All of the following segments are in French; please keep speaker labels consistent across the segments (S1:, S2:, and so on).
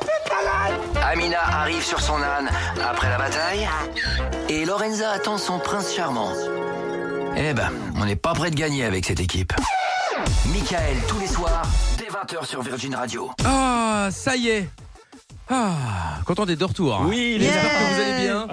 S1: C'est malade
S2: Amina arrive sur son âne après la bataille. Et Lorenza attend son prince charmant. Eh ben, on n'est pas prêt de gagner avec cette équipe. Michael, tous les soirs, dès 20h sur Virgin Radio.
S3: Ah, ça y est ah, content d'être de retour. hein.
S4: Oui, les
S3: j'espère que
S4: amis.
S3: vous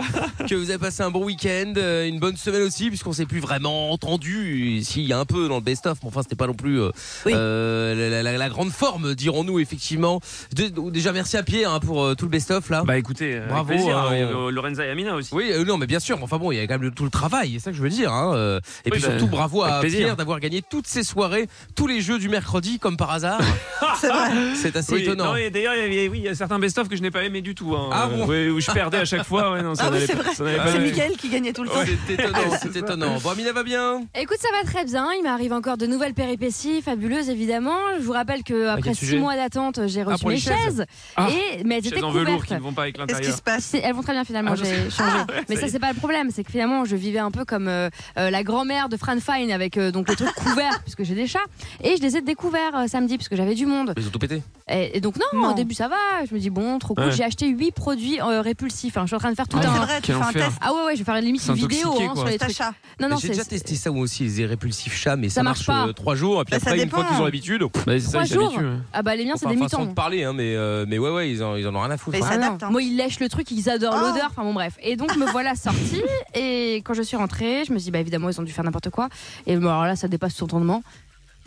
S3: allez bien, que vous avez passé un bon week-end, euh, une bonne semaine aussi, puisqu'on s'est plus vraiment entendu. S'il y a un peu dans le best-of, mais enfin, c'était pas non plus euh,
S4: Oui.
S3: euh, la, la- la- la grande forme, dirons-nous effectivement. De- déjà, merci à Pierre hein, pour euh, tout le best-of là.
S5: Bah écoutez, avec
S3: Bravo,
S5: plaisir,
S3: hein,
S5: hein, il y avait,
S3: on-
S5: euh, Lorenza et Amina aussi.
S3: Oui, euh, non, mais bien sûr. mais Enfin bon, il y a quand même le- tout le travail, c'est ça que je veux dire. hein, euh, Et
S5: Oui,
S3: puis
S5: bah,
S3: surtout, bravo à
S5: avec plaisir.
S3: Pierre d'avoir gagné toutes ces soirées, tous les jeux du mercredi, comme par hasard. Ah,
S4: C'est vrai.
S3: C'est assez
S5: Oui,
S3: étonnant.
S5: non, et D'ailleurs, il y avait- oui, il y a certains best-of que je n'ai pas aimé du tout. hein.
S3: Ah bon
S5: Oui, Où je perdais à chaque fois. ouais, non, ça
S4: Ah oui,
S5: n'allait
S4: c'est
S5: pas-
S4: vrai.
S5: ça n'allait pas
S4: C'est
S5: bien.
S4: Mickaël qui gagnait tout le temps.
S3: C'est étonnant, c'est étonnant. Bon, Amina va bien
S6: Écoute, ça va très bien. Il m'arrive encore de nouvelles péripéties fabuleuses, évidemment. Je vous rappelle que après
S5: quel
S6: six
S5: sujet
S6: mois d'attente, j'ai reçu
S3: pour les
S6: mes chaises.
S5: Ah.
S6: et mais elles
S5: Chaises
S6: étaient
S5: en velours
S6: couvertes.
S5: qui ne vont pas avec
S4: Qu'est-ce qui
S5: l'intérieur.
S4: se passe
S6: C'est- Elles vont très bien finalement,
S5: Ah, je
S6: j'ai changé. mais
S5: ça
S6: ça,
S5: y est.
S6: c'est pas le problème, c'est que finalement, je vivais un peu comme euh, euh, la grand-mère de Fran Fine avec euh, donc les trucs couverts, puisque j'ai des chats. Et je les ai découverts euh, samedi, puisque j'avais du monde.
S3: Mais Ils ont tout pété.
S6: Et, et donc, non,
S4: Non.
S6: au début, ça va. Je me dis, bon, trop cool.
S5: Ouais.
S6: J'ai acheté 8 produits euh, répulsifs. hein. Je suis en train de faire tout
S4: Ah, C'est
S6: un.
S4: vrai, tu fais un
S5: enfer.
S4: test.
S6: Ah ouais, ouais, je vais faire limite une
S5: S'intoxiquer,
S6: vidéo hein,
S5: quoi.
S6: sur les trucs.
S4: Tacha.
S6: Non, non,
S3: J'ai
S6: c'est-
S3: déjà testé ça moi aussi, les répulsifs chats, mais ça,
S6: Ça marche
S3: marche
S6: pas.
S3: euh, trois jours, et puis
S4: Bah, ça
S3: après, une fois
S4: dépend.
S3: qu'ils ont l'habitude, pff,
S5: Bah, c'est ça,
S6: Trois
S5: ils s'habituent,
S6: jours.
S3: hein.
S5: ouais.
S6: Ah bah, les miens, c'est
S3: enfin,
S6: des
S3: façon
S6: mutants.
S3: de parler, hein, mais, euh, mais ouais, ouais, ils en, ils en ont rien à foutre.
S4: Mais
S3: hein.
S4: ça-
S6: Ah non.
S4: s'adaptent, hein.
S6: Moi, ils lèchent le truc, ils adorent
S4: Oh.
S6: l'odeur. Enfin bon, bref. Et donc, me voilà sortie. Et quand je suis rentrée, je me suis dit, bah évidemment, ils ont dû faire n'importe quoi. Et bon, alors là, ça dépasse tout entendement.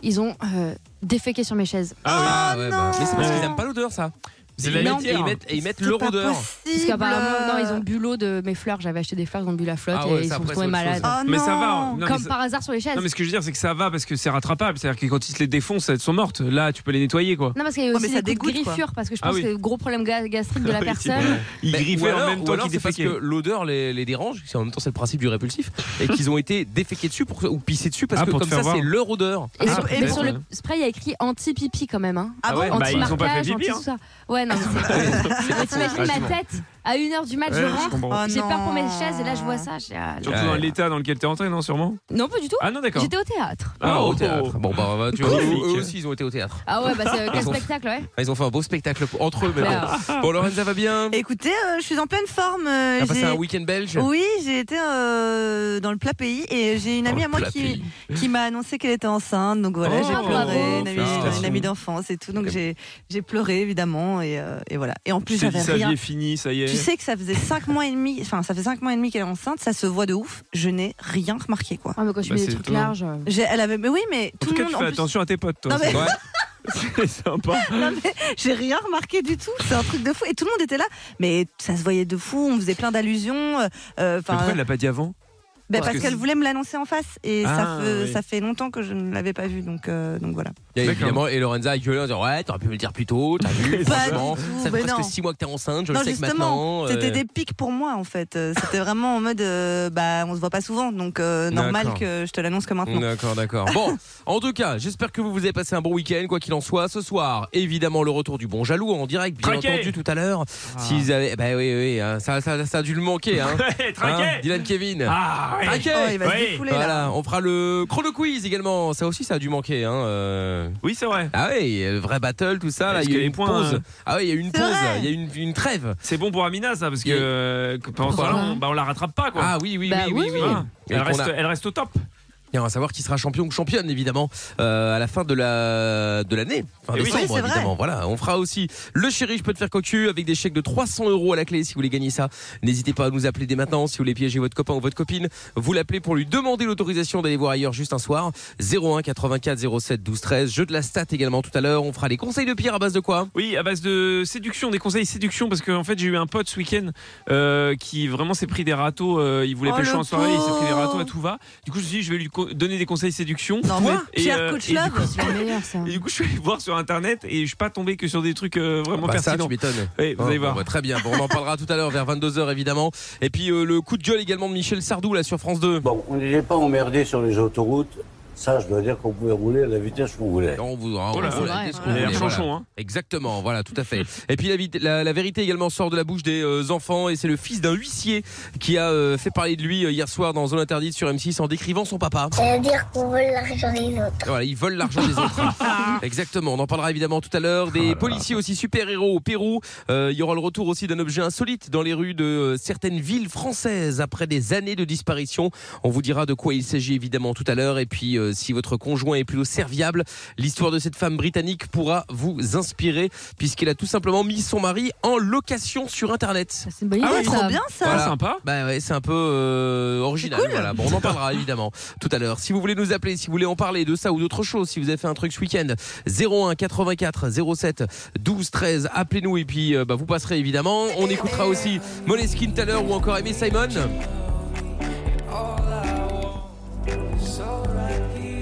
S6: Ils ont euh, déféqué sur mes chaises.
S3: Ah ouais, bah, mais c'est parce
S5: non.
S3: qu'ils aiment pas l'odeur, ça.
S5: C'est
S3: Ils
S5: la
S3: mettent-
S5: litière.
S3: et ils mettent, et ils mettent
S4: C'est
S3: leur
S4: pas
S3: odeur.
S6: Parce
S4: possible.
S6: qu'apparemment, non, ils ont bu l'eau de mes fleurs. J'avais acheté des fleurs, ils ont bu la flotte
S3: Ah ouais,
S6: et ils
S3: ça,
S6: sont
S3: après,
S6: tombés
S3: c'est autre chose.
S6: malades.
S4: Oh
S5: Mais
S4: non.
S5: ça va. hein. Non,
S6: Comme
S5: mais ça-
S6: par hasard sur les chaises.
S5: non,
S6: Non,
S5: mais ce que je veux dire, c'est que ça va parce que c'est rattrapable. C'est-à-dire que quand ils se les défoncent, elles sont mortes. Là, tu peux les nettoyer, quoi.
S6: parce qu'il y a
S4: Oh,
S6: aussi
S4: mais ça
S6: des coups de
S4: dégoûte, quoi.
S6: griffures, parce que je
S5: Ah
S6: pense
S5: oui. Ah
S6: que gros problème ga- gastrique de la
S5: Oui,
S6: personne.
S5: Ils
S3: Mais- ou
S5: griffaient
S3: alors-
S5: en même
S3: ou
S5: temps
S3: alors
S5: qu'ils
S3: c'est parce
S5: déféquaient.
S3: que l'odeur les, les dérange, c'est en même temps c'est le principe du répulsif, et qu'ils ont été déféqués dessus pour, ou pissés dessus parce
S5: Ah,
S3: que
S5: pour te
S3: comme
S5: faire
S3: ça c'est
S5: voir.
S3: leur odeur.
S6: Et
S4: Ah,
S6: sur,
S4: peut-être,
S6: mais sur
S5: ouais.
S6: le spray, il y a écrit anti-pipi quand même. Hein.
S4: Ah
S5: Ah ouais,
S4: bon
S5: bah, ils ont pas fait
S6: Anti-marquage,
S5: pipi,
S6: anti
S5: hein.
S6: tout ça. Ouais, non, mais c'est. Mais T'imagines ma tête à 1h du match, je
S5: Ouais, je
S6: rentre.
S5: comprends.
S4: Oh
S6: J'ai peur pour mes
S4: non.
S6: chaises et là je vois ça. j'ai- ah,
S5: Surtout
S3: Ouais.
S5: dans l'état dans lequel t'es entré, non, sûrement
S6: Non, pas du tout.
S5: Ah non, d'accord.
S6: J'étais au théâtre.
S3: Ah, au
S5: oh.
S3: théâtre. Bon bah, bah, tu vois,
S5: Cool.
S3: eux, eux aussi ils ont été au théâtre.
S6: Ah ouais, bah c'est euh, quel
S3: Ils ont-
S6: spectacle, ouais.
S3: Ah, Ils ont fait un beau spectacle pour- entre eux. Mais bon.
S6: Bah,
S3: bon Lorenza va bien.
S4: Écoutez, euh, je suis en pleine forme. euh,
S3: T'as passé
S4: j'ai-
S3: un week-end belge.
S4: Oui, j'ai été euh, dans le plat pays et j'ai une
S3: Dans
S4: amie
S3: le
S4: à moi
S3: plat
S4: qui,
S3: pays.
S4: qui m'a annoncé qu'elle était enceinte. Donc voilà,
S5: Oh,
S4: j'ai pleuré, une amie,
S3: félicitations.
S4: une amie d'enfance et tout. Donc
S3: Ok.
S4: j'ai j'ai pleuré évidemment et, euh, et voilà. Et en plus
S5: Je t'ai dit,
S4: j'avais
S5: sa vie
S4: rien.
S5: est finie, ça y est.
S4: Tu sais que ça faisait 5 mois et demi, enfin ça fait 5 mois et demi qu'elle est enceinte, ça se voit de ouf. Je n'ai rien remarqué quoi.
S6: Ah, mais quand je
S5: Bah,
S6: mets
S5: c'est
S6: des trucs
S5: étonnant.
S6: larges. euh,
S4: J'ai- Elle avait, mais oui, mais
S5: en
S4: tout
S5: tout cas,
S4: le
S5: tu
S4: monde.
S5: fais
S4: en plus-
S5: attention à tes potes, toi.
S4: Non, mais-
S5: c'est- C'est sympa.
S4: Non, mais j'ai rien remarqué du tout. C'est un truc de fou. Et tout le monde était là. Mais ça se voyait de fou. On faisait plein d'allusions. euh, euh,
S5: Mais
S4: Enfin,
S5: pourquoi elle l'a pas dit avant
S4: ben,
S5: bah, parce
S4: parce
S5: que-
S4: qu'elle voulait me l'annoncer en face. Et ça,
S5: Ah,
S4: fait,
S5: oui.
S4: ça fait longtemps que je ne l'avais pas vue. Donc, euh, donc voilà.
S3: Il y a
S5: D'accord.
S3: évidemment, et Lorenza a gueulé en disant Ouais, t'aurais pu me le dire plus tôt, t'as vu,
S4: Pas
S3: franchement,
S4: du tout,
S3: ça
S4: mais
S3: fait presque
S4: non.
S3: 6 mois que t'es enceinte, je
S4: non,
S3: le sais que
S4: justement,
S3: maintenant. euh,
S4: c'était des pics pour moi en fait. Euh, C'était vraiment en mode. euh, bah, on se voit pas souvent. Donc euh, normal
S3: D'accord.
S4: que je te l'annonce que maintenant.
S3: D'accord, d'accord. Bon, en tout cas, j'espère que vous vous avez passé un bon week-end, quoi qu'il en soit. Ce soir, évidemment, le retour du bon jaloux en direct, bien
S5: Traqué.
S3: entendu, tout à l'heure.
S5: Ah.
S3: S'ils avaient. Bah oui, oui, hein, ça, ça, ça a dû le manquer, hein.
S5: Ouais,
S3: Hein,
S5: traqué
S3: Dylan Kevin.
S5: Ah, ouais.
S3: Traqué.
S4: Oh, il va
S5: Oui.
S4: se défouler là.
S3: Voilà, on fera le chrono quiz également. Ça aussi, ça a dû manquer, hein. euh.
S5: Oui, c'est vrai.
S3: Ah oui, le vrai battle, tout ça. Là,
S5: Parce
S3: il y a
S5: que
S3: eu
S5: les
S3: une
S5: points,
S3: pause.
S5: hein.
S3: Ah oui, il y a eu une
S4: C'est
S3: pause.
S4: vrai.
S3: Il y a eu une- une trêve.
S5: C'est bon pour Amina, ça, parce que
S3: Il y a-
S5: euh, que pendant ce
S6: Pourquoi
S5: temps-là, on, bah, on la rattrape pas, quoi.
S3: Ah oui, oui,
S6: Bah
S3: oui,
S6: oui.
S3: oui, oui.
S5: Hein
S3: Et
S5: elle,
S3: qu'on
S5: reste,
S3: a-
S5: elle reste au top.
S3: Et on va savoir qui sera champion ou championne, évidemment, euh, à la fin de la de l'année. Fin
S5: Eh oui.
S3: décembre,
S4: Oui, c'est vrai.
S3: évidemment. Voilà. On fera aussi le chéri, je peux te faire cocu avec des chèques de 300 euros à la clé. Si vous voulez gagner ça, n'hésitez pas à nous appeler dès maintenant. Si vous voulez piéger votre copain ou votre copine, vous l'appelez pour lui demander l'autorisation d'aller voir ailleurs juste un soir. 01 84 07 12 13. Jeu de la stat également tout à l'heure. On fera les conseils de Pierre à base de quoi
S5: Oui, à base de séduction, des conseils séduction, parce que en fait, j'ai eu un pote ce week-end euh, qui vraiment s'est pris des râteaux. euh, il voulait
S4: Oh,
S5: pécho
S4: le
S5: en soirée, il s'est pris des
S4: pauvre.
S5: râteaux à tout va. Du coup, je me suis dit, je vais lui co- donner des conseils séduction.
S4: Non, mais
S5: Et,
S4: Pierre
S5: euh,
S4: Coach
S5: et du
S4: Love.
S6: C'est la meilleure, ça.
S5: Et du coup, je suis allé voir sur internet et je suis pas tombé que sur des trucs euh, vraiment
S3: Bah, ça,
S5: pertinents.
S3: tu m'étonnes.
S5: Oui, vous
S3: Oh,
S5: allez
S3: bon,
S5: voir.
S3: bah, très bien. Bon, on en parlera tout à l'heure vers 22h évidemment. Et puis euh, le coup de gueule également de Michel Sardou là sur France 2.
S7: Bon, on n'est pas emmerdé sur les autoroutes. Ça, je dois dire qu'on pouvait rouler à la vitesse qu'on voulait.
S3: On vous hein, on
S5: Oh là,
S3: vous-
S6: c'est vrai,
S3: qu'est-ce
S6: ouais.
S3: qu'on
S5: Il a
S3: voulait,
S5: l'air
S3: voilà.
S5: chanchon, hein.
S3: Exactement, voilà, tout à fait. Et puis la, vit- la- la vérité également sort de la bouche des euh, enfants et c'est le fils d'un huissier qui a euh, fait parler de lui euh, hier soir dans Zone Interdite sur M6 en décrivant son papa.
S8: Ça veut dire qu'on vole l'argent des autres.
S3: Voilà, ils volent l'argent des autres. Exactement, on en parlera évidemment tout à l'heure. Des policiers aussi super-héros au Pérou. Euh, il y aura le retour aussi d'un objet insolite dans les rues de euh, certaines villes françaises après des années de disparition. On vous dira de quoi il s'agit évidemment tout à l'heure. Et puis, euh, si votre conjoint est plutôt serviable, l'histoire de cette femme britannique pourra vous inspirer puisqu'elle a tout simplement mis son mari en location sur Internet.
S6: Ça, C'est une bonne idée,
S5: Ah ouais,
S4: trop
S6: ça.
S4: bien ça.
S5: Ah,
S3: Voilà.
S5: sympa.
S3: Bah ouais, c'est un peu euh, original.
S4: C'est cool.
S3: Voilà. Bon, on en parlera évidemment tout à l'heure. Si vous voulez nous appeler, si vous voulez en parler de ça ou d'autre chose, si vous avez fait un truc ce week-end, 01 84 07 12 13, appelez-nous et puis euh, bah, vous passerez évidemment. On écoutera aussi Moleskine tout à l'heure ou encore Aimé Simon.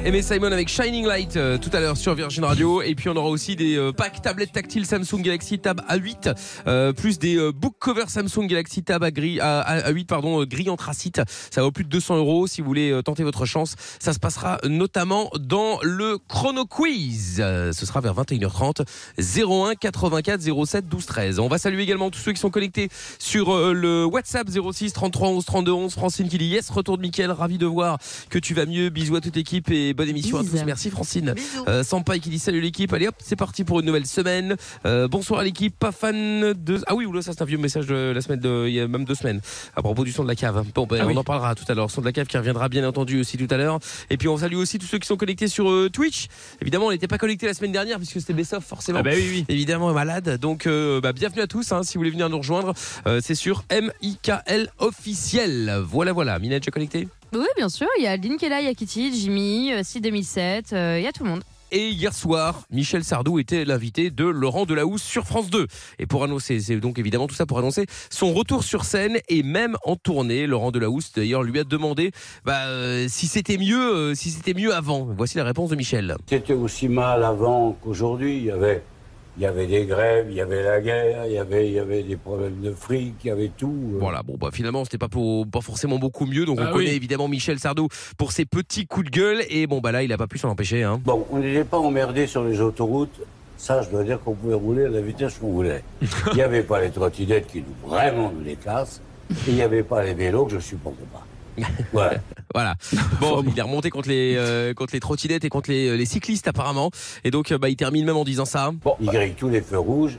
S3: Aimé Simon avec Shining Light euh, tout à l'heure sur Virgin Radio et puis on aura aussi des euh, packs tablettes tactiles Samsung Galaxy Tab A8 euh, plus des euh, book covers Samsung Galaxy Tab à gris, à, à- à 8 pardon, euh, gris anthracite. Ça vaut plus de 200 euros si vous voulez euh, tenter votre chance. Ça se passera notamment dans le chrono quiz. Euh, ce sera vers 21h30 01 84 07 12 13. On va saluer également tous ceux qui sont connectés sur euh, le WhatsApp 06 33 11 32 11. Francine qui dit yes retour de Mickaël, ravi de voir que tu vas mieux. Bisous à toute équipe et bonne émission à
S6: Bisous.
S3: tous. Merci Francine.
S4: Bisous.
S3: Euh, Sampaï qui dit salut l'équipe, allez hop, c'est parti pour une nouvelle semaine. Euh, bonsoir à l'équipe, pas fan de. Ah oui, oula, ça c'est un vieux message de la semaine, de... il y a même deux semaines, à propos du son de la cave. Bon, ben,
S5: Ah
S3: on
S5: oui.
S3: en parlera tout à l'heure. Son de la cave qui reviendra bien entendu aussi tout à l'heure. Et puis on salue aussi tous ceux qui sont connectés sur euh, Twitch. Évidemment, on n'était pas connectés la semaine dernière puisque c'était Bessoff forcément.
S5: Ah bah oui, oui.
S3: Évidemment malade, donc euh, bah, bienvenue à tous. hein, si vous voulez venir nous rejoindre, euh, c'est sur MIKL officiel. Voilà, voilà. Mina, déjà connecté
S6: Oui, Bah bien sûr. Il y a Adeline qui est là, il y a Kitty, Jimmy, euh, Si 2007, euh, il y a tout le monde.
S3: Et hier soir, Michel Sardou était l'invité de Laurent Delahousse sur France 2. Et pour annoncer, c'est donc évidemment tout ça pour annoncer son retour sur scène et même en tournée. Laurent Delahousse d'ailleurs lui a demandé bah, euh, si c'était mieux, euh, si c'était mieux avant. Voici la réponse de Michel.
S7: C'était aussi mal avant qu'aujourd'hui. Il y avait, il y avait des grèves, il y avait la guerre, il y avait, il y avait des problèmes de fric, il y avait tout. euh.
S3: Voilà, bon bah finalement c'était pas pour, pas forcément beaucoup mieux. Donc
S5: Bah
S3: on connaît
S5: oui.
S3: évidemment Michel Sardou pour ses petits coups de gueule et bon bah là il a pas pu s'en empêcher. Hein.
S7: Bon, on n'était pas emmerdé sur les autoroutes. Ça, je dois dire qu'on pouvait rouler à la vitesse qu'on voulait. Il n'y avait pas les trottinettes qui nous, vraiment nous les cassent. Et il n'y avait pas les vélos que je supportais pas. Voilà.
S3: Voilà. Bon, il est remonté contre les euh, contre les trottinettes et contre les, les cyclistes apparemment. Et donc euh, bah il termine même en disant ça.
S7: Il grille tous les feux rouges.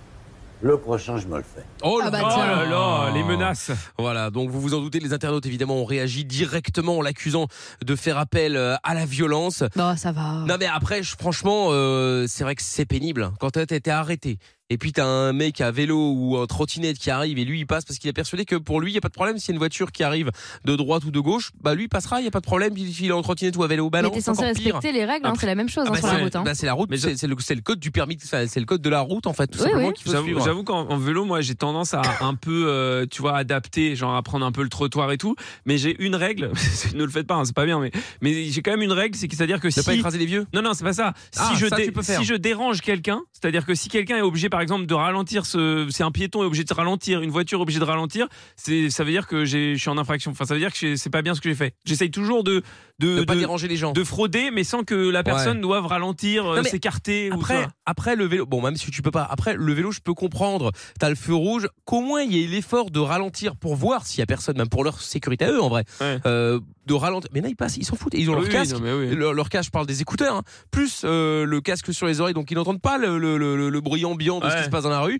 S7: Le prochain, je me le fais.
S3: Oh
S6: Ah bah
S5: Oh
S6: tiens.
S5: là là, les menaces.
S3: Voilà, donc vous vous en doutez, les internautes évidemment ont réagi directement en l'accusant de faire appel euh, à la violence.
S6: Bon, Bah, ça va.
S3: Non mais après, je- franchement, euh, c'est vrai que c'est pénible. Quand t'as t'as été arrêté et puis t'as un mec à vélo ou en trottinette qui arrive et lui il passe parce qu'il est persuadé que pour lui il y a pas de problème s'il y a une voiture qui arrive de droite ou de gauche, bah lui il passera, il y a pas de problème s'il est en trottinette ou à vélo. Bah
S6: mais
S3: non,
S6: t'es
S3: c'est
S6: censé
S3: encore pire.
S6: respecter les règles, hein,
S3: Après-
S6: c'est la même chose
S3: Ah
S6: hein,
S3: bah,
S6: sur la
S3: c'est-
S6: route. hein.
S3: bah, c'est la route,
S5: Mais je-
S3: c'est c'est le, c'est le code du permis, de- enfin, c'est le code de la route en fait, tout
S6: Oui,
S3: simplement
S6: oui.
S3: qu'il faut
S5: J'avoue
S3: suivre.
S5: j'avoue qu'en en vélo, moi, j'ai tendance à un peu, euh, tu vois, adapter, genre à prendre un peu le trottoir et tout. Mais j'ai une règle, c'est- ne le faites pas, hein, c'est pas bien, mais, mais j'ai quand même une règle, c'est que- c'est-à-dire que
S3: Ne pas
S5: si.
S3: écraser les vieux.
S5: Non, non, c'est pas ça. Si,
S3: Ah,
S5: je
S3: ça,
S5: dé-
S3: tu peux faire.
S5: si je dérange quelqu'un, c'est-à-dire que si quelqu'un est obligé, par exemple, de ralentir, ce... si un piéton est obligé de ralentir, une voiture est obligée de ralentir, c'est... ça veut dire que j'ai- je suis en infraction. Enfin, ça veut dire que j'ai- c'est pas bien ce que j'ai fait. J'essaye toujours de, de,
S3: Ne pas
S5: de-
S3: déranger les gens.
S5: de frauder, mais sans que la personne doive ralentir, euh,
S3: Non, mais
S5: s'écarter. ou
S3: Après,
S5: ça.
S3: après le vélo, bon, même si tu peux pas, après le vélo, je peux comprendre. T'as le feu rouge, qu'au moins il y ait l'effort de ralentir pour voir s'il y a personne, même pour leur sécurité à eux en vrai.
S5: Ouais.
S3: Euh, de ralentir. Mais là, ils passent, ils s'en foutent. Ils ont leur
S5: Oui, oui,
S3: casque.
S5: non, mais oui.
S3: Leur, leur casque, je parle des écouteurs, hein, plus euh, le casque sur les oreilles, donc ils n'entendent pas le, le- le- le bruit ambiant de ce
S5: Ouais.
S3: qui se passe dans la rue.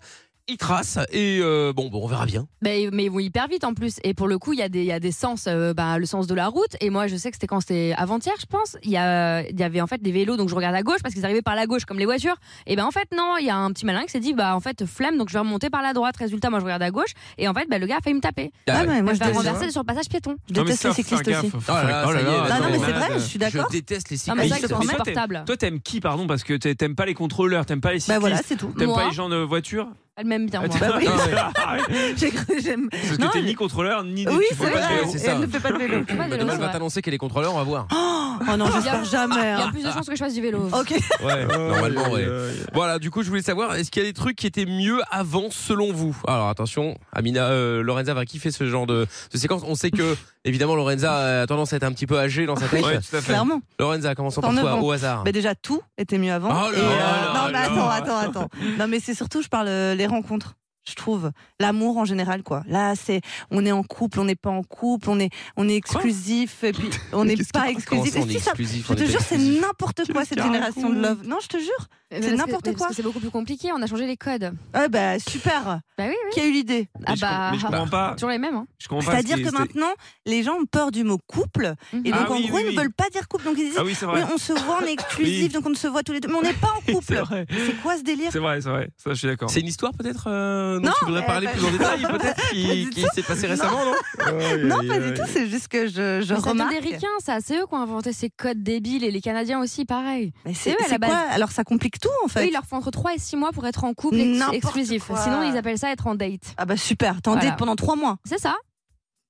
S3: Ils tracent et euh, bon, bon, on verra bien.
S6: Bah, Mais, mais ils vont hyper vite en plus. Et pour le coup, il y, a des- il y a des sens, euh, bah, le sens de la route. Et moi, je sais que c'était quand c'était avant-hier, je pense. Il y, a- il y avait en fait des vélos, donc je regarde à gauche parce qu'ils arrivaient par la gauche comme les voitures. Et ben en fait, non, il y a un petit malin qui s'est dit, bah en fait, flemme, donc je vais remonter par la droite. Résultat, moi je regarde à gauche. Et en fait, bah, le gars a failli me taper.
S4: Ah, mais moi,
S6: Moi,
S4: je
S6: je vais
S4: déteste,
S6: renverser sur le passage piéton.
S4: je
S5: Non, mais
S4: déteste
S5: ça,
S4: les
S5: faut faire
S4: cyclistes aussi.
S5: gaffe, faut faire
S3: Oh là là,
S5: gaffe,
S3: ça y est,
S5: là,
S3: là,
S5: c'est
S4: Non, non, mais c'est
S5: malade.
S4: vrai, je suis d'accord.
S3: Je déteste les
S6: Ah, mais
S3: cyclistes.
S6: ça, c'est
S5: Mais toi,
S6: insupportable.
S5: t'aimes- Toi, t'aimes qui, pardon Parce que t'aimes pas les contrôleurs, t'aimes pas les
S4: Bah
S5: cyclistes,
S4: voilà, c'est tout.
S5: t'aimes
S6: Moi.
S5: pas les gens de voiture
S6: Elle m'aime bien, moi.
S4: Bah oui,
S3: Ah ouais.
S4: j'ai cru- j'aime.
S5: Parce que
S4: Non,
S5: t'es
S4: mais-
S5: ni contrôleur, ni.
S4: Oui,
S5: tu fais
S4: c'est
S5: pas de
S4: vrai.
S5: vélo.
S3: c'est ça.
S4: Ah, Elle ne fait pas de vélo.
S6: Pas de vélo,
S3: Bah, demain,
S6: c'est
S3: elle va
S6: vrai.
S3: t'annoncer qu'elle est contrôleur, on va voir.
S4: Oh non, j'espère jamais.
S6: Il y a
S4: hein.
S6: plus de chances que je fasse du vélo.
S4: Ok.
S3: Ouais, normalement, ouais. Voilà, du coup, je voulais savoir, est-ce qu'il y a des trucs qui étaient mieux avant selon vous Alors attention, Amina, euh, Lorenza va kiffer ce genre de, de séquence. On sait que, évidemment, Lorenza a tendance à être un petit peu âgée dans sa tête.
S5: Ouais, tout à fait.
S4: Clairement. Bah,
S3: Lorenza, commençons par
S4: 109
S3: toi,
S4: ans.
S3: au hasard. Ah,
S4: Mais déjà, tout était mieux avant.
S3: Oh là
S4: Et, euh,
S3: là
S4: non, mais
S5: là.
S4: attends, attends, attends. Non, mais c'est surtout, je parle euh, les rencontres. Je trouve l'amour en général quoi. Là, c'est on est en couple, on n'est pas en couple, on est on est exclusif et puis on n'est
S3: Qu'est-ce
S4: pas
S3: que- comment
S4: exclusif.
S3: ça,
S4: Et
S3: on est
S4: si ça-
S3: exclusif,
S4: je
S3: on
S4: te
S3: est
S4: jure, c'est
S3: exclusif
S4: n'importe quoi cette génération de love. Non, je te jure.
S6: Mais
S4: C'est
S6: parce que-
S4: n'importe
S6: mais parce
S4: quoi.
S6: que C'est beaucoup plus compliqué, on a changé les codes.
S4: Ouais, bah super.
S6: Bah oui, oui.
S4: Qui a eu l'idée
S6: Ah
S5: Mais je com-
S6: bah.
S5: Mais je comprends pas.
S6: Toujours les mêmes, hein.
S5: Je comprends pas. ce
S4: C'est-à-dire
S5: qui-
S4: que
S5: c'est-
S4: maintenant, les gens ont peur du mot couple. Et
S6: Mhm.
S4: donc,
S5: Ah
S4: en
S5: oui,
S4: gros,
S5: oui,
S4: ils
S5: oui.
S4: ne veulent pas dire couple. Donc, ils disent
S5: Ah oui, c'est vrai.
S4: Oui, on se voit, on est exclusif,
S5: Oui.
S4: donc on ne se voit tous les deux. Mais on n'est pas en
S5: C'est
S4: couple.
S5: vrai.
S4: C'est quoi ce délire
S5: C'est vrai, c'est vrai. Ça, je suis d'accord.
S3: C'est une histoire peut-être euh, dont
S4: Non,
S3: tu voudrais
S4: mais-
S3: parler plus en détail, peut-être, qui,
S4: du
S3: qui s'est passé récemment, non,
S4: Non, pas du tout, c'est juste que je, je
S6: Mais ça vient
S4: remarque.
S6: des ricains, ça. C'est eux qui ont inventé ces codes débiles et les Canadiens aussi, pareil.
S4: Mais
S6: C'est
S4: c'est
S6: eux, à la
S4: c'est quoi
S6: base.
S4: Alors, ça complique tout, en
S6: Eux,
S4: fait.
S6: il leur faut entre 3 et 6 mois pour être en couple ex-
S4: N'importe
S6: exclusif.
S4: quoi.
S6: Sinon, ils appellent ça être en date.
S4: Ah bah super, t'en
S6: Voilà.
S4: dates pendant trois mois.
S6: C'est ça.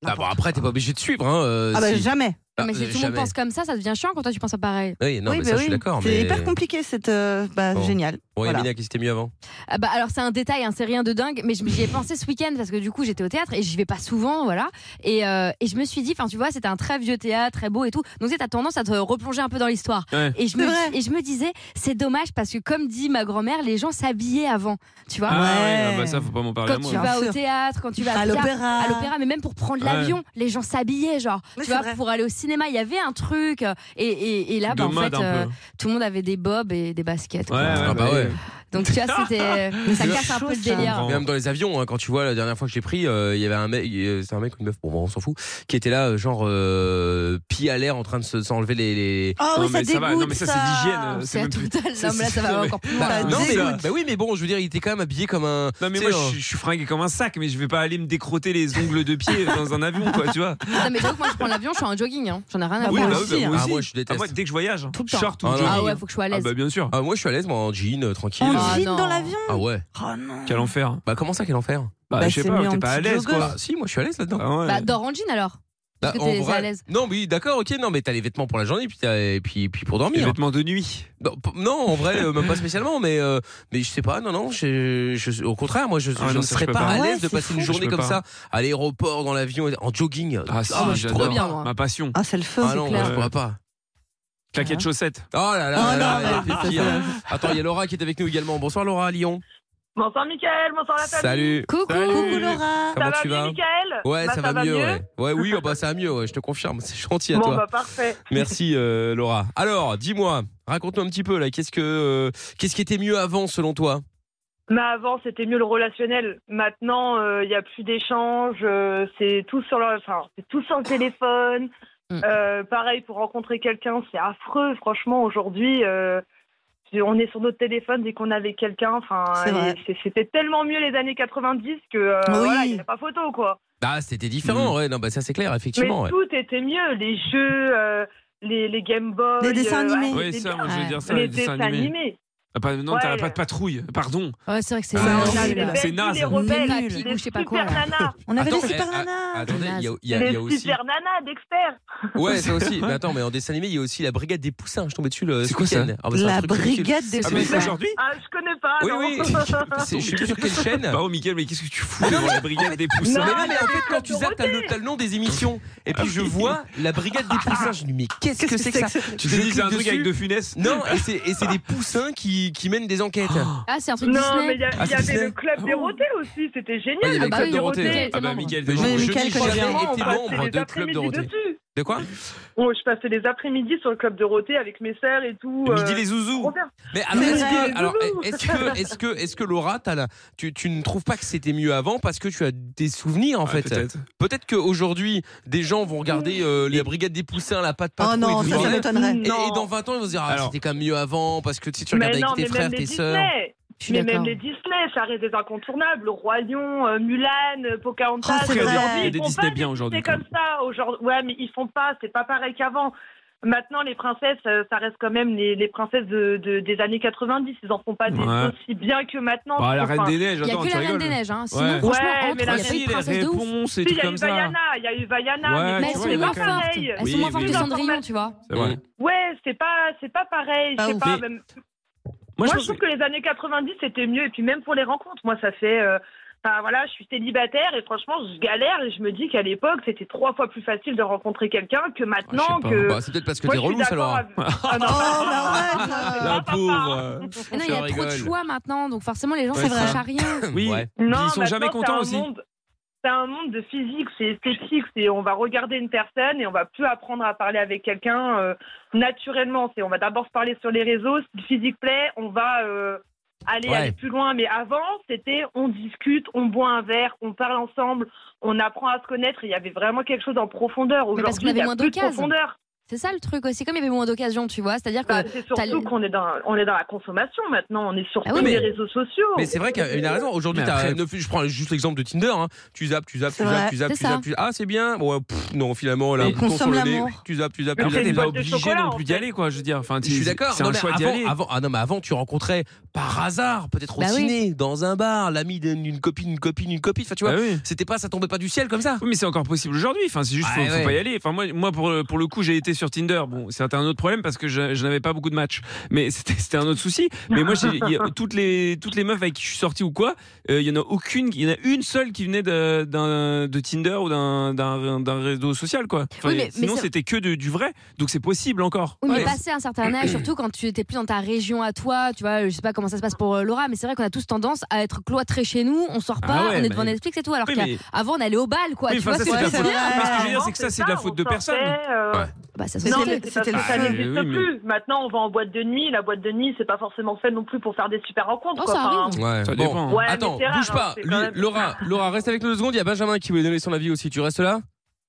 S3: Ah bon, après, t'es pas obligé de suivre. Hein, euh,
S4: Ah bah
S3: si.
S4: jamais.
S3: Ah,
S6: mais si
S3: euh,
S6: tout le monde
S3: jamais.
S6: pense comme ça, ça devient chiant quand toi tu penses à pareil.
S3: Oui, non,
S4: Oui,
S3: mais
S4: bah
S3: ça, je
S4: oui.
S3: suis d'accord.
S4: C'est
S3: mais-
S4: hyper compliqué, cette. euh, bah,
S3: Bon.
S4: génial.
S3: Bon,
S4: Voilà.
S3: Amina, qu'est-ce qui était mieux avant
S6: Ah bah alors c'est un détail, hein, c'est rien de dingue, mais je- j'y ai pensé ce week-end parce que du coup j'étais au théâtre et j'y vais pas souvent, voilà. Et, euh, et je me suis dit, enfin tu vois, c'était un très vieux théâtre, très beau et tout. Donc tu sais, t'as tendance à te replonger un peu dans l'histoire.
S5: Ouais.
S6: Et, je
S4: C'est
S6: me,
S4: vrai.
S6: et je me disais, c'est dommage parce que comme dit ma grand-mère, les gens s'habillaient avant, tu vois.
S5: Ah
S4: Ouais.
S5: ouais, ah bah ça, faut pas m'en parler à
S6: Quand tu
S5: moi.
S4: Bien
S6: vas au
S4: sûr.
S6: théâtre, quand tu vas
S4: À
S6: bien-
S4: l'opéra.
S6: à l'opéra, mais même pour prendre
S5: Ouais.
S6: l'avion, les gens s'habillaient, genre.
S4: Mais
S6: tu
S4: c'est
S6: vois,
S4: vrai.
S6: pour aller au cinéma, il y avait un truc. euh, Et, et, et là,
S5: De
S6: bah, en fait,
S5: mode un peu.
S6: euh, tout le monde avait des bobs et des baskets.
S5: Ouais,
S6: quoi.
S5: ouais,
S3: Ah bah ouais.
S6: Donc tu vois, c'était ça
S4: c'est
S6: casse un
S4: chaud,
S6: peu le
S3: Ah,
S4: ça.
S6: délire.
S5: Bon.
S3: Même dans les avions, hein, quand tu vois la dernière fois que j'ai pris, euh, il y avait un mec, euh, c'est un mec ou une meuf, bon, bon, on s'en fout, qui était là, euh, genre euh, pied à l'air, en train de se- s'enlever les. les...
S4: Oh
S9: Ah
S5: Non,
S4: oui, ça
S5: mais Ah ça va, non,
S4: dégoûte.
S5: mais ça, c'est
S3: euh,
S5: l'hygiène.
S6: C'est
S5: même
S6: à
S5: plus-
S6: total.
S5: c'est-
S6: Non, mais là, ça
S5: c'est-
S6: va encore plus loin.
S4: Bah,
S3: non, mais,
S5: dégoûte.
S3: bah oui, mais bon, je veux dire, il était quand même habillé comme un.
S5: Non mais
S3: tu
S5: moi
S3: sais,
S5: je,
S3: un-
S5: suis- je suis fringué comme un sac mais je vais pas aller me décrotter les ongles de pied dans un avion quoi tu vois.
S6: Non, mais donc, moi, je prends l'avion, je suis en jogging. hein. J'en ai rien à
S4: Ah
S5: oui,
S6: voir.
S4: bah
S5: bah, oui, bah,
S4: aussi,
S5: moi
S3: hein.
S5: aussi.
S3: Ah, moi, je déteste.
S5: Ah, moi, dès que je voyage,
S4: Tout le temps.
S5: short ou
S3: Ah, non.
S5: jogging.
S6: Ah ouais, faut que je sois à
S5: Ah
S6: l'aise.
S5: bah bien sûr.
S3: Ah, moi, je suis à l'aise, moi, en jean, euh,
S5: bah
S3: tranquille.
S4: En
S6: Ah,
S4: jean
S6: non.
S4: dans l'avion
S3: Ah ouais.
S4: Oh non.
S5: Quel enfer.
S3: Bah, comment ça, quel enfer
S5: Bah,
S4: Bah,
S5: je sais
S4: c'est
S5: pas,
S4: mieux
S5: t'es
S4: en
S5: pas à
S4: petit
S5: l'aise
S4: jogger.
S5: quoi.
S3: Bah, si, moi, je suis à l'aise là-dedans.
S5: Ah ouais.
S6: Bah, dors en jean alors.
S3: Bah,
S6: que
S3: en
S6: t'es
S3: vrai-
S6: à l'aise.
S3: Non, oui, d'accord, ok, non, mais t'as les vêtements pour la journée, puis, t'as- et puis, puis pour
S5: les
S3: dormir.
S5: vêtements de nuit.
S3: Non, p- non, en vrai, euh, même pas spécialement, mais, euh, mais je sais pas, non, non, je, je- au contraire, moi, je,
S5: Ah,
S3: je
S5: non,
S3: ne
S5: ça,
S3: serais
S5: je peux
S3: pas,
S5: pas.
S3: à
S4: Ouais,
S3: l'aise de
S4: c'est
S3: passer
S4: fou.
S3: une journée
S5: Je peux
S3: comme ça,
S5: pas.
S3: à l'aéroport, dans l'avion, en jogging.
S5: Ah si,
S3: moi, je
S5: j'adore.
S3: pourrais
S6: bien, moi.
S5: Ma passion.
S4: Ah, c'est le feu.
S3: Ah non, moi,
S5: clair.
S3: je pourrais pas.
S5: Claquettes chaussettes.
S3: Oh là là,
S4: Oh
S3: là
S4: non,
S3: là, elle
S4: mais
S3: fait
S4: ça,
S3: pire.
S4: ça-
S3: Attends, il y a Laura qui est avec nous également. Bonsoir Laura à Lyon.
S10: Bonsoir Mickaël, bonsoir la famille.
S3: Salut.
S6: Coucou.
S4: Coucou Laura.
S3: Comment
S10: ça va
S3: tu
S10: bien
S3: vas
S10: Mickaël
S3: Ouais,
S10: Bah,
S3: ça, va, mieux. ouais. ouais, oui, oh, bah, ça va mieux, ouais, je te confirme. C'est gentil à
S10: bon
S3: toi.
S10: bah parfait.
S3: Merci euh, Laura. Alors, dis-moi, raconte-nous un petit peu là, qu'est-ce que euh, qu'est-ce qui était mieux avant selon toi
S10: Mais avant c'était mieux le relationnel. Maintenant euh, il n'y a plus d'échanges, euh, c'est tout sur leur, enfin c'est tout sur le téléphone.
S6: Mm.
S10: Euh, pareil pour rencontrer quelqu'un, c'est affreux franchement aujourd'hui. euh, on est sur notre téléphone dès qu'on est avec quelqu'un. Enfin,
S4: C'est vrai.
S10: et c'est- c'était tellement mieux les années 90 que euh,
S4: Oui.
S10: voilà, il n'y a pas photo quoi.
S3: Ah, c'était
S5: Hmm.
S3: différent, ouais. Non, bah ça c'est clair,
S10: Mais
S3: effectivement. ouais.
S10: tout était mieux, les jeux, euh, les, les Game Boy, euh,
S4: Les dessins
S10: ouais,
S4: animés.
S10: les
S5: Oui, ça,
S10: dessins-
S5: moi je veux
S6: Ouais.
S5: dire ça,
S10: les
S5: les dessins
S10: dessins
S5: animés.
S10: animés.
S5: Ah, pas- non, t'as
S10: Ouais.
S5: pas de patrouille, pardon.
S6: Ouais, c'est vrai que c'est
S5: Ah,
S10: On avait
S5: horrible.
S10: belles
S6: horrible.
S5: C'est
S10: filles,
S5: naze.
S10: les rebelles,
S6: Nul.
S10: les
S6: Ou je sais pas quoi,
S10: super
S6: là.
S10: nanas,
S4: On avait
S3: Attends,
S4: des super
S3: eh,
S4: nanas.
S3: Attendez, il y a, il y a- il y a
S10: les
S3: aussi.
S10: super nanas d'experts.
S3: Ouais, ça aussi. Mais attends, mais en dessin animé, il y a aussi la brigade des poussins. Je suis tombé dessus le
S5: C'est
S3: ce
S5: quoi ça
S3: week-end. Ah, bah, c'est un
S4: La
S3: truc ridicule.
S4: brigade des
S5: Ah,
S4: femmes.
S5: mais
S6: ça.
S5: aujourd'hui
S10: Ah, je connais pas.
S3: Oui,
S10: non.
S3: oui. C'est- Je sais plus sur quelle chaîne.
S5: Bah oh Mickaël, mais qu'est-ce que tu fous devant la brigade des poussins
S3: Mais
S10: Non,
S3: non, mais en fait, quand tu
S10: Dorothée.
S3: zappes, t'as le, t'as le nom des émissions. Et puis
S5: Ah
S3: je
S5: oui.
S3: vois la brigade des poussins. Je me dis, mais qu'est-ce que c'est que ça
S5: Tu te
S3: Je
S5: dis c'est un
S3: clique
S5: truc avec
S3: dessus.
S5: de funès
S3: Non, et c'est et c'est des poussins qui, qui mènent des enquêtes.
S6: Ah, c'est un truc
S10: Non, mais
S6: Disney.
S10: il y, a-
S3: Ah,
S10: il y
S3: c'est
S10: avait le
S3: Disney.
S10: club Dorothée aussi, c'était
S3: Ah, il y
S10: génial.
S3: avait
S10: le
S3: le
S6: bah
S3: Club
S6: oui,
S3: Dorothée.
S6: Mickaël,
S5: Ah
S6: t'es
S5: bah
S6: membre.
S5: Mickaël,
S3: Mais
S5: t'es
S3: je-
S5: membre.
S3: je
S4: Michael,
S3: n'ai
S4: quand
S3: jamais
S10: Franchement, on
S3: été
S10: passait
S3: membre
S10: Ah, les
S3: de Club
S10: après-midi
S3: Dorothée.
S10: dessus.
S3: De quoi
S10: Bon, je passais les après-midi sur le club Dorothée avec mes sœurs et tout. euh,
S5: Midi les zouzous
S10: trop bien.
S3: Mais alors,
S4: C'est
S3: est-ce
S4: vrai,
S3: que,
S10: les
S3: alors,
S10: zouzous.
S3: est-ce que, est-ce que, est-ce que Laura, t'as la, tu, tu ne trouves pas que c'était mieux avant parce que tu as des souvenirs en
S5: Ah,
S3: fait.
S5: peut-être.
S3: Peut-être qu'aujourd'hui, des gens vont regarder euh, les brigades des poussins, la patte patrouille,
S4: Oh non,
S3: tout le
S4: ça, ça
S3: bordel.
S4: m'étonnerait.
S3: Et, et dans 20 ans, ils vont se dire, ah,
S5: Alors.
S3: c'était quand même mieux avant, parce que tu, sais, tu
S10: Mais
S3: regardais
S10: non,
S3: avec
S10: mais
S3: tes frères,
S10: même les
S3: tes sœurs.
S10: Disney.
S6: Je suis
S10: Mais même
S6: d'accord.
S10: les Disney, ça reste des incontournables. Le Roi Lion, euh, Mulan, euh, Pocahontas.
S4: Ah, c'est
S5: Il y a
S4: vrai.
S5: des- il y a
S10: Ils
S5: des
S10: font
S5: Disney
S10: pas
S5: bien aujourd'hui.
S10: C'est comme ça aujourd'hui. Ouais, mais ils font pas. C'est pas pareil qu'avant. Maintenant, les princesses, euh, ça reste quand même les, les princesses de, de- des années 90. Ils en font pas des
S5: Ouais.
S10: aussi bien que maintenant. hein.
S5: Bah, la Reine
S10: Enfin,
S5: des Neiges,
S6: Il y a
S5: attends,
S6: que
S5: tu
S6: la Reine
S5: rigoles.
S6: des Neiges, hein. Sinon,
S5: Ouais.
S6: franchement,
S10: Ouais, mais
S6: entre, il y
S10: la
S6: a
S10: reine-
S6: pas
S5: Si,
S6: eu de
S5: les
S6: princesse de ouf.
S5: réponses et
S10: si, il
S5: trucs
S10: y a eu
S5: comme ça.
S10: Vaiana, il y a eu Vaiana,
S5: Ouais,
S10: mais
S6: Mais
S5: tu
S6: elles
S5: vois,
S6: sont
S5: il y a
S6: moins
S5: pas que-
S6: fortes.
S10: pareil.
S6: Elles
S5: Oui,
S6: sont moins fortes que
S5: évidemment.
S6: Cendrillon, tu vois.
S5: C'est vrai.
S10: ouais, c'est pas, c'est pas pareil.
S4: Pas
S10: c'est
S4: ouf.
S10: pas,
S5: Mais-
S10: même- Moi, je,
S5: pense
S10: trouve que les années 90, c'était mieux. Et puis même pour les rencontres, moi, ça fait... euh, Enfin, voilà, je suis célibataire et franchement, je galère et je me dis qu'à l'époque, c'était trois fois plus facile de rencontrer quelqu'un que maintenant.
S5: pas.
S10: que...
S3: Bah, c'est peut-être parce que
S10: euh, Moi,
S3: t'es
S10: je suis
S3: relou, ça,
S10: d'accord
S3: Laura.
S10: avec- Ah, non.
S4: Oh,
S5: La
S4: bah
S10: Ah, papa.
S5: pauvre.
S6: Mais non, il y a
S3: Je
S6: trop de
S3: rigole.
S6: choix maintenant, donc forcément, les gens
S5: Ouais,
S6: ne
S4: c'est
S6: cherchent à rien.
S5: Oui.
S3: Ouais.
S10: Non,
S5: Ils sont
S10: maintenant,
S5: jamais
S10: c'est
S5: contents
S10: un
S5: aussi.
S10: monde- C'est un monde de physique, c'est esthétique, c'est on va regarder une personne et on va plus apprendre à parler avec quelqu'un euh, naturellement. C'est on va d'abord se parler sur les réseaux, si le physique plaît, on va euh, aller,
S3: Ouais.
S10: aller plus loin. Mais avant, c'était on discute, on boit un verre, on parle ensemble, on apprend à se connaître. Et il y avait vraiment quelque chose en profondeur.
S6: Mais parce qu'on
S10: Aujourd'hui, il y
S6: avait
S10: a
S6: moins
S10: plus de
S6: d'occasions.
S10: profondeur.
S6: C'est ça le truc aussi, comme il y avait moins d'occasions, tu vois. C'est-à-dire que
S10: Bah, c'est surtout
S6: t'as-
S10: qu'on est dans on est dans la consommation maintenant. On est sur
S6: Ah
S10: tous
S6: oui,
S10: les
S3: mais-
S10: réseaux sociaux.
S3: Mais c'est vrai qu'il y a une raison. Aujourd'hui,
S5: Mais
S3: t'as
S5: après-
S3: neuf- je prends juste l'exemple de Tinder. hein. Tu zappes, tu zappes, tu
S4: C'est
S3: zappes,
S4: vrai,
S3: tu zappes,
S6: c'est
S3: tu zappes,
S6: ça.
S3: tu Ah, c'est bien. Ouais, pff, non, finalement, là,
S5: On
S3: le bouton sur
S4: consomme
S3: le nez.
S4: l'amour.
S3: Tu zappes, tu zappes,
S10: Mais
S3: tu
S5: Après,
S10: c'est
S5: t'es
S10: une
S3: zappes.
S5: pas
S10: boîte de
S5: obligé
S10: chocolat,
S5: non
S10: en
S5: plus d'y
S10: fait.
S5: aller, quoi. Je veux dire, enfin,
S3: Je suis d'accord.
S5: C'est
S3: Non,
S5: un
S3: mais
S5: choix d'y
S3: avant-
S5: aller.
S3: Avant, ah non, mais avant, tu rencontrais par hasard, peut-être au
S6: Bah oui.
S3: ciné, dans un bar, l'ami d'une d'une copine, une copine, une copine. Enfin, tu vois,
S5: Bah oui.
S3: c'était pas, ça tombait pas du ciel comme ça.
S5: Oui, mais c'est encore possible aujourd'hui. Enfin, c'est juste, faut,
S3: Ouais,
S5: faut
S3: ouais.
S5: pas y aller. Enfin, moi, moi pour, le- pour le coup, j'ai été sur Tinder. Bon, c'était un autre problème parce que je, je n'avais pas beaucoup de matchs. Mais c'était c'était un autre souci. Mais moi, j'ai- il y a- toutes les toutes les meufs avec qui je suis sorti ou quoi, euh, il y en a aucune. Il y en a une seule qui venait de, d'un- de Tinder ou d'un- d'un d'un réseau social, quoi. Enfin,
S6: Oui, mais- mais
S5: sinon,
S6: c'est-
S5: c'était que de- du vrai. Donc, c'est possible encore.
S6: Oui, mais
S5: Ouais.
S6: passé un certain âge, surtout quand tu étais plus dans ta région à toi, tu vois, je sais pas comment ça se passe pour euh, Laura, mais c'est vrai qu'on a tous tendance à être cloîtrés chez nous, on sort pas,
S5: Ah ouais,
S6: on est devant
S5: mais-
S6: Netflix et tout, alors
S5: Oui, mais-
S6: qu'avant on allait au bal, quoi.
S5: Oui,
S6: tu
S5: enfin,
S6: vois
S5: ça,
S6: ce que
S5: c'est
S6: je
S5: de la
S6: veux
S5: faute.
S6: dire
S5: Mais ce que je veux dire,
S10: Avant,
S5: c'est que ça, c'est de la faute de
S10: on
S5: personne.
S10: sortait, euh,
S5: Ouais.
S6: Bah, ça se
S10: Non,
S6: sentait.
S10: mais c'est parce
S4: c'était le
S3: Ah,
S10: que ça
S5: fun.
S10: n'existe
S5: Oui, mais-
S10: plus. Maintenant, on va en boîte de nuit. La boîte de nuit, c'est pas forcément fait non plus pour faire des super rencontres.
S6: Oh,
S10: quoi.
S6: ça
S10: Enfin,
S6: arrive.
S3: Ouais,
S5: Ça
S3: bon.
S5: dépend.
S10: Ouais, mais
S3: Attends,
S10: c'est rare,
S3: bouge
S10: hein,
S3: pas.
S10: c'est
S3: Lui-
S10: quand même-
S3: Laura, Laura, reste avec nous deux secondes. Il y a Benjamin qui voulait donner son avis aussi. Tu restes là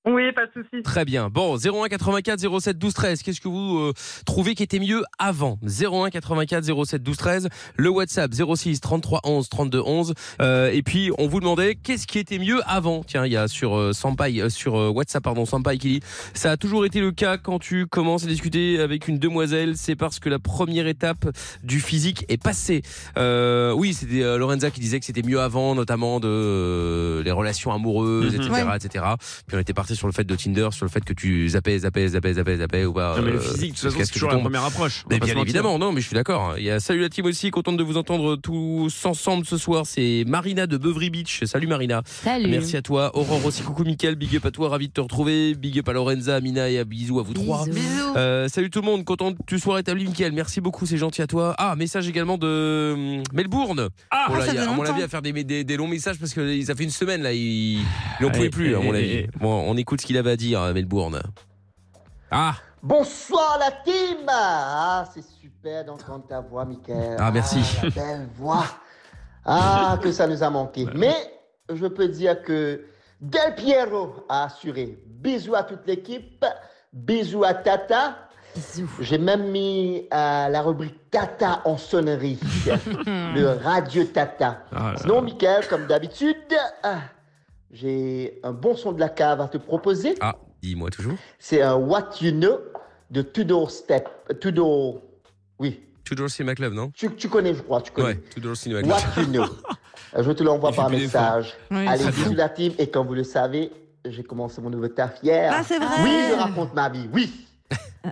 S10: Oui, pas de souci.
S3: Très bien. Bon, 01 84 07 12 13. Qu'est-ce que vous euh, trouvez qui était mieux avant 01 84 07 12 13. Le WhatsApp 06 33 11 32 11. Euh, et puis on vous demandait qu'est-ce qui était mieux avant. Tiens, il y a sur euh, Sampai, euh, sur euh, WhatsApp pardon, Sampai qui dit ça a toujours été le cas quand tu commences à discuter avec une demoiselle, c'est parce que la première étape du physique est passée. Euh, oui, c'était euh, Lorenza qui disait que c'était mieux avant, notamment de euh, les relations amoureuses,
S5: Mhm.
S3: etc., etc. Puis on était parti sur le fait de Tinder, sur le fait que tu zappais, zappais, zappais, zappais, zappais, ou pas.
S5: Non, mais le
S3: euh,
S5: physique, de toute
S3: jusqu'à ce
S5: façon, c'est
S3: que tu
S5: toujours la
S3: tombes.
S5: première approche. On
S3: Mais
S5: va pas se
S3: bien
S5: mentir.
S3: évidemment, non, mais je suis d'accord. Il y a salut la team aussi, contente de vous entendre tous ensemble ce soir. C'est Marina de Beuvry Beach. Salut Marina.
S6: Salut.
S3: Merci à toi, Aurore aussi. Coucou Mickaël, big up à toi, ravi de te retrouver. Big up à Lorenza, à Mina et à bisous à vous trois.
S6: Bisous.
S4: Bisous.
S3: Euh, salut tout le monde, content que tu sois rétabli, Mickaël. Merci beaucoup, c'est gentil à toi. Ah, message également de hum, Melbourne.
S5: Ah,
S3: Bon, là,
S4: ça
S3: il y a,
S4: faisait
S3: à mon avis,
S4: longtemps.
S3: à faire des, des- des longs messages parce que ça fait une semaine là, il il en
S5: Ah,
S3: pouvait
S5: et-
S3: plus, à mon
S5: et-
S3: avis.
S5: et-
S3: Bon, on écoute ce qu'il avait à dire, euh, Melbourne. Ah,
S11: Bonsoir la team Ah, c'est super d'entendre ta voix, Michael.
S3: Ah, merci.
S11: la belle voix. Ah, que ça nous a manqué. Mais je peux dire que Del Piero a assuré. Bisous à toute l'équipe. Bisous à Tata.
S6: Bisous.
S11: J'ai même mis euh, la rubrique Tata en sonnerie. le Radio Tata.
S5: Ah là là.
S11: Sinon, Michael, comme d'habitude, ah, j'ai un bon son de la cave à te proposer.
S3: ah, dis-moi toujours.
S11: C'est un What You Know de Tudor Step. Tudor. Oui,
S3: Tudor C. McLove, non
S11: tu, tu connais, je crois, tu connais.
S3: Ouais, Tudor C. McLove.
S11: What You Know. Euh, Je te l'envoie
S5: Il
S11: par
S5: fait plus d'efforts.
S11: message.
S4: Oui.
S11: Allez,
S3: Très bien.
S11: bisous la team. Et comme vous le savez, j'ai commencé mon nouveau taf hier.
S4: Ah, c'est vrai.
S11: Oui, je raconte ma vie, oui.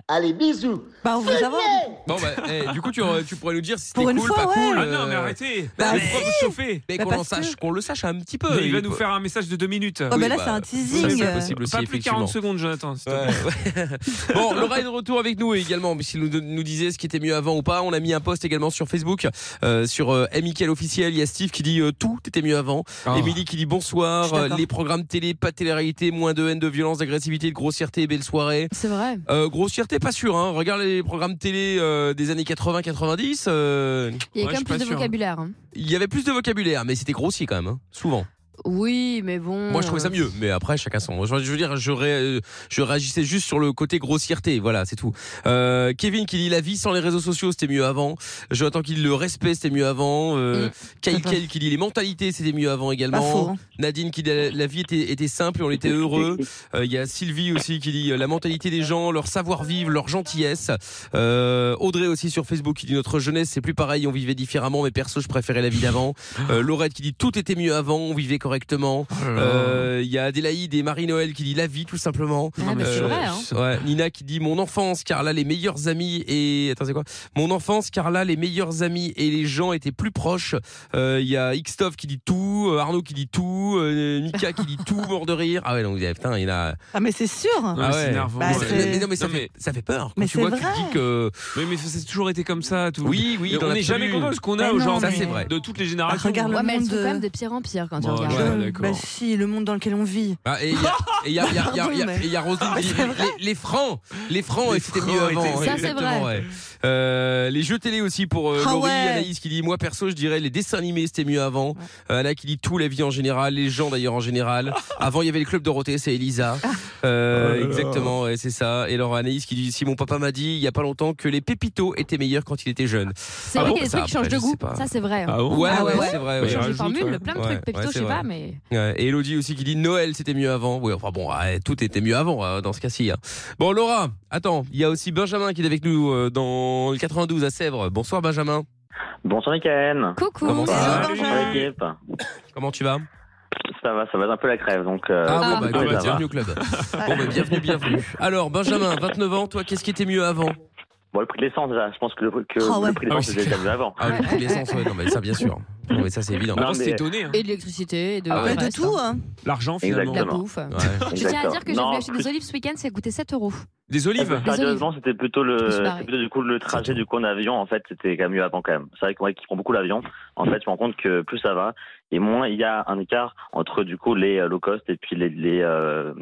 S11: Allez, bisous.
S4: Bah, on veut savoir.
S3: Bon, bah, eh, du coup, tu, aurais- tu pourrais nous dire si c'était
S4: Pour
S3: cool,
S4: une fois,
S3: pas
S4: ouais.
S3: cool.
S5: Ah non, mais
S3: euh,
S5: arrêtez.
S3: Bah,
S5: Mais pourquoi vous chauffez
S3: Mais
S4: Bah,
S3: qu'on en
S4: parce
S3: sache,
S4: que-
S3: qu'on le sache un petit peu.
S5: Il va nous
S3: peut-
S5: faire un message de deux minutes.
S4: Oh,
S3: Oui,
S4: bah là,
S3: bah,
S4: c'est un
S3: Ça,
S4: teasing.
S3: c'est possible aussi,
S5: Pas plus de
S3: effectivement.
S5: 40 secondes, Jonathan. s'il te plaît.
S3: Ouais. bon, Laura est de retour avec nous également. mais S'il nous, nous disait ce qui était mieux avant ou pas, on a mis un post également sur Facebook, euh, sur euh, Amical officiel. Il y a Steve qui dit euh, tout était mieux avant.
S5: Ah.
S3: Émilie qui dit
S4: Je
S3: bonsoir. euh,
S4: suis d'accord.
S3: les programmes télé, pas de télé-réalité, moins de haine, de violence, d'agressivité, de grossièreté, belle soirée.
S6: C'est vrai.
S3: Euh, grossièreté, pas sûr. Hein. Regarde les programmes télé euh, des années 80-90. euh,
S6: Il y
S5: Ouais,
S6: a quand
S5: je suis
S6: même plus
S5: pas
S6: de
S5: sûr.
S6: vocabulaire. hein.
S3: il y avait plus de vocabulaire, mais c'était grossier quand même, hein, souvent.
S6: Oui, mais
S4: Euh.
S6: bon.
S3: Moi, je trouvais ça mieux, mais après, chacun son. Je je veux dire, je, ré- je réagissais juste sur le côté grossièreté, voilà, c'est tout. Euh, Kevin qui dit la vie sans les réseaux sociaux, c'était mieux avant. Jonathan qui dit le respect, c'était mieux avant. Euh, Kyle Kell qui dit les mentalités, c'était mieux avant également.
S4: Mm. Pas faux, hein.
S3: Nadine qui dit la, la vie était, était simple et on était heureux. Euh, Il y a Sylvie aussi qui dit euh, la mentalité des gens, leur savoir-vivre, leur gentillesse. Euh, Audrey aussi sur Facebook qui dit notre jeunesse, c'est plus pareil, on vivait différemment, mais perso, je préférais la vie d'avant. Euh, Laurette qui dit tout était mieux avant, on vivait correctement. Euh, Il y a Adélaïde et Marie-Noël qui dit la vie tout simplement. Euh,
S6: Ah, mais c'est vrai, hein.
S3: ouais, Nina qui dit mon enfance car là les meilleurs amis et attends c'est quoi Mon enfance car là les meilleurs amis et les gens étaient plus proches. Euh, Il y a Xtov qui dit tout, euh, Arnaud qui dit tout, euh, Mika qui dit tout, mort de rire. Ah ouais donc eh, putain il a
S4: Ah, mais c'est sûr.
S5: mais c'est énervant.
S4: Bah,
S5: Ouais.
S4: c'est-
S3: mais, mais non mais ça
S5: Non,
S3: fait ça fait peur. Quand
S4: Mais
S3: tu
S4: c'est
S3: vois
S4: vrai.
S3: tu te dis que
S5: Oui, mais ça, c'est toujours été comme ça. Tout.
S3: oui oui dans
S5: on n'est
S3: l'absolu.
S5: jamais content de ce qu'on a
S4: Mais Ah non,
S5: aujourd'hui. hein,
S3: Ça, c'est vrai.
S5: De toutes les
S4: Ah,
S5: générations.
S4: regarde
S6: Ouais,
S4: le
S6: mais elles
S4: monde.
S6: sont
S4: de-
S6: quand même de pire en pire quand tu
S5: Bon,
S6: regardes.
S5: ouais.
S4: Euh,
S5: Ah, d'accord.
S4: bah si, le monde dans lequel on vit.
S3: Ah, et il y a- et il y a, il y a- il y a- il y a- il y a Roselyne qui dit, les, les francs, les francs,
S5: Les
S3: c'était
S5: francs
S3: mieux avant.
S5: étaient-
S3: ouais,
S6: Ça, c'est
S3: exactement,
S6: vrai.
S3: ouais. Euh, les jeux télé aussi pour euh,
S4: Ah
S3: Laurie,
S4: ouais.
S3: Anaïs qui dit moi perso je dirais les dessins animés c'était mieux avant. Euh, Anna qui dit tout la vie en général, les gens d'ailleurs en général. avant il y avait le club Dorothée, c'est Elisa. Euh,
S5: Oh là là.
S3: exactement, ouais, c'est ça. Et alors Anaïs qui dit si mon papa m'a dit il y a pas longtemps que les pépitos étaient meilleurs quand il était jeune.
S6: C'est
S3: Ah
S6: vrai
S3: bon
S6: qu'il y a des
S3: Ça,
S6: trucs qui changent
S3: après,
S6: de
S3: je
S6: goût.
S3: sais pas.
S6: Ça, c'est vrai.
S5: Ah bon
S3: Ouais,
S6: Ah
S3: ouais,
S6: ouais, ouais.
S3: c'est vrai.
S5: Bah,
S3: ouais.
S6: Changer
S5: j'ai
S6: de
S5: rajoute,
S6: formule,
S5: ouais.
S6: plein de
S3: Ouais,
S6: trucs. Pepto,
S3: ouais,
S6: je
S3: c'est
S6: sais pas,
S3: vrai.
S6: mais.
S3: Ouais, et Elodie aussi qui dit Noël c'était mieux avant. Oui, enfin bon, ouais, tout était mieux avant euh, dans ce cas-ci. hein. Bon, Laura, attends, il y a aussi Benjamin qui est avec nous euh, dans le 92 à Sèvres. Bonsoir Benjamin,
S12: Bonsoir Mickaël.
S6: Coucou.
S3: Comment ça
S4: Bonjour,
S3: va
S4: Benjamin.
S12: Bonsoir l'équipe.
S3: comment tu vas
S12: Ça va, ça va être un peu la crève donc. euh,
S3: Ah,
S6: Ah,
S3: bon, bah,
S12: oui,
S3: écoute,
S12: ça va.
S3: bienvenue au club. Bon, bah, bienvenue, bienvenue. Alors, Benjamin, 29 ans, toi, qu'est-ce qui était mieux avant
S12: Bon, le prix de l'essence déjà, Ah, bah, je pense que le, que
S4: Ah ouais.
S12: le prix de
S5: Ah oui,
S12: l'essence
S5: c'est
S12: était déjà vu avant.
S3: Ah, le prix de l'essence, ouais, non, mais ça, bien sûr. Non, mais ça, c'est évident.
S12: Non,
S5: Avant, c'était
S12: mais-
S5: étonné. hein.
S6: Et de l'électricité, et de,
S12: Ah
S4: Bah,
S12: ouais.
S6: le
S4: de
S6: reste,
S4: tout,
S6: hein.
S4: hein.
S5: L'argent, finalement.
S6: De la
S12: Exactement.
S6: bouffe.
S3: Ouais.
S6: Je tiens à
S12: Exactement.
S6: dire que j'ai
S12: Non,
S6: voulu acheter des
S12: plus-
S6: olives ce week-end, ça coûtait 7 euros.
S5: Des olives.
S12: Sérieusement, c'était plutôt le,
S6: C'est pareil.
S12: c'était plutôt du coup le trajet du coup en avion en fait, c'était quand même mieux avant quand même. C'est vrai qu'on qui prend beaucoup l'avion. En fait, je me rends compte que plus ça va et moins il y a un écart entre du coup les euh, low cost et puis les les euh,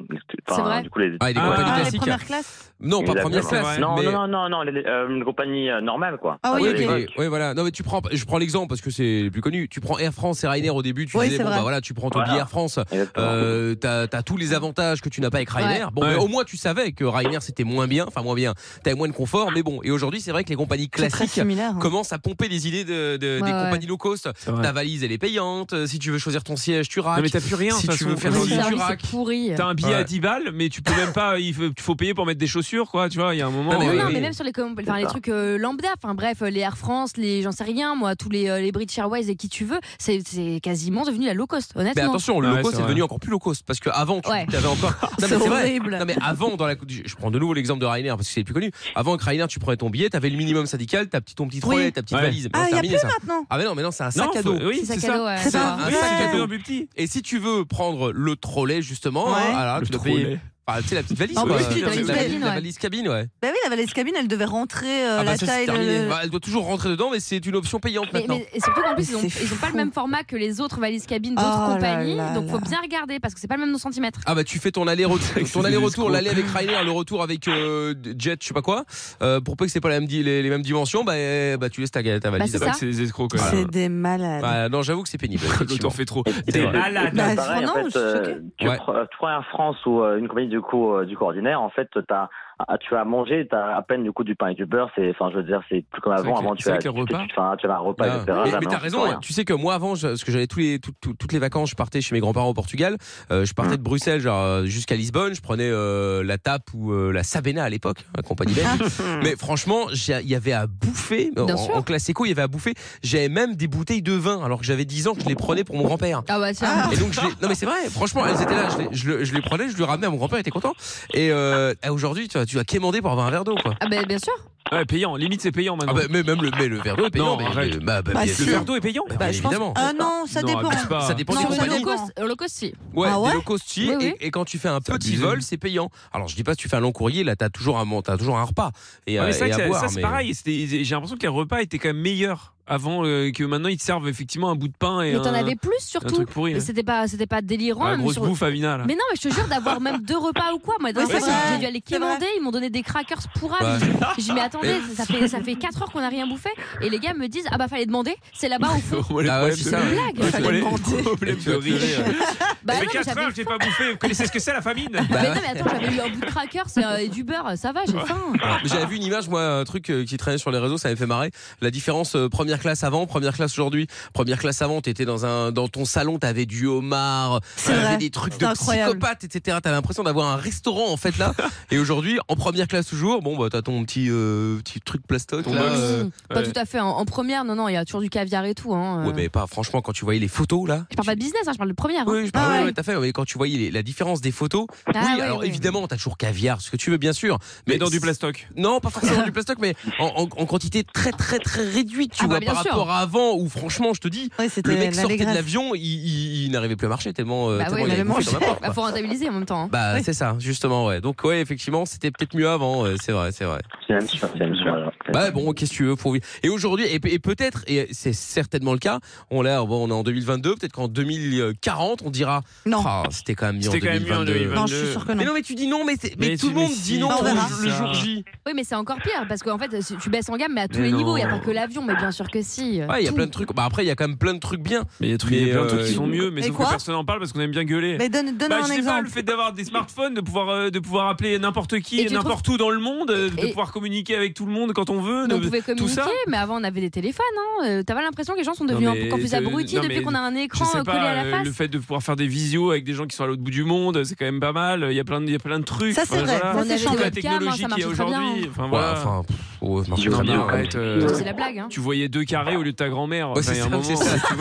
S6: C'est vrai.
S12: du coup les
S3: Ah, et des
S5: Ah,
S3: compagnies
S5: les
S4: Ah, les
S3: classiques.
S4: premières classes
S3: Non, pas
S12: Exactement.
S3: première classe.
S12: Non,
S3: mais...
S12: non, non, non, non, les- les, euh, une compagnie euh, normale, quoi.
S4: Ah oui,
S12: Pas
S3: Oui,
S12: de
S4: ok.
S3: mais-
S12: l'époque.
S3: ouais, voilà. Non, mais tu prends, je prends l'exemple parce que c'est le plus connu. Tu prends Air France et Ryanair au début, tu
S4: Oui,
S3: disais,
S4: c'est
S3: bon,
S4: vrai.
S3: bah voilà, tu prends ton
S12: Voilà.
S3: billet Air France,
S12: Exactement.
S3: euh, t'as t'as tous les avantages que tu n'as pas avec Ryanair. Bon,
S5: Ouais.
S3: mais au moins tu savais que Ryanair c'était moins bien, enfin moins bien, t'avais moins de confort, mais bon. Et aujourd'hui, c'est vrai que les compagnies
S4: c'est très
S3: classiques
S4: similaires. hein.
S3: commencent à pomper les idées de, de- des
S6: Ouais, ouais.
S3: compagnies low cost.
S5: C'est vrai.
S3: Ta valise, elle est payante. Euh, Si tu veux choisir ton siège, tu raques.
S5: Non, mais t'as plus rien. de
S3: Si
S5: toute
S3: tu
S5: façon,
S3: veux faire
S6: Le
S3: des
S5: aujourd'hui.
S3: tu
S6: service
S3: raques.
S6: est pourri.
S5: T'as un billet
S3: Ouais.
S5: à 10 balles, mais tu peux même pas. Ah, Il faut, faut payer pour mettre des chaussures, quoi. Tu vois, il y a un moment. euh,
S3: Non,
S6: Non,
S3: oui,
S6: non,
S3: oui.
S6: mais même sur les, com- enfin,
S12: C'est
S6: les
S12: ça.
S6: trucs euh, lambda, enfin bref, les Air France, les j'en sais rien, moi, tous les, euh, les British Airways et qui tu veux, c'est c'est quasiment devenu la low cost,
S3: Mais
S6: honnêtement.
S3: attention, le
S5: Ah Ouais,
S3: low cost
S5: c'est
S3: est
S5: vrai.
S3: devenu encore plus low cost parce qu'avant, tu
S6: Ouais.
S3: avais encore. Non, mais
S4: C'est
S3: vrai.
S4: horrible.
S3: Non, mais avant, dans la... je prends de nouveau l'exemple de Ryanair parce que c'est le plus connu. Avant, avec Ryanair, tu prenais ton billet, t'avais le minimum syndical, ta petite, ton petit
S4: Oui.
S3: trolley, ta petite
S5: Ouais.
S3: valise. Maintenant,
S4: Ah,
S3: c'est
S4: il n'y a
S3: terminé,
S4: plus
S3: ça.
S4: maintenant.
S3: Ah, mais non, mais non, c'est un
S5: Non,
S3: sac à
S5: faut-
S3: dos.
S5: Oui,
S6: C'est
S5: c'est
S6: sac à
S5: ça.
S6: dos, ouais,
S4: C'est
S6: c'est
S4: pas
S6: vrai.
S3: Un
S4: vrai.
S3: sac à
S5: Ouais.
S3: dos un plus petit. Et si tu veux prendre le trolley, justement,
S4: Ouais.
S3: voilà, tu dois
S5: trolley.
S3: payer. Enfin, tu sais, la petite valise,
S5: Ah,
S3: quoi.
S5: oui, la petite
S3: La-
S5: valise
S3: la-
S6: cabine,
S3: la
S6: ouais.
S3: valise cabine, ouais.
S4: Bah oui, la valise cabine, elle devait rentrer euh,
S3: Ah, bah,
S4: la
S3: ça,
S4: taille.
S3: c'est terminé.
S4: le-
S3: Bah, Elle doit toujours rentrer dedans, mais c'est une option payante
S6: Mais,
S3: maintenant.
S6: mais- et surtout qu'en plus, ils ont,
S4: Mais c'est
S6: ils ont pas
S4: fou.
S6: le même format que les autres valises cabines d'autres
S4: Oh là
S6: compagnies,
S4: là
S6: donc faut
S4: là.
S6: bien regarder parce que c'est pas le même centimètre.
S3: Ah bah tu fais ton aller-retour,
S5: que c'est
S3: ton
S5: des
S3: aller-retour,
S5: escrocs.
S3: l'aller avec Ryanair, le retour avec euh, Jet, je sais pas quoi. Euh, pour peu que c'est pas la même di- les, les mêmes dimensions, bah, euh, bah tu laisses ta, ta valise.
S6: C'est
S5: C'est vrai
S6: ça.
S5: que c'est des escrocs, quoi.
S4: C'est des malades.
S3: Bah, non, j'avoue que c'est pénible.
S5: Quand on
S3: effectivement.
S5: fait trop.
S12: Et
S5: T'es
S12: puis,
S5: malade.
S4: Bah,
S12: c'est pareil,
S4: non,
S12: en
S4: je
S12: fait,
S4: suis
S12: euh,
S4: choquée.
S12: tu,
S3: Ouais.
S12: prends, euh, tu prends Air France ou euh, une compagnie du coup euh, du coup ordinaire, en fait, t'as, ah, tu as mangé, tu as à peine du coup du pain et du beurre. C'est, enfin, je veux dire, c'est plus comme
S5: C'est vrai
S12: avant.
S5: que-
S12: Avant,
S5: c'est
S12: tu
S5: vrai
S12: as,
S5: que
S12: tu,
S5: les repas-
S12: tu- enfin, tu avais un repas,
S3: Ah.
S12: etc.
S3: Mais,
S12: Là,
S3: mais
S12: maintenant, tu
S3: t'as
S12: prends
S3: raison.
S12: rien.
S3: Tu sais que moi avant, je- parce que j'allais tous les tout- tout- toutes les vacances, je partais chez mes grands-parents au Portugal. Euh, je partais de Bruxelles, genre euh, jusqu'à Lisbonne. Je prenais euh, la TAP ou euh, la Sabena à l'époque, hein, compagnie belge. mais franchement, j'ai- il y avait à bouffer. En,
S6: Bien sûr.
S3: en classe éco, il y avait à bouffer. J'avais même des bouteilles de vin, alors que j'avais 10 ans que je les prenais pour mon grand-père.
S6: Ah bah tiens.
S3: Et donc, je les- non mais c'est vrai, franchement, elles étaient là, je les, je le- je les prenais, je les ramenais à mon grand-père, il était content. Et euh, ah, aujourd'hui, tu, as- tu as quémandé pour avoir un verre d'eau, quoi.
S6: Ah bah bien sûr.
S5: Ouais, payant. Limite, c'est payant
S3: Ah
S5: maintenant.
S3: bah, mais même le, mais le verre d'eau est payant,
S5: Non,
S3: mais,
S5: arrête.
S3: mais- bah, bah,
S4: Bah,
S3: bien
S4: si.
S5: Le
S3: sûr.
S5: verre d'eau est payant.
S3: Bah,
S4: Bah,
S3: bien
S4: je pense-
S3: évidemment.
S4: Ah non, ça
S5: Non,
S4: dépend.
S5: abuse pas.
S3: Ça dépend
S6: Non,
S3: des
S6: mais
S3: compagnies.
S6: low cost, low cost si.
S3: Ouais,
S4: Ah ouais
S3: des low cost, si,
S6: Oui,
S3: et-
S6: oui.
S3: Et, quand tu fais un
S5: C'est
S3: petit
S5: abusé.
S3: vol, c'est payant. Alors je dis pas si tu fais un long courrier, là t'as toujours un man- t'as toujours un repas et,
S5: Ah,
S3: euh,
S5: mais c'est
S3: et
S5: vrai que
S3: à
S5: ça,
S3: boire.
S5: ça, c'est
S3: mais-
S5: pareil. C'était- J'ai l'impression que les repas étaient quand même meilleurs avant euh, que maintenant ils te servent effectivement un bout de pain et
S6: Mais t'en
S5: euh, un-
S6: avais plus
S5: un
S6: surtout.
S5: truc pourri. hein.
S6: C'était pas, c'était pas délirant.
S5: Ah,
S6: même
S5: grosse
S6: sur-
S5: bouffe à Vina, là.
S6: Mais non, mais je te jure d'avoir même deux repas ou quoi. Moi, dans
S5: Oui,
S6: le
S5: c'est
S6: sac,
S5: vrai.
S6: j'ai dû aller commander. Ils m'ont donné des crackers pourrables.
S5: Ouais.
S6: J'ai dit mais attendez, ça fait ça fait 4 heures qu'on a rien bouffé. Et les gars me disent ah bah fallait demander. C'est là-bas au fond.
S5: Moi, les
S3: Ah ouais,
S5: problèmes
S3: c'est
S5: de-
S3: ça, ouais.
S5: les
S3: Blague, fallait
S5: problèmes-
S3: demander.
S5: problèmes de riches.
S6: Bah non, mais j'avais
S5: j'ai pas bouffé. Vous connaissez ce que c'est la famine
S6: mais non, mais attends, j'avais eu un bout de crackers euh, et du beurre. Ça va, j'ai faim.
S3: Mais J'avais vu une image, moi, un truc euh, qui traînait sur les réseaux, ça m'avait fait marrer. La différence euh, première classe avant, première classe aujourd'hui. Première classe avant, t'étais dans un, dans ton salon, t'avais du homard,
S4: C'est
S3: t'avais
S4: vrai.
S3: des trucs
S4: C'est
S3: de
S4: incroyable.
S3: psychopathe, etc. T'avais l'impression d'avoir un restaurant en fait là. Et aujourd'hui, en première classe toujours, bon bah t'as ton petit euh, petit truc plastoc
S5: Ton
S3: là.
S5: box.
S3: euh,
S6: Hum,
S4: Mmh,
S6: Pas tout à fait. En, en première, non, non, il y a toujours du caviar et tout. Hein.
S3: Ouais, mais pas franchement quand tu voyais les photos là.
S6: Je parle pas de business, hein, je parle de première. hein.
S3: Oui, je parle, Ah ouais, ouais, t'as fait. Mais quand tu voyais les- la différence des photos,
S6: Ah
S3: oui,
S6: ouais,
S3: alors
S6: ouais.
S3: évidemment, t'as toujours caviar, ce que tu veux, bien sûr.
S5: Mais dans du plastoc.
S3: Non, pas forcément du plastoc, mais en, en- en quantité très très très réduite, tu
S6: Ah bah,
S3: vois,
S6: bien
S3: par
S6: sûr.
S3: rapport à avant, où franchement, je te dis,
S4: Ouais,
S3: le
S4: c'était
S3: mec
S4: la
S3: sortait de
S4: légresse.
S3: l'avion, il, il- il n'arrivait plus à marcher tellement, euh,
S6: Bah
S3: tellement
S6: ouais,
S3: il avait
S6: bah,
S3: bouffé dans la porte,
S6: bah,
S3: quoi.
S6: faut rentabiliser en même temps. hein.
S3: Bah c'est ça, justement, ouais. Donc ouais, effectivement, c'était peut-être mieux avant, ouais, c'est vrai, c'est vrai.
S12: C'est même sûr, c'est même sûr. alors.
S3: Bah bon, qu'est-ce que tu veux pour vivre Et aujourd'hui, et, et peut-être, et c'est certainement le cas, on l'a, bon, on est en 2022, peut-être qu'en 2040, on dira,
S4: Non.
S3: Ah, c'était quand même mieux en
S5: C'était quand même mieux en
S3: 2022.
S5: 2022.
S4: Non, je suis sûr que
S3: Mais
S4: non.
S3: non, mais tu dis non, mais, c'est- mais
S5: Mais
S3: tout
S5: tu-
S3: le monde
S5: mais
S3: dit
S5: si,
S3: non
S4: on verra.
S3: le, le jour J.
S6: Oui, mais c'est encore pire parce qu'en fait, si tu baisses en gamme, mais à tous
S5: Mais
S6: les
S5: non.
S6: niveaux. Il n'y a pas que l'avion, mais bien sûr que si.
S3: Ouais, il y a
S6: Tout.
S3: plein de trucs. Bah après, il y a quand même plein de trucs bien.
S5: Mais il y a
S3: Mais,
S5: plein de trucs
S3: euh,
S5: qui sont mieux, mais
S4: mais
S5: sauf que
S4: quoi
S5: personne n'en parle parce qu'on aime bien gueuler.
S4: Mais donne, donne
S5: Bah,
S4: un
S5: je sais pas, le
S4: exemple.
S5: fait d'avoir des smartphones, de pouvoir, euh, de pouvoir appeler n'importe qui,
S6: Et
S5: et
S6: tu trouves-
S5: n'importe où dans le monde, euh, de
S6: et-
S5: pouvoir communiquer avec tout le monde quand on veut,
S6: Mais
S5: de-
S6: on pouvait
S5: tout
S6: communiquer,
S5: ça.
S6: mais avant on avait des téléphones. Hein. Euh, T'as pas l'impression que les gens sont devenus
S5: Non, mais
S6: encore plus
S5: je-
S6: abrutis
S5: non, mais
S6: depuis qu'on a un
S5: Je
S6: écran
S5: sais
S6: euh, collé
S5: pas,
S6: à la
S5: euh,
S6: face
S5: le fait de pouvoir faire des visios avec des gens qui sont à l'autre bout du monde, c'est quand même pas mal. Il y a plein de, il y a plein de trucs.
S4: Ça, c'est vrai.
S5: voilà.
S4: Ça,
S6: On
S4: c'est
S6: avait
S4: chiant.
S6: des
S5: Toute la
S6: webcams, hein,
S5: technologie
S6: ça
S5: qu'il y a
S6: marchait très bien.
S5: aujourd'hui. Enfin
S3: Ouais,
S5: voilà.
S3: enfin, pff, ouais, ça marche
S12: Non,
S3: très
S12: mais
S3: bien,
S12: en
S3: ouais.
S5: Arrête, euh,
S6: C'est la blague. Hein.
S5: Tu voyais deux carrés au lieu de ta grand-mère.
S3: Ouais,
S5: Enfin, il
S3: c'est
S5: y a un
S3: ça, c'est
S5: moment- euh,
S3: ça.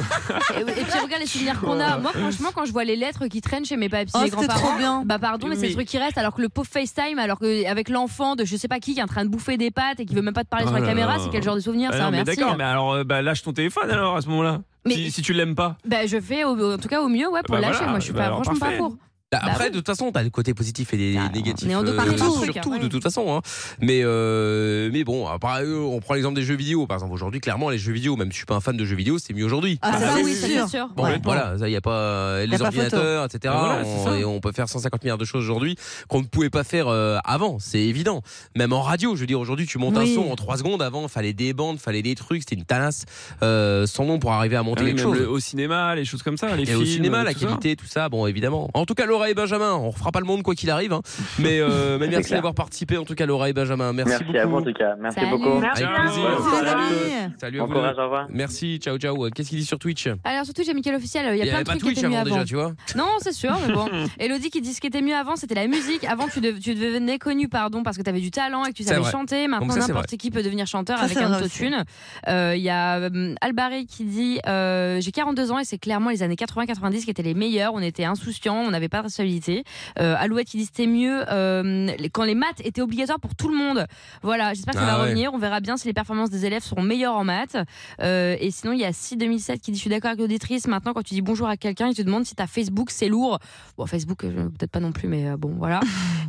S6: Et, et puis regarde les souvenirs qu'on a. Moi, franchement, quand je vois les lettres qui traînent chez mes papiers
S4: Oh,
S6: mes
S4: c'était
S6: grands-parents,
S4: trop bien.
S6: Bah pardon, mais, c'est
S5: Mais-
S6: le truc qui reste. Alors que le pauvre FaceTime, alors que avec l'enfant de je sais pas qui qui est en train de bouffer des pâtes et qui veut même pas te parler
S5: Oh
S6: sur la
S5: là
S6: caméra,
S5: là.
S6: c'est quel genre de souvenir
S5: Ah
S6: ça
S5: non, mais
S6: Merci. hein.
S5: d'accord, mais alors euh, bah, lâche ton téléphone alors à ce moment-là.
S6: Mais-
S5: Si, si tu l'aimes pas.
S6: Bah, je fais au- en tout cas au mieux, ouais, pour
S5: Bah
S6: lâcher.
S5: voilà,
S6: Moi, je suis
S5: bah
S6: pas
S5: alors,
S6: franchement
S5: parfait.
S6: pas pour.
S3: Bah, après,
S6: oui.
S3: de toute façon, t'as le côté positif et les
S6: Ah,
S3: négatifs.
S6: on
S3: euh,
S6: est en deux parties dans ce truc,
S3: surtout,
S6: hein, ouais.
S3: de toute façon. hein. Mais, euh, mais bon, après, euh, on prend l'exemple des jeux vidéo. Par exemple, aujourd'hui, clairement, les jeux vidéo, même si je suis pas un fan de jeux vidéo, c'est mieux aujourd'hui.
S4: Ah, ça,
S6: bah
S4: c'est
S6: oui, ça,
S4: sûr.
S6: c'est sûr.
S3: Bon,
S4: Ouais.
S3: mais voilà, ça, il y a pas euh,
S4: Y
S3: les
S4: a pas photo.
S3: ordinateurs, etc.
S6: Bah,
S5: Ah, voilà, c'est
S3: on,
S5: ça.
S3: et on peut faire 150 milliards de choses aujourd'hui qu'on ne pouvait pas faire euh, avant, c'est évident. Même en radio, je veux dire, aujourd'hui, tu montes
S4: Oui.
S3: un son en 3 secondes. Avant, fallait des bandes, fallait des trucs, c'était une talasse euh, sans nom pour arriver à monter
S5: Ah oui,
S3: quelque
S5: même
S3: chose.
S5: le- au cinéma, les choses comme ça. Les
S3: Et
S5: films,
S3: au cinéma,
S5: euh,
S3: la
S5: tout ça.
S3: qualité, tout ça, bon, évidemment. En tout cas, Laura et Benjamin, on refera pas le monde quoi qu'il arrive. hein. Mais, euh, mais merci
S12: clair.
S3: d'avoir participé, en tout cas, Laura et Benjamin. Merci,
S12: Merci,
S3: beaucoup.
S12: à vous en tout cas. Merci
S6: Salut.
S12: beaucoup.
S10: Merci
S5: Ciao,
S10: à vous.
S5: bisous.
S4: Merci,
S12: Salut.
S4: les amis.
S3: Salut à
S12: Bon
S3: vous.
S12: courage,
S3: deux.
S12: au revoir.
S3: Merci, ciao, ciao. Qu'est-ce qu'il dit sur Twitch
S6: Alors surtout j'ai Mickaël officiel, il y a
S3: Il y
S6: plein
S3: avait
S6: de
S3: pas
S6: trucs qui
S3: Twitch
S6: étaient mieux
S3: avant déjà,
S6: avant.
S3: tu vois.
S6: Non, c'est sûr, mais bon. Elodie qui dit ce qui était mieux avant, c'était la musique. Avant, tu, dev- tu devenais connu, pardon, parce que tu avais du talent et que tu
S3: C'est
S6: savais
S3: vrai.
S6: chanter.
S3: Donc
S6: Maintenant,
S3: ça, c'est
S6: n'importe qui peut devenir chanteur
S4: Ça,
S6: avec
S4: c'est
S6: un
S4: vrai
S6: autotune. Euh, Il y a euh, Albaré qui dit euh, J'ai 42 ans et c'est clairement les années 80-90 qui étaient les meilleures. On était insouciants, on n'avait pas de responsabilité. Euh, Alouette qui dit C'était mieux euh, les- quand les maths étaient obligatoires pour tout le monde. Voilà, j'espère que ça
S3: Ah
S6: va
S3: ouais.
S6: revenir. On verra bien si les performances des élèves seront meilleures en maths. Euh, et sinon, il y a 6-2007 qui dit Je suis d'accord avec l'auditrice. Maintenant, quand tu dis bonjour à quelqu'un, il te demande si t'as Facebook, c'est lourd. Bon, Facebook, euh, peut-être pas non plus, mais euh, bon, voilà.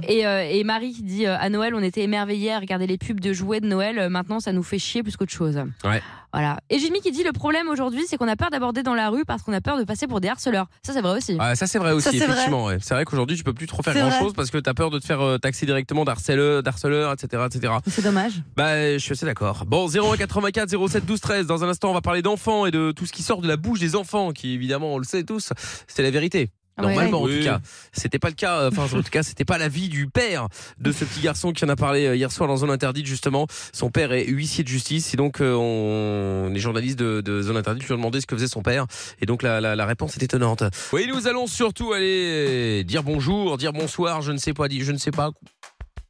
S6: et, euh, et Marie qui dit euh, À Noël, on était émerveillés à regarder les pubs de jouets de Noël. Euh, Maintenant, ça nous fait chier plus qu'autre chose.
S3: Ouais.
S6: Voilà. Et Jimmy qui dit Le problème aujourd'hui, c'est qu'on a peur d'aborder dans la rue parce qu'on a peur de passer pour des harceleurs. Ça, c'est vrai aussi.
S3: Ah, ça c'est vrai aussi,
S4: Ça, c'est vrai.
S3: effectivement. ouais. C'est vrai qu'aujourd'hui tu peux plus trop faire
S4: C'est
S3: grand
S4: vrai.
S3: chose parce que t'as peur de te faire euh, taxer directement d'harceleur, d'harceleur, etc., etc.
S4: C'est dommage.
S3: Bah, je suis assez d'accord. Bon, 0184 07 12 13. Dans un instant, on va parler d'enfants et de tout ce qui sort de la bouche des enfants, qui évidemment, on le sait tous, c'est la vérité.
S6: Ah ouais.
S3: Normalement, en
S5: Oui.
S3: tout cas, c'était pas le cas. euh, Enfin, en tout cas, c'était pas l'avis du père de ce petit garçon qui en a parlé euh, hier soir dans Zone Interdite. Justement, son père est huissier de justice et donc euh, on, les journalistes de, de Zone Interdite lui ont demandé ce que faisait son père. Et donc la, la, la réponse est étonnante. Oui, nous allons surtout aller dire bonjour, dire bonsoir. Je ne sais pas, dire- je ne sais pas.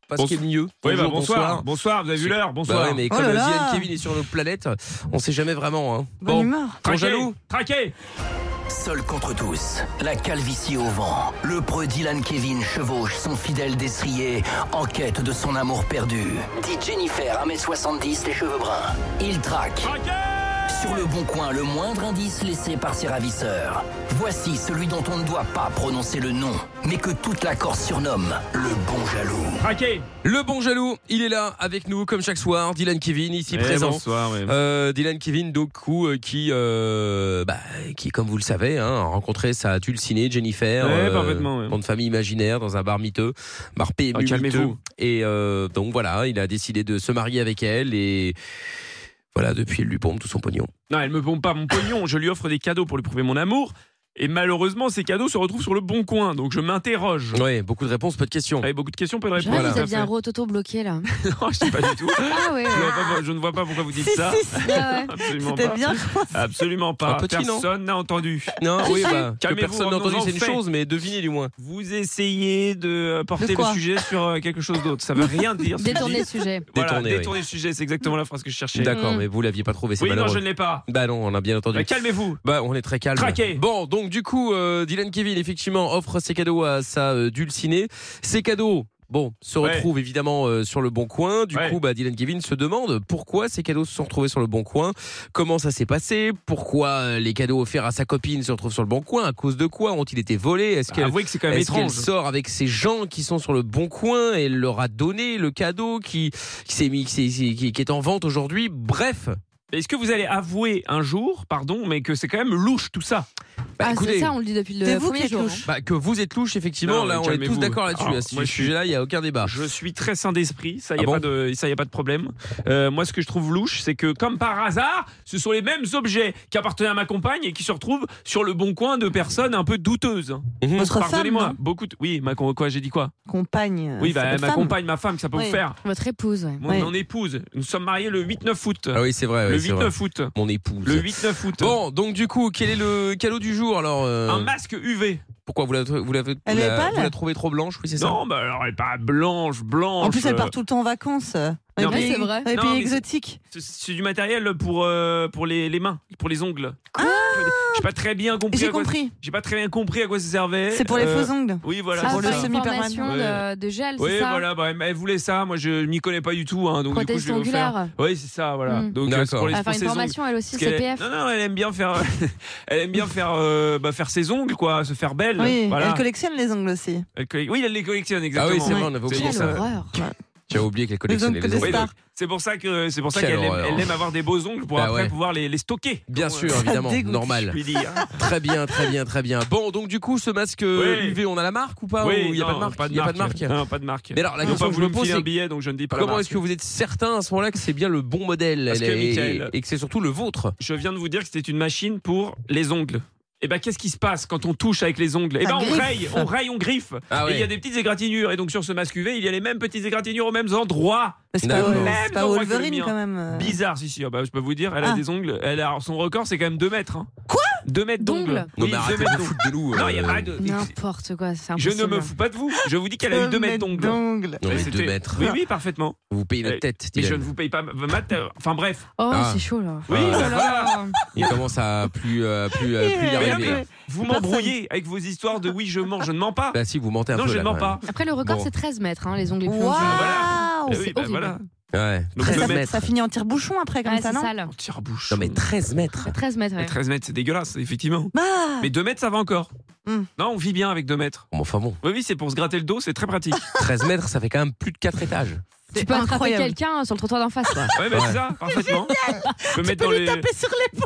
S3: Pas ce qui est le mieux.
S5: Oui, bah,
S3: Bonjour,
S5: bonsoir. Bonsoir, vous avez vu l'heure
S3: bah
S5: Bonsoir.
S3: ouais, mais
S4: Oh
S3: comme
S4: là
S3: Diane
S4: là.
S3: Kevin est sur notre planète, on sait jamais vraiment. Hein.
S4: Bonne humeur.
S3: bon
S5: Traqué,
S3: jaloux
S5: Traqué
S2: Seul contre tous, la calvitie au vent, le preux Dylan Kevin chevauche son fidèle destrier en quête de son amour perdu. Dit Jennifer, 1m70, les cheveux bruns. Il traque,
S5: Traqué
S2: Sur le bon coin, le moindre indice laissé par ses ravisseurs. Voici celui dont on ne doit pas prononcer le nom, mais que toute la Corse surnomme le bon jaloux.
S3: Le bon jaloux, il est là avec nous comme chaque soir. Dylan Kevin ici
S5: Eh,
S3: présent.
S5: bonsoir, oui.
S3: Euh, Dylan Kevin donc coup, euh, qui, euh, bah, qui comme vous le savez, hein, a rencontré sa dulcinée Jennifer,
S5: Ouais, parfaitement, ouais.
S3: nom de famille imaginaire dans un bar miteux, bar PMU
S5: Ah, calmez-vous.
S3: miteux. Et euh, donc voilà, il a décidé de se marier avec elle et voilà depuis il lui pompe tout son pognon.
S5: Non, elle me pompe pas mon pognon. Je lui offre des cadeaux pour lui prouver mon amour. Et malheureusement, ces cadeaux se retrouvent sur le bon coin. Donc je m'interroge.
S3: Oui, beaucoup de réponses, peu de questions.
S5: Oui, beaucoup de questions, peu de
S6: Je
S5: réponses.
S6: vous
S5: Tout à
S6: aviez un
S5: fait.
S6: rototo bloqué là.
S5: Non, je sais pas du tout.
S6: Ah ouais.
S5: Je vois pas- je ne vois pas pourquoi vous dites
S6: Si,
S5: ça.
S6: si, si. Ah ouais.
S5: Absolument
S6: C'était
S5: pas.
S6: bien
S5: Absolument pas.
S3: Un petit, non
S5: personne n'a entendu.
S3: Non, oui, bah, que
S5: Calmez-vous,
S3: personne n'a entendu,
S5: revenons-en
S3: c'est une
S5: au fait.
S3: chose, mais devinez du moins.
S5: Vous essayez de euh, porter
S6: De
S5: le
S6: quoi
S5: sujet sur euh, quelque chose d'autre. Ça veut rien dire. ce que je dis.
S6: Détourner le sujet.
S5: Voilà,
S3: Détourner,
S5: détourner,
S3: oui.
S5: le sujet, c'est exactement la phrase que je cherchais.
S3: D'accord,
S6: Mm.
S3: mais vous l'aviez pas trouvé, c'est
S5: Oui, non,
S3: malheureux.
S5: je ne l'ai pas.
S3: Bah non, on a bien entendu.
S5: Bah, Calmez-vous.
S3: Bah, on est très calme.
S5: Traqué.
S3: Bon, donc du coup, euh, Dylan Kevin, effectivement, offre ses cadeaux à sa euh, dulcinée. Ses cadeaux, bon, se
S5: Ouais.
S3: retrouvent évidemment euh, sur le bon coin. Du
S5: Ouais.
S3: coup, bah, Dylan Kevin se demande pourquoi ces cadeaux se sont retrouvés sur le bon coin, comment ça s'est passé, pourquoi euh, les cadeaux offerts à sa copine se retrouvent sur le bon coin, à cause de quoi ont-ils été volés Est-ce qu'elle
S5: Bah, Avouez que c'est quand même
S3: est-ce qu'elle
S5: étrange.
S3: sort avec ces gens qui sont sur le bon coin et elle leur a donné le cadeau qui, qui s'est mis, qui, s'est- qui- qui est en vente aujourd'hui Bref,
S5: Mais Est-ce que vous allez avouer un jour, pardon, mais que c'est quand même louche tout ça
S3: bah,
S6: Ah,
S3: écoutez,
S6: c'est ça, on le dit depuis
S4: C'est
S6: le
S4: vous qui
S6: premier
S4: êtes
S6: jour. hein.
S4: louche.
S3: Bah, que vous êtes louche, effectivement,
S5: Non, mais
S3: là, on est tous
S5: calmez-vous.
S3: d'accord là-dessus.
S5: Ah,
S3: à ce
S5: moi, je suis-
S3: sujet-là, il n'y a aucun débat.
S5: Je suis très sain d'esprit, ça y a
S3: Ah bon
S5: pas de, ça y a pas de problème. Euh, moi, ce que je trouve louche, c'est que comme par hasard, ce sont les mêmes objets qui appartenaient à ma compagne et qui se retrouvent sur le bon coin de personnes un peu douteuses.
S3: Mhm.
S4: Votre femme,
S5: Pardonnez-moi,
S4: non
S5: beaucoup. de- Oui, ma con- quoi J'ai dit quoi
S4: Compagne.
S5: Oui,
S4: c'est
S5: bah,
S4: votre
S5: ma
S4: femme.
S5: compagne, ma femme, que ça peut
S4: Oui.
S5: vous faire.
S6: Votre épouse, ouais.
S5: Mon,
S4: Oui.
S5: mon épouse. Nous sommes mariés le 8-9 août.
S3: Ah oui, c'est vrai.
S5: le
S3: oui, c'est vrai.
S5: 8-9 août.
S3: Mon épouse.
S5: Le 8-9 août.
S3: Bon, donc du coup, quel est le cadeau du jour alors euh,
S5: Un masque UV.
S3: Pourquoi vous l'avez vous l'avez- vous
S4: Elle est
S3: la-
S4: pâle
S3: vous la trouvez trop blanche Oui, c'est ça.
S5: Non, bah alors elle est pas blanche, blanche.
S4: En plus, elle
S5: euh,
S4: part tout le temps en vacances. euh, Dans
S5: Non,
S4: les
S5: mais-
S4: pays,
S6: c'est vrai.
S4: dans les
S5: Non,
S4: pays
S5: mais c'est-
S4: exotiques.
S5: C'est- C'est du matériel pour, euh, pour les, les mains, pour les ongles. J'ai pas très bien compris.
S4: Ah. J'ai
S5: à quoi-
S4: compris.
S5: J'ai pas très bien compris à quoi ça servait.
S4: C'est pour les
S5: Euh,
S4: faux ongles.
S5: Oui, voilà.
S6: Ah,
S4: pour
S5: c'est
S6: une
S4: le
S5: ça.
S4: semi- semi-permanent.
S6: formation de, de gel,
S5: Oui,
S6: c'est ça
S5: voilà. bah, elle voulait ça. Moi, je m'y connais pas du tout. Hein, donc
S6: Prothèse
S5: du coup, je vais faire.
S6: ongulaire.
S5: Oui, c'est ça. Voilà.
S6: Mm.
S5: Donc, euh,
S3: D'accord.
S5: c'est pour les
S6: Elle va
S5: pour
S6: faire une
S5: ses ongles.
S6: formation, elle aussi,
S5: Parce qu'elle-
S6: CPF.
S5: Non, non, elle aime bien faire, elle aime bien faire, euh, bah, faire ses ongles, quoi, se faire belle.
S4: Oui,
S5: voilà.
S4: elle collectionne les ongles aussi.
S5: Elle colle- Oui, elle les collectionne
S3: Ah
S5: exactement.
S3: oui, c'est vrai,
S4: Ouais.
S3: on avait oublié
S6: Quelle
S3: ça.
S6: horreur.
S3: Tu as oublié qu'elle
S4: Les
S3: collectionnait
S4: ongles
S3: les
S4: de
S3: ongles.
S5: Oui,
S4: stars.
S5: C'est pour ça que c'est pour ça
S3: Quelle
S5: qu'elle aime,
S3: horreur.
S5: elle aime avoir des beaux ongles pour
S3: Bah
S5: après
S3: ouais.
S5: pouvoir les, les stocker.
S3: Bien
S5: Comme,
S3: sûr,
S5: euh,
S3: évidemment,
S4: dégoûte.
S5: je hein.
S3: normal.
S5: puis dire.
S3: Très bien, très bien, très bien. Bon, donc du coup, ce masque euh,
S5: Oui.
S3: UV, on a la marque ou pas
S5: Oui,
S3: Ou Il n'y a
S5: non,
S3: pas de marque.
S5: Pas de
S3: Il y a
S5: marque.
S3: pas de marque.
S5: Non, pas de marque.
S3: Mais alors, la
S5: Ils ont
S3: question
S5: pas
S3: que je
S5: voulu
S3: me pose,
S5: filer un
S3: c'est
S5: billet, donc je ne dis pas la
S3: comment
S5: marque.
S3: est-ce que vous êtes certain à ce moment-là que c'est bien le bon modèle
S5: Parce
S3: elle
S5: que,
S3: est-
S5: Michael-
S3: et que c'est surtout le vôtre
S5: Je viens de vous dire que c'était une machine pour les ongles. Et ben qu'est-ce qui se passe quand on touche avec les ongles Eh ben
S4: Ça
S5: on
S4: griffe.
S5: raye, on raye, on griffe.
S3: Ah
S5: Et il y a
S3: ouais.
S5: des petites égratignures. Et donc sur ce masque UV, il y a les mêmes petites égratignures aux mêmes endroits.
S4: Mais C'est pas,
S3: D'accord.
S4: c'est pas
S5: Même endroit que le
S4: Wolverine
S5: mien.
S4: quand même. euh.
S5: Bizarre, si si. Ah bah, je peux vous dire, elle a
S4: Ah.
S5: des ongles. Elle a, alors, son record, c'est quand même 2 mètres. hein.
S4: Quoi
S5: 2 mètres d'ongles.
S6: D'ongles
S3: Non,
S5: Oui,
S3: mais
S5: deux
S3: arrêtez de
S5: mètres
S3: vous
S5: d'ongles.
S3: foutre de nous.
S5: Non, il y a
S3: euh,
S5: pas de.
S6: N'importe quoi, c'est
S5: Je
S6: impossible.
S5: ne me fous pas de vous. Je vous dis qu'elle a eu 2 mètres d'ongles.
S4: d'ongles.
S3: Non,
S5: Et
S3: mais deux
S5: c'était-
S3: mètres.
S5: Oui, oui, parfaitement.
S3: Vous payez notre
S5: Eh,
S3: tête,
S5: Mais je ne
S3: Dylan.
S5: vous paye pas. ma- ma- ta- Enfin bref.
S6: Oh,
S3: Ah.
S6: c'est chaud là.
S5: Oui, bah,
S3: Ah.
S5: voilà.
S3: Il commence à plus, euh, plus, euh, plus y
S5: Mais non,
S3: arriver.
S5: mais vous m'embrouillez avec vos histoires de oui, je mens, je ne mens pas.
S3: Bah si, vous mentez un
S5: Non,
S3: peu
S5: je
S3: là,
S5: ne mens
S3: quand
S5: pas.
S6: Après, le record,
S3: Bon.
S6: c'est 13 mètres, hein, les ongles les plus
S4: Waouh
S6: longs.
S5: Eh oui,
S6: Oh, c'est
S5: bah,
S6: horrible.
S5: voilà.
S3: même. Ouais,
S5: Donc,
S4: Ça, ça-
S3: 13 mètres.
S4: ça finit en tire-bouchon après comme
S6: Ouais,
S4: ça,
S6: c'est
S4: non
S6: sale.
S5: On tire bouche.
S3: Non mais 13 mètres.
S6: 13 mètres, ouais.
S5: 13 mètres, c'est dégueulasse, effectivement.
S4: Bah,
S5: Mais 2 mètres, ça va encore.
S4: Hmm.
S5: Non, on vit bien avec 2 mètres.
S3: Bon, enfin bon,
S5: Oui, oui, c'est pour se gratter le dos, c'est très pratique.
S3: 13 mètres, ça fait quand même plus de 4 étages.
S6: Tu
S4: c'est
S6: peux attraper
S4: incroyable.
S6: quelqu'un hein, sur le trottoir d'en face, quoi.
S5: Ouais, mais
S3: Ouais.
S5: c'est ça, parfaitement. Tu peux, mettre dans les...
S4: Taper sur les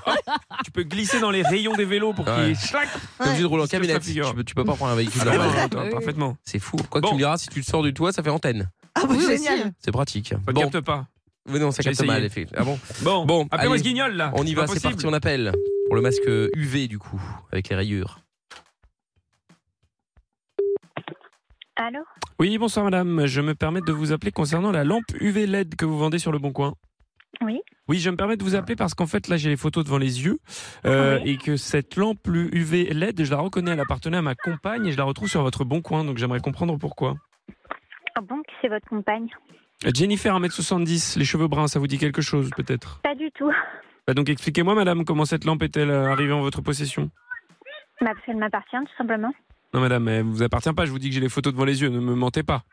S5: tu peux glisser dans les rayons des vélos pour
S3: Ouais.
S5: qu'ils. Schlac
S3: T'es obligé de rouler en
S5: C'est
S3: camionnette. Tu
S5: ça, figure.
S3: peux, tu peux pas prendre un véhicule
S5: Ah, bah,
S3: normal.
S5: voilà, toi,
S6: Oui, oui.
S5: Parfaitement.
S3: C'est fou. Quoi que
S5: Bon.
S3: tu me diras, si tu le sors du toit, ça fait antenne.
S4: Ah
S6: Oui,
S4: oui,
S6: aussi.
S4: génial.
S3: C'est pratique.
S5: Ça ne
S3: Bon,
S5: capte pas.
S3: oui, non, ça
S5: J'ai
S3: capte mal.
S5: essayé.
S3: effectivement. Ah bon
S5: Bon,
S3: Bon,
S5: appelez-moi
S3: allez.
S5: ce guignol là.
S3: On y
S5: Pas
S3: va, c'est
S5: possible.
S3: parti, on appelle. Pour le masque UV du coup, avec les rayures.
S8: Allô
S5: Oui, bonsoir madame. Je me permets de vous appeler concernant la lampe UV LED E que vous vendez sur le Bon Coin.
S8: Oui.
S5: Oui, je me permets de vous appeler parce qu'en fait, là, j'ai les photos devant les yeux euh,
S8: Oui.
S5: et que cette lampe UV LED, E je la reconnais, elle appartenait à ma compagne et je la retrouve sur votre Bon Coin, donc j'aimerais comprendre pourquoi.
S8: Ah bon, qui c'est votre compagne
S5: Jennifer, 1m70, les cheveux bruns, ça vous dit quelque chose peut-être
S8: Pas du tout.
S5: Bah Donc expliquez-moi madame, comment cette lampe est-elle euh, arrivée en votre possession
S8: Bah, parce qu'elle m'appartient, tout simplement.
S5: Non madame, elle vous appartient pas, je vous dis que j'ai les photos devant les yeux, ne me mentez pas.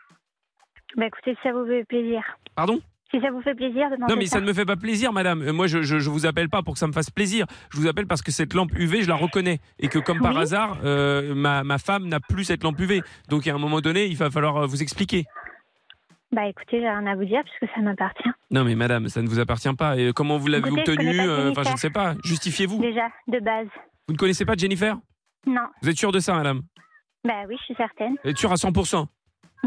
S8: Bah, écoutez, si ça vous fait plaisir.
S5: Pardon
S8: Si ça vous fait plaisir de
S5: Non, mais ça ne me fait pas plaisir, madame. Euh, Moi, je, je, je vous appelle pas pour que ça me fasse plaisir. Je vous appelle parce que cette lampe UV, je la reconnais. Et que, comme par hasard, euh, ma, ma femme n'a plus cette lampe UV. Donc, à un moment donné, il va falloir euh, vous expliquer.
S8: Bah écoutez, j'ai rien à vous dire puisque ça m'appartient.
S5: Non, mais madame, ça ne vous appartient pas. Et comment vous l'avez
S8: Écoutez, je
S5: obtenue
S8: connais pas
S5: euh, Enfin, je ne
S8: Jennifer.
S5: sais pas. Justifiez-vous.
S8: Déjà, de base.
S5: Vous ne connaissez pas Jennifer
S8: Non.
S5: Vous êtes sûr de ça, madame
S8: Bah oui, je suis certaine.
S5: Vous êtes sûr à 100%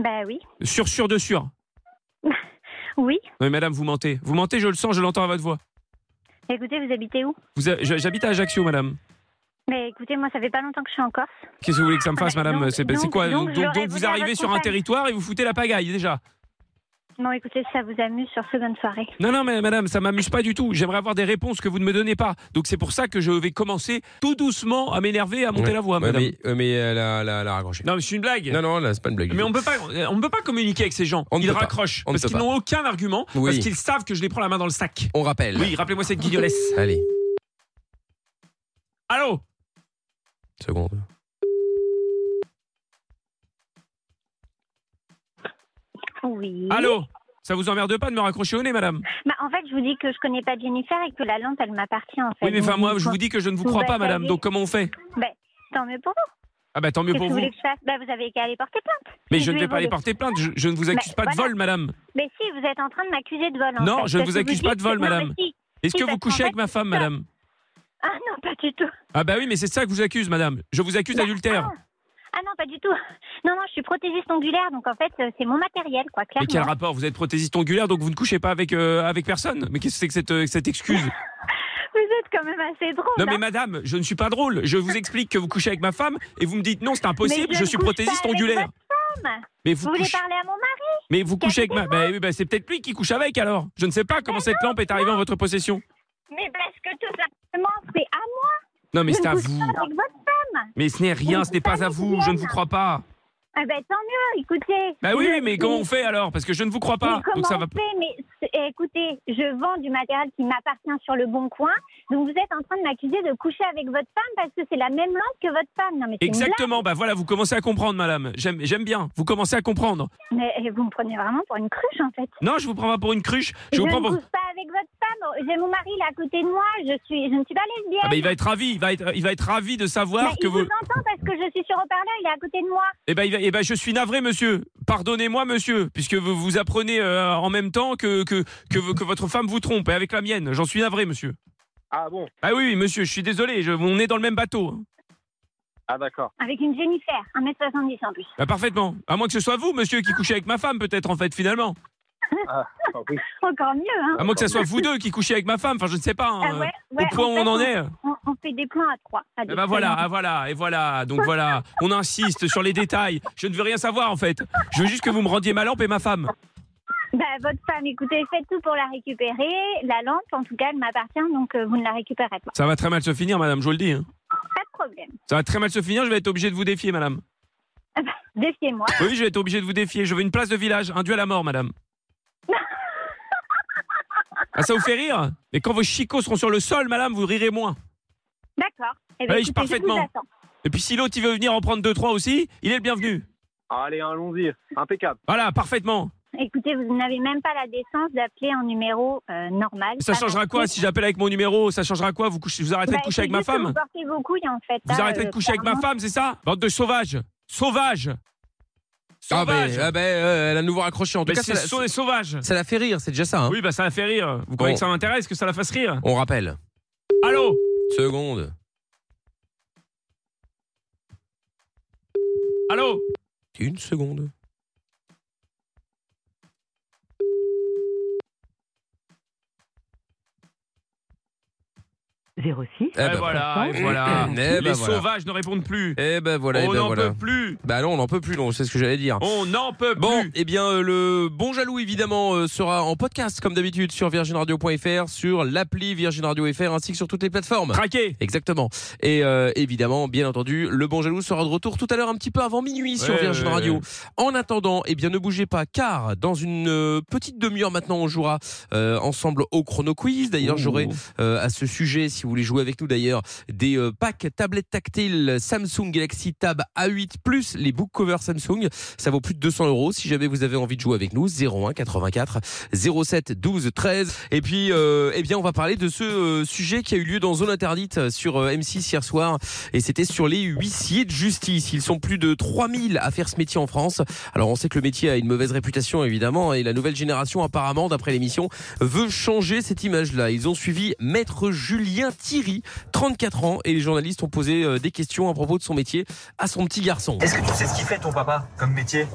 S8: Bah oui.
S5: Sûr, sûr de sûr
S8: Oui.
S5: Non, mais madame, vous mentez. Vous mentez, je le sens, je l'entends à votre voix.
S8: Écoutez, vous habitez où
S5: Vous a- je- J'habite à Ajaccio, madame.
S8: Mais écoutez, moi, ça fait pas longtemps que je suis en Corse.
S5: Qu'est-ce que vous voulez que ça me fasse, madame C'est
S8: Ah, bah, donc-
S5: c'est quoi
S8: donc,
S5: Donc,
S8: j'aurais
S5: donc
S8: voulu
S5: vous
S8: la
S5: arrivez sur un
S8: responsable.
S5: territoire et vous foutez la pagaille, déjà
S8: Bon, écoutez, ça vous amuse sur seconde soirée.
S5: Non, non, mais madame, ça m'amuse pas du tout. J'aimerais avoir des réponses que vous ne me donnez pas. Donc c'est pour ça que je vais commencer tout doucement à m'énerver, à monter
S3: Ouais.
S5: la voix,
S3: Ouais,
S5: madame.
S3: mais- ouais, mais euh, elle a, elle a- elle a raccroché.
S5: Non, mais c'est une blague.
S3: Non, non, là, c'est pas une blague. du
S5: Mais
S3: tout.
S5: on peut pas, euh, on peut pas communiquer avec ces gens.
S3: On ne
S5: ils
S3: peut pas.
S5: raccrochent
S3: On ne
S5: parce
S3: peut
S5: qu'ils
S3: pas.
S5: n'ont aucun argument,
S3: Oui.
S5: parce qu'ils savent que je les prends la main dans le sac.
S3: On rappelle.
S5: Oui, rappelez-moi cette guignolesse.
S3: Allez,
S5: Allô
S3: seconde.
S8: Oui.
S5: Allô Ça vous emmerde pas de me raccrocher au nez, madame
S8: Bah, en fait, je vous dis que je connais pas Jennifer et que la lampe, elle m'appartient, en fait.
S5: Oui, mais enfin,
S8: Donc,
S5: moi, je vous dis que je ne vous crois pas, madame. Donc euh comment on fait
S8: Bah, tant mieux pour vous.
S5: Ah bah tant mieux
S8: Qu'est-ce que
S5: pour
S8: vous
S5: vous.
S8: voulez que je fasse Bah, vous avez qu'à aller porter plainte.
S5: Mais
S8: Si
S5: je ne vais
S8: vais
S5: pas aller
S8: voler.
S5: porter plainte. Je, je ne vous
S8: Bah,
S5: accuse pas de
S8: voilà.
S5: vol, madame.
S8: Mais si, vous êtes en train de m'accuser de vol. en
S5: Non,
S8: fait,
S5: je ne
S8: parce
S5: vous
S8: que
S5: accuse
S8: dites
S5: pas de
S8: que-
S5: vol,
S8: non, mais
S5: madame.
S8: si. Si,
S5: Est-ce que
S8: parce
S5: vous
S8: qu'en
S5: couchez
S8: fait,
S5: avec ma femme,
S8: ça-
S5: madame
S8: Ah non, pas du tout.
S5: Ah bah oui, mais c'est ça que je vous accuse, madame. Je vous accuse d'adultère.
S8: Ah non, pas du tout. Non, non, je suis prothésiste ongulaire, donc en fait, euh, c'est mon matériel, quoi,
S5: Mais
S8: clairement.
S5: quel rapport Vous êtes prothésiste ongulaire, donc vous ne couchez pas avec, euh, avec personne. Mais qu'est-ce que c'est que cette, euh, cette excuse
S8: Vous êtes quand même assez drôle.
S5: Non mais
S8: hein.
S5: madame, je ne suis pas drôle. Je vous explique que vous couchez avec ma femme et vous me dites non, c'est impossible,
S8: Mais
S5: je,
S8: ne
S5: suis
S8: couche pas
S5: prothésiste
S8: avec
S5: ongulaire.
S8: votre femme.
S5: Mais vous
S8: vous voulez
S5: couchez-
S8: parler à mon mari
S5: Mais vous couchez avec ma... Bah, oui, bah, c'est peut-être lui qui couche avec alors. Je ne sais pas comment cette lampe est arrivée en votre possession.
S8: Mais parce que tout simplement, c'est à moi.
S5: Non mais
S8: Je
S5: c'est
S8: ne
S5: à
S8: couche
S5: vous.
S8: pas Avec votre femme.
S5: Mais ce n'est rien, ce n'est pas à vous, je ne vous crois pas.
S8: Ah ben tant mieux, écoutez.
S5: Bah oui,
S8: Je
S5: mais
S8: suis-
S5: comment on fait alors Parce que je ne vous crois pas.
S8: Mais comment
S5: Donc ça va...
S8: on fait mais c'est- eh, écoutez, je vends du matériel qui m'appartient sur le bon coin, donc vous êtes en train de m'accuser de coucher avec votre femme parce que c'est la même lampe que votre femme. Non mais c'est une blague.
S5: Exactement, bah voilà, vous commencez à comprendre madame. J'aime j'aime bien, vous commencez à comprendre.
S8: Mais euh, vous me prenez vraiment pour une cruche en fait.
S5: Non, je vous prends pas pour une cruche, je vous
S8: ne
S5: prends pour...
S8: couche pas avec votre femme. Oh, J'ai mon mari là à côté de moi. Je suis, je ne suis pas lesbienne.
S5: Ah bah, il va être ravi, il va être, il va être ravi de
S8: Mais
S5: savoir que
S8: Bah, il
S5: vous.
S8: vous entend parce que je suis sur haut-parleur. Il est à côté de moi.
S5: Eh ben, il va- eh ben, je suis navré, monsieur. Pardonnez-moi, monsieur, puisque vous vous apprenez euh, en même temps que que, que vo- que votre femme vous trompe et avec la mienne. J'en suis navré, monsieur.
S13: Ah bon
S5: Ah oui, oui, monsieur, je suis désolé. je- on est dans le même bateau. hein.
S13: Ah d'accord.
S8: Avec une Jennifer, 1m70 en plus.
S5: Bah, parfaitement. À moins que ce soit vous, monsieur, qui couchez avec ma femme, peut-être en fait finalement.
S8: Encore mieux, hein
S5: À moins que ce soit vous deux qui couchez avec ma femme. Enfin, je ne sais pas. hein,
S8: Ah ouais, ouais,
S5: au point où
S8: fait,
S5: on en est.
S8: On, on fait des plans à trois. à
S5: Eh
S8: deux.
S5: ben voilà, ah voilà, et voilà, donc voilà, on insiste sur les détails, je ne veux rien savoir en fait, je veux juste que vous me rendiez ma lampe et ma femme.
S8: Bah, votre femme, écoutez, faites tout pour la récupérer. La lampe, en tout cas, elle m'appartient, donc euh, vous ne la récupérez pas.
S5: Ça va très mal se finir madame, je vous le dis, hein.
S8: Pas de problème.
S5: ça va très mal se finir, je vais être obligé de vous défier madame.
S8: Ah bah, Défiez-moi.
S5: Oui, je vais être obligé de vous défier. Je veux une place de village, un duel à mort, madame. Ah, ça vous fait rire Mais quand vos chicots seront sur le sol, madame, vous rirez moins.
S8: D'accord. Eh
S5: Oui,
S8: écoutez, je
S5: parfaitement.
S8: vous attends.
S5: Et puis si l'autre, il veut venir en prendre deux, trois aussi, il est le bienvenu.
S13: Allez, allons-y. Impeccable.
S5: Voilà, parfaitement.
S8: Écoutez, vous n'avez même pas la décence d'appeler un numéro euh, normal.
S5: Ça
S8: Pas
S5: changera quoi si j'appelle avec mon numéro Ça changera quoi vous, couchez- vous arrêterez
S8: Bah,
S5: de coucher avec
S8: c'est
S5: ma
S8: juste que Vous
S5: femme
S8: portez vos couilles, en fait.
S5: Vous
S8: hein,
S5: arrêterez de
S8: euh,
S5: coucher avec ma
S8: clairement.
S5: femme, c'est ça Bande de sauvages Sauvages
S3: Ah ben,
S5: Sauvages
S3: ah ben, euh, elle a nouveau raccroché. En tout
S5: Mais
S3: cas,
S5: c'est
S3: ça, la-
S5: sau- sauvage
S3: ça la fait rire, c'est déjà ça. hein.
S5: Oui, bah ça la fait rire. Vous croyez que ça m'intéresse, que ça la fasse rire
S3: On rappelle.
S5: Allô
S3: Seconde.
S5: Allô
S3: Une seconde. Eh
S5: Et
S3: ben
S5: voilà, et voilà.
S3: Eh
S5: Les
S3: ben voilà.
S5: sauvages ne répondent plus.
S3: Eh ben voilà, eh
S5: on
S3: ben
S5: n'en
S3: voilà.
S5: peut plus.
S3: Bah non, on n'en peut plus, non, c'est ce que j'allais dire.
S5: On n'en peut plus.
S3: Bon, eh bien, euh, le Bon Jaloux, évidemment, euh, sera en podcast, comme d'habitude, sur virginradio.fr, sur l'appli Virgin Radio FR, ainsi que sur toutes les plateformes.
S5: Traqué.
S3: Exactement. Et euh, évidemment, bien entendu, le Bon Jaloux sera de retour tout à l'heure, un petit peu avant minuit, sur
S5: Ouais,
S3: Virgin
S5: ouais,
S3: Radio.
S5: ouais.
S3: En attendant, eh bien, ne bougez pas, car dans une euh, petite demi-heure maintenant, on jouera euh, ensemble au Chrono Quiz. D'ailleurs, j'aurai euh, à ce sujet, si vous voulez jouer avec nous d'ailleurs, des euh, packs tablettes tactiles Samsung Galaxy Tab A8 Plus, les book covers Samsung. Ça vaut plus de 200 euros. Si jamais vous avez envie de jouer avec nous, 01 84 07 12 13. Et puis, euh, eh bien, on va parler de ce euh, sujet qui a eu lieu dans Zone Interdite euh, sur euh, M6 hier soir. Et c'était sur les huissiers de justice. Ils sont plus de 3000 à faire ce métier en France. Alors, on sait que le métier a une mauvaise réputation, évidemment. Et la nouvelle génération, apparemment, d'après l'émission, veut changer cette image-là. Ils ont suivi Maître Julien Thierry, 34 ans. Et les journalistes ont posé euh, des questions à propos de son métier à son petit garçon.
S14: Est-ce que tu sais ce qu'il fait ton papa comme métier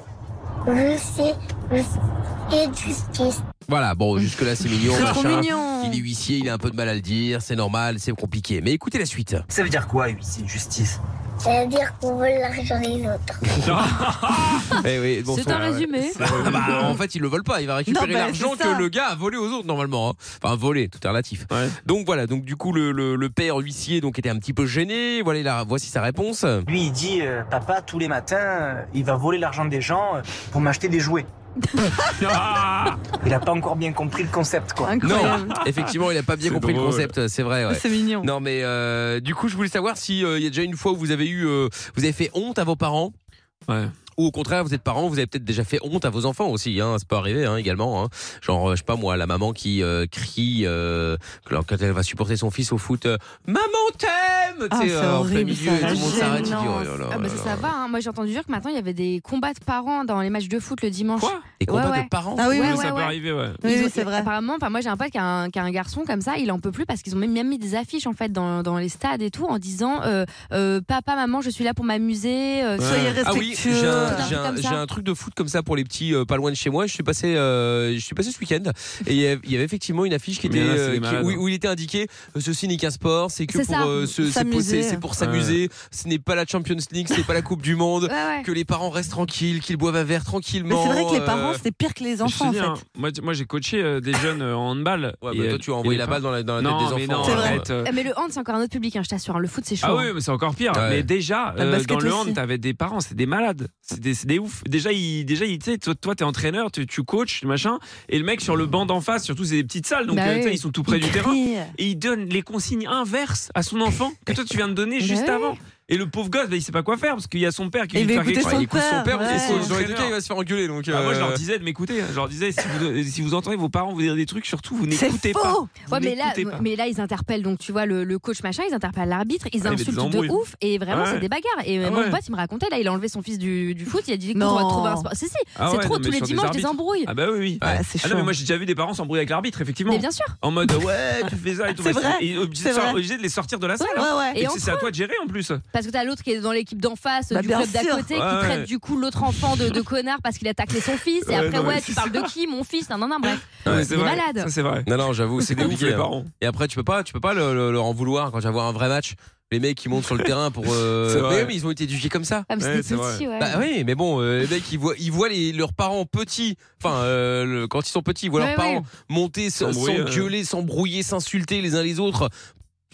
S15: Je sais, je sais, et justice.
S3: Voilà, bon, jusque-là c'est mignon.
S14: C'est trop
S3: machin.
S14: mignon.
S3: Il est huissier, il a un peu de mal à le dire, c'est normal, c'est compliqué. Mais écoutez la suite.
S14: Ça veut dire quoi, huissier de justice
S15: Ça veut dire qu'on vole l'argent des autres.
S3: Eh oui, bon,
S15: C'est
S3: son-
S15: un résumé.
S3: Ah ouais. Bah, en fait, il le vole pas, il va récupérer
S15: Non, bah,
S3: l'argent
S15: c'est ça.
S3: que le gars a volé aux autres normalement. hein. Enfin, volé, tout est relatif. Donc voilà, donc du coup le, le- le père huissier donc était un petit peu gêné. Voilà, il a- voici sa réponse.
S14: Lui, il dit euh, Papa, tous les matins, euh, il va voler l'argent des gens euh, pour m'acheter des jouets.
S5: Ah
S14: il a pas encore bien compris le concept, quoi.
S3: Non, effectivement, il a pas bien
S14: C'est
S3: compris le
S14: drôle.
S3: concept, c'est vrai. ouais.
S14: C'est mignon.
S3: Non, mais euh, du coup, je voulais savoir si euh, il y a déjà une fois où vous avez eu, euh, vous avez fait honte à vos parents. Ou au contraire, vous êtes parents, vous avez peut-être déjà fait honte à vos enfants aussi. Hein, c'est pas arrivé hein, également. hein. Genre, euh, je sais pas moi, la maman qui euh, crie euh, quand quand elle va supporter son fils au foot. euh, Maman t'aime
S14: Ah,
S3: Tu sais, euh, en plein milieu, tout le monde s'arrête, il dit, oh là là
S6: Ah bah
S3: là
S6: ça,
S3: là.
S6: ça va, hein. moi j'ai entendu dire que maintenant il y avait des combats de parents dans les matchs de foot le dimanche.
S3: Des combats
S6: Ouais,
S3: de
S6: ouais.
S3: parents
S4: Ah
S6: Ouais, ouais,
S5: ça peut
S6: ouais.
S5: arriver, ouais.
S6: Ils ont- Apparemment, enfin moi j'ai un pote qui a un, qui a un garçon comme ça, il en peut plus parce qu'ils ont même, même mis des affiches en fait dans, dans les stades et tout en disant euh, euh, papa maman je suis là pour m'amuser, euh, soyez
S3: Ah oui,
S6: respectueux.
S3: j'ai
S6: Tout un
S3: un,
S6: truc
S3: j'ai un-
S6: comme ça.
S3: j'ai un truc de foot comme ça pour les petits euh, pas loin de chez moi. Je suis passé, euh, je suis passé ce week-end et il y avait- il y avait effectivement une affiche qui
S5: Mais
S3: était,
S5: là, c'est
S3: euh,
S5: des
S3: qui-
S5: malades,
S3: où,
S5: hein.
S3: où il était indiqué euh, ceci n'est qu'un sport, c'est que
S5: C'est
S3: pour
S5: ça,
S3: euh, se- c'est pour
S5: s'amuser.
S3: c'est- c'est pour
S5: Ouais.
S3: s'amuser. Ce n'est pas la Champions League, ce n'est pas la Coupe du Monde.
S4: Ouais, ouais.
S3: Que les parents restent tranquilles, qu'ils boivent un verre
S4: Mais
S3: tranquillement.
S4: c'est vrai que les
S3: euh,
S4: parents, c'était pire que les
S5: Je te
S4: enfants en
S5: dis, hein,
S4: fait.
S5: moi, moi, j'ai coaché euh, des jeunes euh, en handball.
S3: Ouais,
S5: Et,
S3: bah, toi,
S5: euh,
S3: tu as envoyé
S5: et
S3: la
S5: les
S3: balle dans la- dans la tête
S5: Non,
S3: des
S5: mais
S3: enfants,
S5: non,
S3: C'est vrai.
S5: arrête, euh,
S6: Eh, Mais le hand c'est encore un autre public, hein, je t'assure, le foot c'est chaud.
S5: Ah oui,
S6: hein.
S5: mais c'est encore pire.
S3: Ouais.
S5: Mais déjà,
S3: Le
S5: euh,
S3: basket
S5: dans le
S3: aussi.
S5: hand, t'avais des parents, c'est des malades. C'est des, c'est des ouf. Déjà, il, déjà il, tu sais, toi, toi, t'es entraîneur, tu, tu coaches, machin. Et le mec sur
S3: Mmh.
S5: le banc d'en face, surtout, c'est des petites salles, donc
S3: Bah
S5: euh,
S3: oui.
S5: tu sais, ils sont tout près
S3: Il
S5: du
S3: crie.
S5: terrain. Et il donne les consignes inverses à son enfant que toi, tu viens de donner juste
S3: Bah oui.
S5: avant. Et le pauvre gosse, bah, il sait pas quoi faire parce qu'il y a son père qui
S3: Et il
S5: lui
S3: va
S5: fait quelque
S3: écouter
S5: chose.
S3: son
S5: Ouais, il écoute son
S3: père,
S5: père, mais
S3: ouais.
S5: c'est son Bah,
S3: Dans les deux cas, il va se faire engueuler, donc, euh,
S5: moi, je leur disais de m'écouter. hein. Je leur disais, si vous, si vous entendez vos parents vous dire des trucs, surtout, vous n'écoutez pas. Vous
S6: Ouais, mais là,
S5: n'écoutez pas.
S6: mais là, ils interpellent donc tu vois le, le coach machin, ils interpellent l'arbitre, ils
S5: Ah, il y avait des
S6: insultent de
S5: embrouilles.
S6: ouf et vraiment
S5: Ah ouais.
S6: c'est des bagarres. Et
S5: Ah
S6: mon
S5: ouais.
S6: pote il me racontait là, il a enlevé son fils du, du foot, il a dit qu'on
S5: Non.
S6: va trouver un sport. Si si,
S5: Ah
S6: c'est
S5: ouais,
S6: trop
S5: non, mais
S6: tous les
S5: sur
S6: dimanches des
S5: arbitres.
S6: embrouilles.
S5: Ah bah oui, oui.
S6: c'est
S5: Ah non,
S6: chaud.
S5: mais moi j'ai déjà vu des parents s'embrouiller avec l'arbitre, effectivement.
S6: Mais bien sûr.
S5: En mode ouais, tu fais ça et tout.
S6: C'est
S5: machin.
S6: vrai,
S5: Et obligé,
S6: c'est
S5: de, sor-
S6: vrai.
S5: obligé de les sortir de la salle.
S6: Ouais,
S5: hein.
S6: ouais, ouais.
S5: Et,
S6: Et
S5: c'est c'est à toi de gérer en plus.
S6: Parce que t'as l'autre qui est dans l'équipe d'en face
S5: Bah,
S6: du
S5: bien
S6: club d'à
S5: sûr.
S6: côté qui
S5: Ouais,
S6: traite
S5: ouais.
S6: du coup l'autre enfant de, de connard parce qu'il a taclé son fils et
S3: Ouais,
S6: après
S3: non, mais
S6: ouais
S3: c'est
S6: tu parles de qui mon fils non non non bref
S3: Ouais,
S6: c'est des malades.
S5: vrai.
S3: Non, non, j'avoue, c'est
S5: C'est ouf,
S3: compliqué.
S5: les
S3: hein.
S5: parents.
S3: Et après, tu peux pas, tu peux pas le- le- leur en vouloir quand tu vas voir un vrai match. Les mecs qui montent sur le terrain pour. euh,
S5: C'est vrai.
S3: mais, oui, mais ils ont été éduqués comme ça.
S5: Ah, mais c'était Ouais, c'est petit, vrai. ouais.
S3: Bah oui, mais bon, euh, les mecs ils voient, ils voient les- leurs parents petits. Enfin, euh, le- quand ils sont petits, ils voient
S5: Ouais,
S3: leurs parents
S5: ouais.
S3: monter, s-
S5: S'embrouiller,
S3: s'engueuler, s'embrouiller, s'insulter les uns les autres.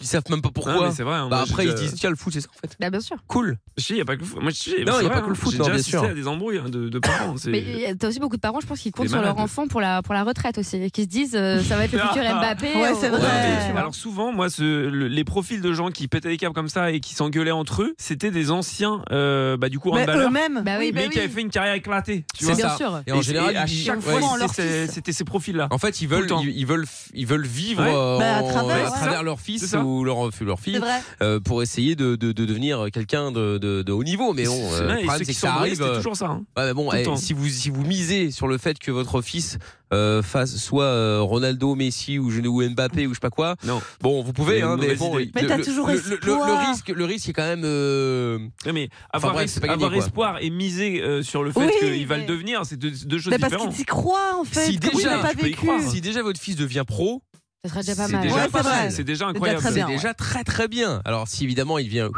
S3: Ils savent même pas
S5: Ah,
S3: pourquoi.
S5: mais c'est vrai, hein,
S3: bah
S5: moi, j'ai
S3: après, ils se
S5: déjà-
S3: disent tiens, le foot, c'est ça en fait.
S6: Bah bien sûr.
S3: Cool.
S5: Si, y a pas que le foot. Moi, si,
S3: Non,
S5: c'est
S3: y a
S5: vrai,
S3: pas que le
S5: hein.
S3: foot,
S5: J'ai
S3: non,
S5: déjà
S3: bien
S5: assisté
S3: sûr.
S5: à des embrouilles hein, de, de parents. c'est-
S6: Mais euh, t'as aussi beaucoup de parents, je pense, qui comptent
S5: Des
S6: sur leur
S5: malades.
S6: enfant pour la, pour la retraite aussi, et qui se disent euh, ça va être le futur Mbappé.
S4: Ouais,
S6: ou-
S4: c'est
S6: ou-
S5: Ah,
S4: vrai.
S6: tu vois.
S5: Alors souvent, moi, ce- le- les profils de gens qui pétaient les câbles comme ça et qui s'engueulaient entre eux, c'était des anciens, euh, bah du coup,
S4: Mais
S5: handballeurs,
S4: eux-mêmes. Bah oui,
S5: mais
S4: bah
S5: qui
S4: oui.
S5: avaient fait une carrière éclatée. Tu
S3: C'est
S5: vois
S3: ça. Bien sûr.
S5: Et
S3: Et en général,
S5: et à
S3: ils-
S5: chaque
S3: ouais,
S5: fois,
S3: ils- leur
S5: c'était
S3: fils.
S5: c'était ces profils-là.
S3: En fait, ils
S5: Tout
S3: veulent,
S5: le temps.
S3: ils, ils veulent, f- ils veulent vivre
S5: Ouais.
S3: euh,
S5: Bah, à
S3: en-
S5: travers, ouais.
S3: leur
S5: C'est
S3: fils
S5: ça.
S3: ou leur, leur fille
S5: C'est vrai.
S3: euh, pour essayer de, de- de devenir quelqu'un de, de- de haut niveau. Mais bon,
S5: C'est-
S3: euh,
S5: ouais,
S3: le
S5: et
S3: problème,
S5: ceux
S3: c'est que
S5: qui
S3: ça
S5: sont
S3: arrive.
S5: mauvais, c'était
S3: euh,
S5: toujours ça, hein.
S3: ouais, mais bon,
S5: Tout le
S3: eh,
S5: temps.
S3: si vous si vous misez sur le fait que votre fils euh, fasse soit euh, Ronaldo, Messi ou, je ne- ou Mbappé ou je sais pas quoi, bon, vous pouvez.
S5: C'est une
S3: hein, mais
S5: mauvaise
S3: bon,
S5: idée.
S3: le-
S5: Mais t'as
S3: le-
S5: toujours
S3: le, le,
S5: espoir.
S3: le risque, le risque est quand même. euh,
S5: Mais
S3: enfin,
S5: avoir,
S3: bref,
S5: es-
S3: c'est pas gagné,
S5: avoir
S3: quoi.
S5: espoir et miser euh, sur le fait
S3: Oui,
S5: qu'il va le devenir, c'est deux, deux choses
S4: Mais parce
S5: différentes.
S4: qu'ils y croient en fait.
S5: Si
S4: comme il
S5: déjà,
S4: n'a pas
S5: tu peux y
S4: vécu.
S5: croire.
S3: Si déjà votre fils devient pro,
S6: Ça serait déjà pas
S3: c'est
S6: mal.
S3: déjà pas mal.
S5: C'est déjà
S3: C'est
S5: incroyable.
S3: déjà très très bien. Alors si évidemment il vient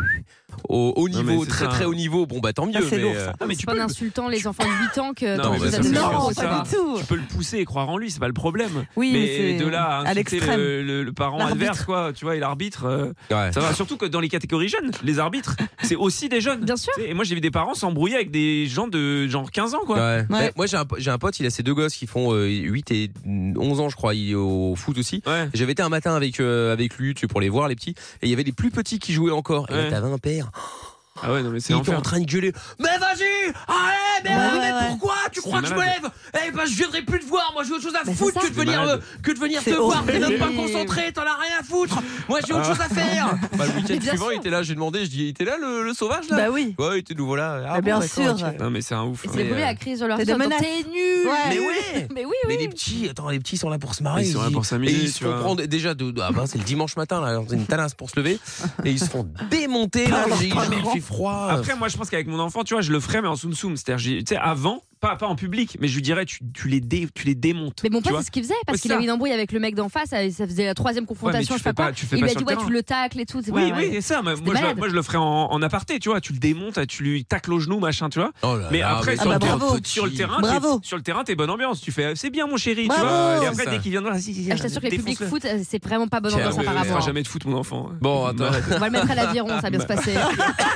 S3: au haut
S5: Non, mais
S3: niveau,
S5: c'est
S3: très
S5: ça. hein.
S3: très haut niveau, bon bah tant
S5: Ah,
S3: mieux. mais, euh,
S6: c'est pas en insultant les enfants de 8 ans que
S5: Non, mais
S6: tu les
S5: bah,
S6: as
S5: ça, c'est
S6: des
S5: sûr,
S6: enfants,
S5: c'est
S6: quoi.
S5: ça. Tu peux le pousser et croire en lui, c'est pas le problème.
S6: Oui, mais
S5: mais
S6: c'est
S5: de là à
S6: à
S5: insulter
S6: l'extrême.
S5: le, le- le parent
S6: L'arbitre.
S5: adverse, quoi, tu vois, et l'arbitre, euh, ça va. Surtout que dans les catégories jeunes, les arbitres, c'est aussi des jeunes. Bien sûr. Et moi, j'ai vu des parents s'embrouiller avec des gens de genre 15 ans, quoi.
S3: Ouais. Bah, moi, j'ai un, po- j'ai un pote, il a ses deux gosses qui font euh, 8 et 11 ans, je crois, il est au foot aussi. J'avais été un matin avec, euh, avec lui, tu sais, pour les voir, les petits, et il y avait les plus petits qui jouaient encore. Et là,
S5: Ouais.
S3: t'avais un père.
S5: Ah ouais, non, mais
S3: c'est Il était en train de gueuler. Mais vas-y Arrête Mais, mais pourquoi Tu crois que je me
S5: malade.
S3: lève Eh ben, je viendrai plus te voir. Moi, j'ai autre chose à
S5: Mais
S3: foutre
S5: Bah, c'est
S3: que
S5: ça.
S3: de venir,
S5: C'est
S3: euh,
S5: malade.
S3: que de venir te
S5: C'est
S3: voir. T'es même
S5: horrible.
S3: pas concentré, t'en as rien à foutre. Moi, j'ai autre
S5: Ah.
S3: chose à faire. Bah, le
S5: Mais
S3: week-end
S5: bien
S3: suivant,
S5: sûr.
S3: il était là. J'ai demandé, je dis, il était là le, le sauvage là
S5: Bah oui.
S3: Ouais, il était nouveau là. Ah
S5: Mais
S3: bon,
S5: bien
S3: d'accord,
S5: sûr.
S3: ok.
S5: Non, mais c'est un ouf.
S6: C'est les
S3: Mais,
S6: premiers
S3: euh,
S6: à crier sur leur
S4: c'est des
S6: son, attends,
S4: menaces.
S6: T'es nul
S4: Ouais.
S3: Mais ouais.
S6: Mais oui,
S3: Mais les petits, attends, les petits sont là pour se marrer.
S5: Ils sont là
S3: y-
S5: pour s'amuser,
S3: Et Ah, ils se
S5: tu
S3: font
S5: vois.
S3: prendre déjà. De, ah ben, c'est le dimanche matin là, on faisait une talasse pour se lever et ils se font démonter. Là, j'ai il fait froid.
S5: Après, moi, je pense qu'avec mon enfant, tu vois, je le ferais, mais en soum soum. C'est-à-dire, j'ai- tu sais, avant, pas, pas en public, mais je lui dirais, tu, tu les, dé- tu les démontes.
S6: Mais mon
S5: tu
S6: pote,
S5: vois.
S6: c'est ce qu'il faisait parce
S5: Ouais,
S6: qu'il
S5: ça.
S6: avait une embrouille avec le mec d'en face, ça ça faisait la troisième confrontation,
S5: tu
S6: je sais
S5: fais
S6: pas
S5: pas-
S6: quoi.
S5: tu fais
S6: il
S5: pas
S6: lui a
S5: sur
S6: dit
S5: le
S6: ouais,
S5: terrain.
S6: tu le tacles et tout. c'est-
S5: Oui,
S6: ouais,
S5: oui,
S6: ouais.
S5: c'est ça. Moi,
S6: C'était
S5: moi, je, le-
S6: malade.
S5: moi, je le ferais en, en aparté, tu vois. Tu le démontes, tu lui tacles au genou, machin, tu vois.
S3: là
S5: mais
S3: là,
S5: après,
S3: mais
S5: sur,
S3: ah
S5: le
S3: bah
S5: terrain,
S3: bravo.
S5: t'es- sur le terrain,
S3: Bravo.
S5: t'es- sur le terrain, t'es bonne ambiance. Tu fais, "Ah, c'est bien, mon chéri, tu
S6: Bravo.
S5: vois. euh, Et
S6: Ouais,
S5: après,
S6: c'est
S5: dès
S6: ça.
S5: qu'il viendra, si, si, si,
S6: Ah, je t'assure que les publics
S5: défonce-le.
S6: foot, euh, c'est vraiment pas bonne ambiance
S5: Tiens,
S6: par
S5: mais il fera
S6: rapport.
S5: jamais de foot, mon enfant.
S3: Bon, attends.
S6: On va le mettre à l'aviron, ça va bien se passer.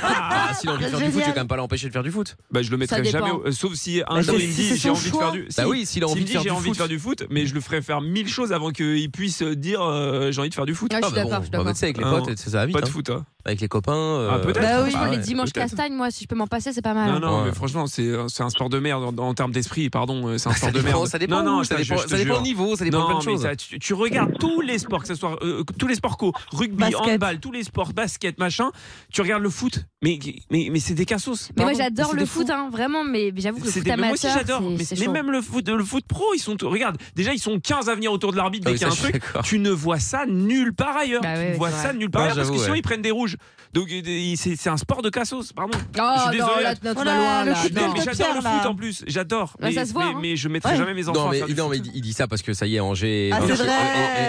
S3: Ah, s'il a envie de faire du foot, je vais
S6: Génial.
S3: quand même pas l'empêcher de faire du foot.
S5: Bah, je le mettrais
S6: dépend. Bah,
S5: jamais, au- euh, sauf si un
S3: Mais
S5: jour
S3: c'est-
S5: il me
S3: si
S5: dit
S3: c'est
S5: j'ai
S3: son
S5: envie de faire
S3: choix.
S5: du.
S3: Bah oui, s'il a
S5: me
S3: envie de
S5: dit,
S3: faire
S5: j'ai
S3: du
S5: envie de
S3: foot.
S5: faire du foot, mais je le ferais faire mille choses avant qu'il puisse dire euh, j'ai envie de faire du foot.
S6: Ah, je suis d'accord, je suis d'accord.
S3: bah, tu sais, avec les
S5: Ah,
S3: potes,
S5: non.
S3: ça va vite,
S5: Pas de
S3: hein.
S5: foot, hein.
S3: Avec les copains. euh,
S5: Ah, peut-être.
S6: Bah oui,
S5: Ah,
S6: les
S5: ouais,
S6: dimanches
S5: peut-être.
S6: castagne, moi, si je peux m'en passer, c'est pas mal.
S5: Non,
S6: hein.
S5: non, mais franchement, c'est euh, c'est un sport de merde en, en termes d'esprit, pardon. euh, C'est un sport de
S3: dépend,
S5: merde.
S3: ça dépend
S5: non, non,
S3: où, ça
S5: je- je
S3: dépend-
S5: te
S3: ça dépend
S5: jure.
S3: du niveau, ça dépend de
S5: non,
S3: plein de
S5: mais
S3: choses.
S5: ça, tu, tu regardes tous les sports, que ce soit euh, tous les sports co, rugby,
S6: Basket.
S5: handball, tous les sports, basket, machin. Tu regardes le foot, mais, mais, mais c'est des cassos.
S6: Mais moi,
S5: pardon,
S6: j'adore
S5: c'est
S6: le
S5: des
S6: foot,
S5: fous.
S6: hein, vraiment, mais mais j'avoue que le
S5: C'est
S6: foot
S5: des- mais moi aussi
S6: amateur.
S5: j'adore,
S6: c'est-
S5: mais,
S6: c'est
S5: mais
S6: chaud.
S5: même le foot, le foot pro, ils sont. Regarde, déjà ils sont 15 à venir autour de l'arbitre
S3: Ah
S5: dès
S3: oui,
S5: qu'il y
S3: ça,
S5: a un
S3: je suis
S5: truc.
S3: d'accord.
S5: Tu ne vois ça nulle part ailleurs.
S6: Bah
S5: tu
S6: ouais,
S5: ne
S6: ouais,
S5: vois
S6: c'est
S5: ça
S6: vrai.
S5: nulle part
S3: Ouais,
S5: ailleurs parce que
S3: j'avoue,
S5: sinon
S3: ouais.
S5: ils prennent des rouges. Donc euh, des- c'est c'est un sport de cassos, pardon.
S6: Oh,
S5: je suis
S6: non,
S5: désolé.
S6: là, tu vas- tu vas loin, là.
S5: Je suis désolé,
S6: Non.
S5: mais j'adore le
S6: Pierre,
S5: foot
S6: là.
S5: en plus, j'adore.
S6: Là,
S5: mais,
S6: ça se voit,
S5: mais-
S6: hein.
S5: mais je mettrai jamais mes enfants
S3: Non,
S5: à
S3: mais,
S5: faire du
S3: non, mais il, il dit ça parce que ça y est, Angers.
S5: Ah, c'est
S3: Angers-
S5: vrai.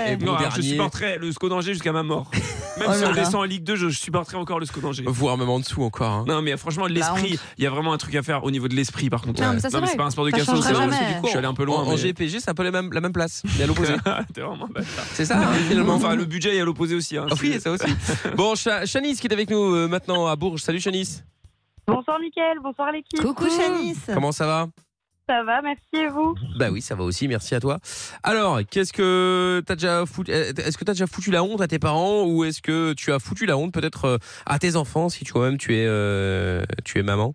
S3: est- est- est bon
S5: Non, alors, je
S3: dernier.
S5: supporterai le SCO d'Angers jusqu'à ma mort. Même
S3: Oh
S5: si
S3: là
S5: on
S3: là.
S5: descend en Ligue 2, je, je supporterai encore le SCO d'Angers.
S3: Voire même en dessous encore. hein.
S5: Non mais franchement l'esprit, il y a vraiment un truc à faire au niveau de l'esprit par contre.
S3: Non, mais ça, c'est
S5: c'est
S3: vrai.
S5: pas un sport de
S3: Ça
S5: cassos,
S3: changera
S5: c'est-
S3: jamais.
S5: je suis allé un peu loin. Ah,
S3: En- en GPG, c'est un peu la même, la même place. Il y a l'opposé.
S5: T'es vraiment bâtard.
S3: C'est ça, hein, finalement. Ah
S5: Enfin, le budget est à l'opposé aussi. Hein.
S3: Oui, ça aussi. Bon, Cha- Chanis qui est avec nous euh, maintenant à Bourges. Salut Chanis.
S16: Bonsoir Mickaël, bonsoir l'équipe.
S4: Coucou Chanis.
S3: Comment ça va
S16: Ça va, merci et vous
S3: Bah oui, ça va aussi, merci à toi. Alors, qu'est-ce que t'as déjà foutu euh, Est-ce que t'as déjà foutu la honte à tes parents ou est-ce que tu as foutu la honte peut-être euh, à tes enfants si tu quand même tu es euh, tu es maman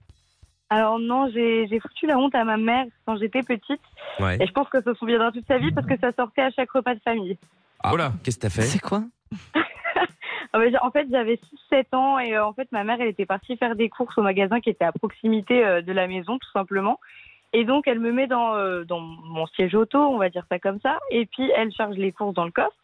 S16: Alors non, j'ai j'ai foutu la honte à ma mère quand j'étais petite.
S3: Ouais.
S16: Et je pense que ça se souviendra toute sa vie parce que ça sortait à chaque repas de famille.
S3: Voilà. Ah, Qu'est-ce que t'as fait C'est
S4: quoi
S16: Ah ben, j'ai- en fait, j'avais 6-7 ans et euh, en fait, ma mère, elle était partie faire des courses au magasin qui était à proximité euh, de la maison, tout simplement. Et donc, elle me met dans, euh, dans mon siège auto, on va dire ça comme ça. Et puis, elle charge les courses dans le coffre.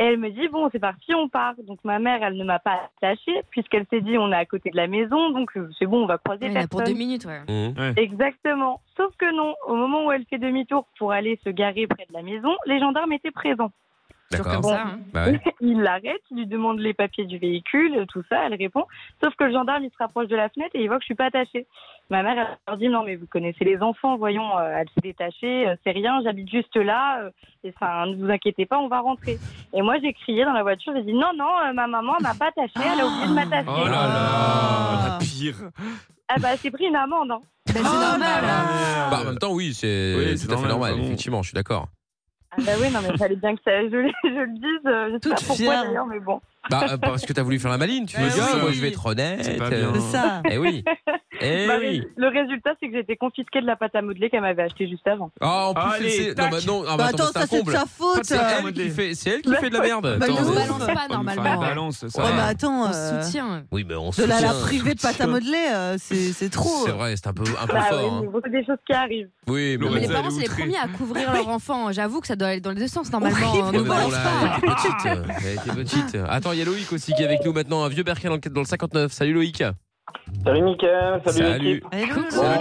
S16: Et elle me dit, bon, c'est parti, on part. Donc, ma mère, elle ne m'a pas attachée puisqu'elle s'est dit, on est à côté de la maison, donc euh, c'est bon, on va croiser
S6: Ouais, il y en a
S16: personne.
S6: pour deux minutes, ouais.
S16: Exactement. Sauf que non, au moment où elle fait demi-tour pour aller se garer près de la maison, les gendarmes étaient présents.
S3: D'accord.
S16: Bon.
S3: Bah ouais.
S16: Il l'arrête, il lui demande les papiers du véhicule, tout ça, elle répond. Sauf que le gendarme, il se rapproche de la fenêtre et il voit que je suis pas attachée. Ma mère, elle leur dit Non, mais vous connaissez les enfants, voyons, euh, elle s'est détachée, euh, c'est rien, j'habite juste là, euh, et ça, ne vous inquiétez pas, on va rentrer. Et moi, j'ai crié dans la voiture, j'ai dit Non, non, euh, ma maman elle m'a pas attachée, elle a oublié de m'attacher.
S5: Oh là là, la pire.
S16: Ah bah, c'est pris une amende, hein.
S3: Bah, en même temps, oui, c'est
S5: Oui,
S3: tout
S5: c'est
S3: à fait
S5: normal,
S3: normal.
S5: vraiment.
S3: Effectivement, je suis d'accord.
S16: Ah bah oui, non, mais fallait bien que ça, je, le- je le dise. euh, Je sais pas pourquoi
S4: fière.
S16: d'ailleurs, mais bon.
S3: Bah, euh, parce que t'as voulu faire la maline, tu
S16: Eh
S3: veux dire,
S16: oui.
S3: moi je vais être honnête.
S5: C'est pas bien.
S16: C'est ça.
S3: Eh oui. Eh
S16: Bah,
S3: oui.
S16: Le résultat, c'est que j'étais confisquée de la pâte à modeler qu'elle m'avait achetée juste avant.
S3: Ah, en plus,
S5: Allez,
S3: c'est. c'est-
S5: tac.
S3: mais non, ah,
S16: Bah,
S3: bah,
S16: attends,
S3: attends, c'est
S16: ça,
S3: un
S16: c'est de
S3: comble.
S16: sa faute,
S3: C'est
S16: euh.
S3: elle, qui fait- c'est elle qui fait de la merde.
S4: Bah, il
S3: Attends,
S4: ne se
S3: euh,
S4: balance pas,
S3: faut nous
S4: normalement.
S3: faire une
S5: balance, ça.
S4: Ouais,
S3: va.
S4: bah attends,
S6: On
S4: euh,
S6: soutient.
S3: Oui, mais on
S4: De la, la
S3: soutient.
S4: privée de pâte à modeler, euh, c'est c'est trop.
S3: C'est vrai, c'est un peu, un peu
S16: Bah
S3: fort.
S16: oui,
S3: hein.
S16: mais bon, c'est des choses qui arrivent.
S3: Oui, mais
S6: Non,
S3: bon.
S6: mais les parents, c'est les premiers à couvrir leur enfant. J'avoue que ça doit aller dans les deux sens, normalement.
S3: Ouais, mais
S6: Donc,
S3: bon,
S6: balance
S3: là,
S6: pas.
S3: elle était petite. euh, Elle était petite. Attends, il y a Loïc aussi qui est avec nous maintenant, un vieux berquet dans le, dans le 59. Salut Loïc.
S17: Salut Mickaël, salut, l'équipe.
S3: Salut,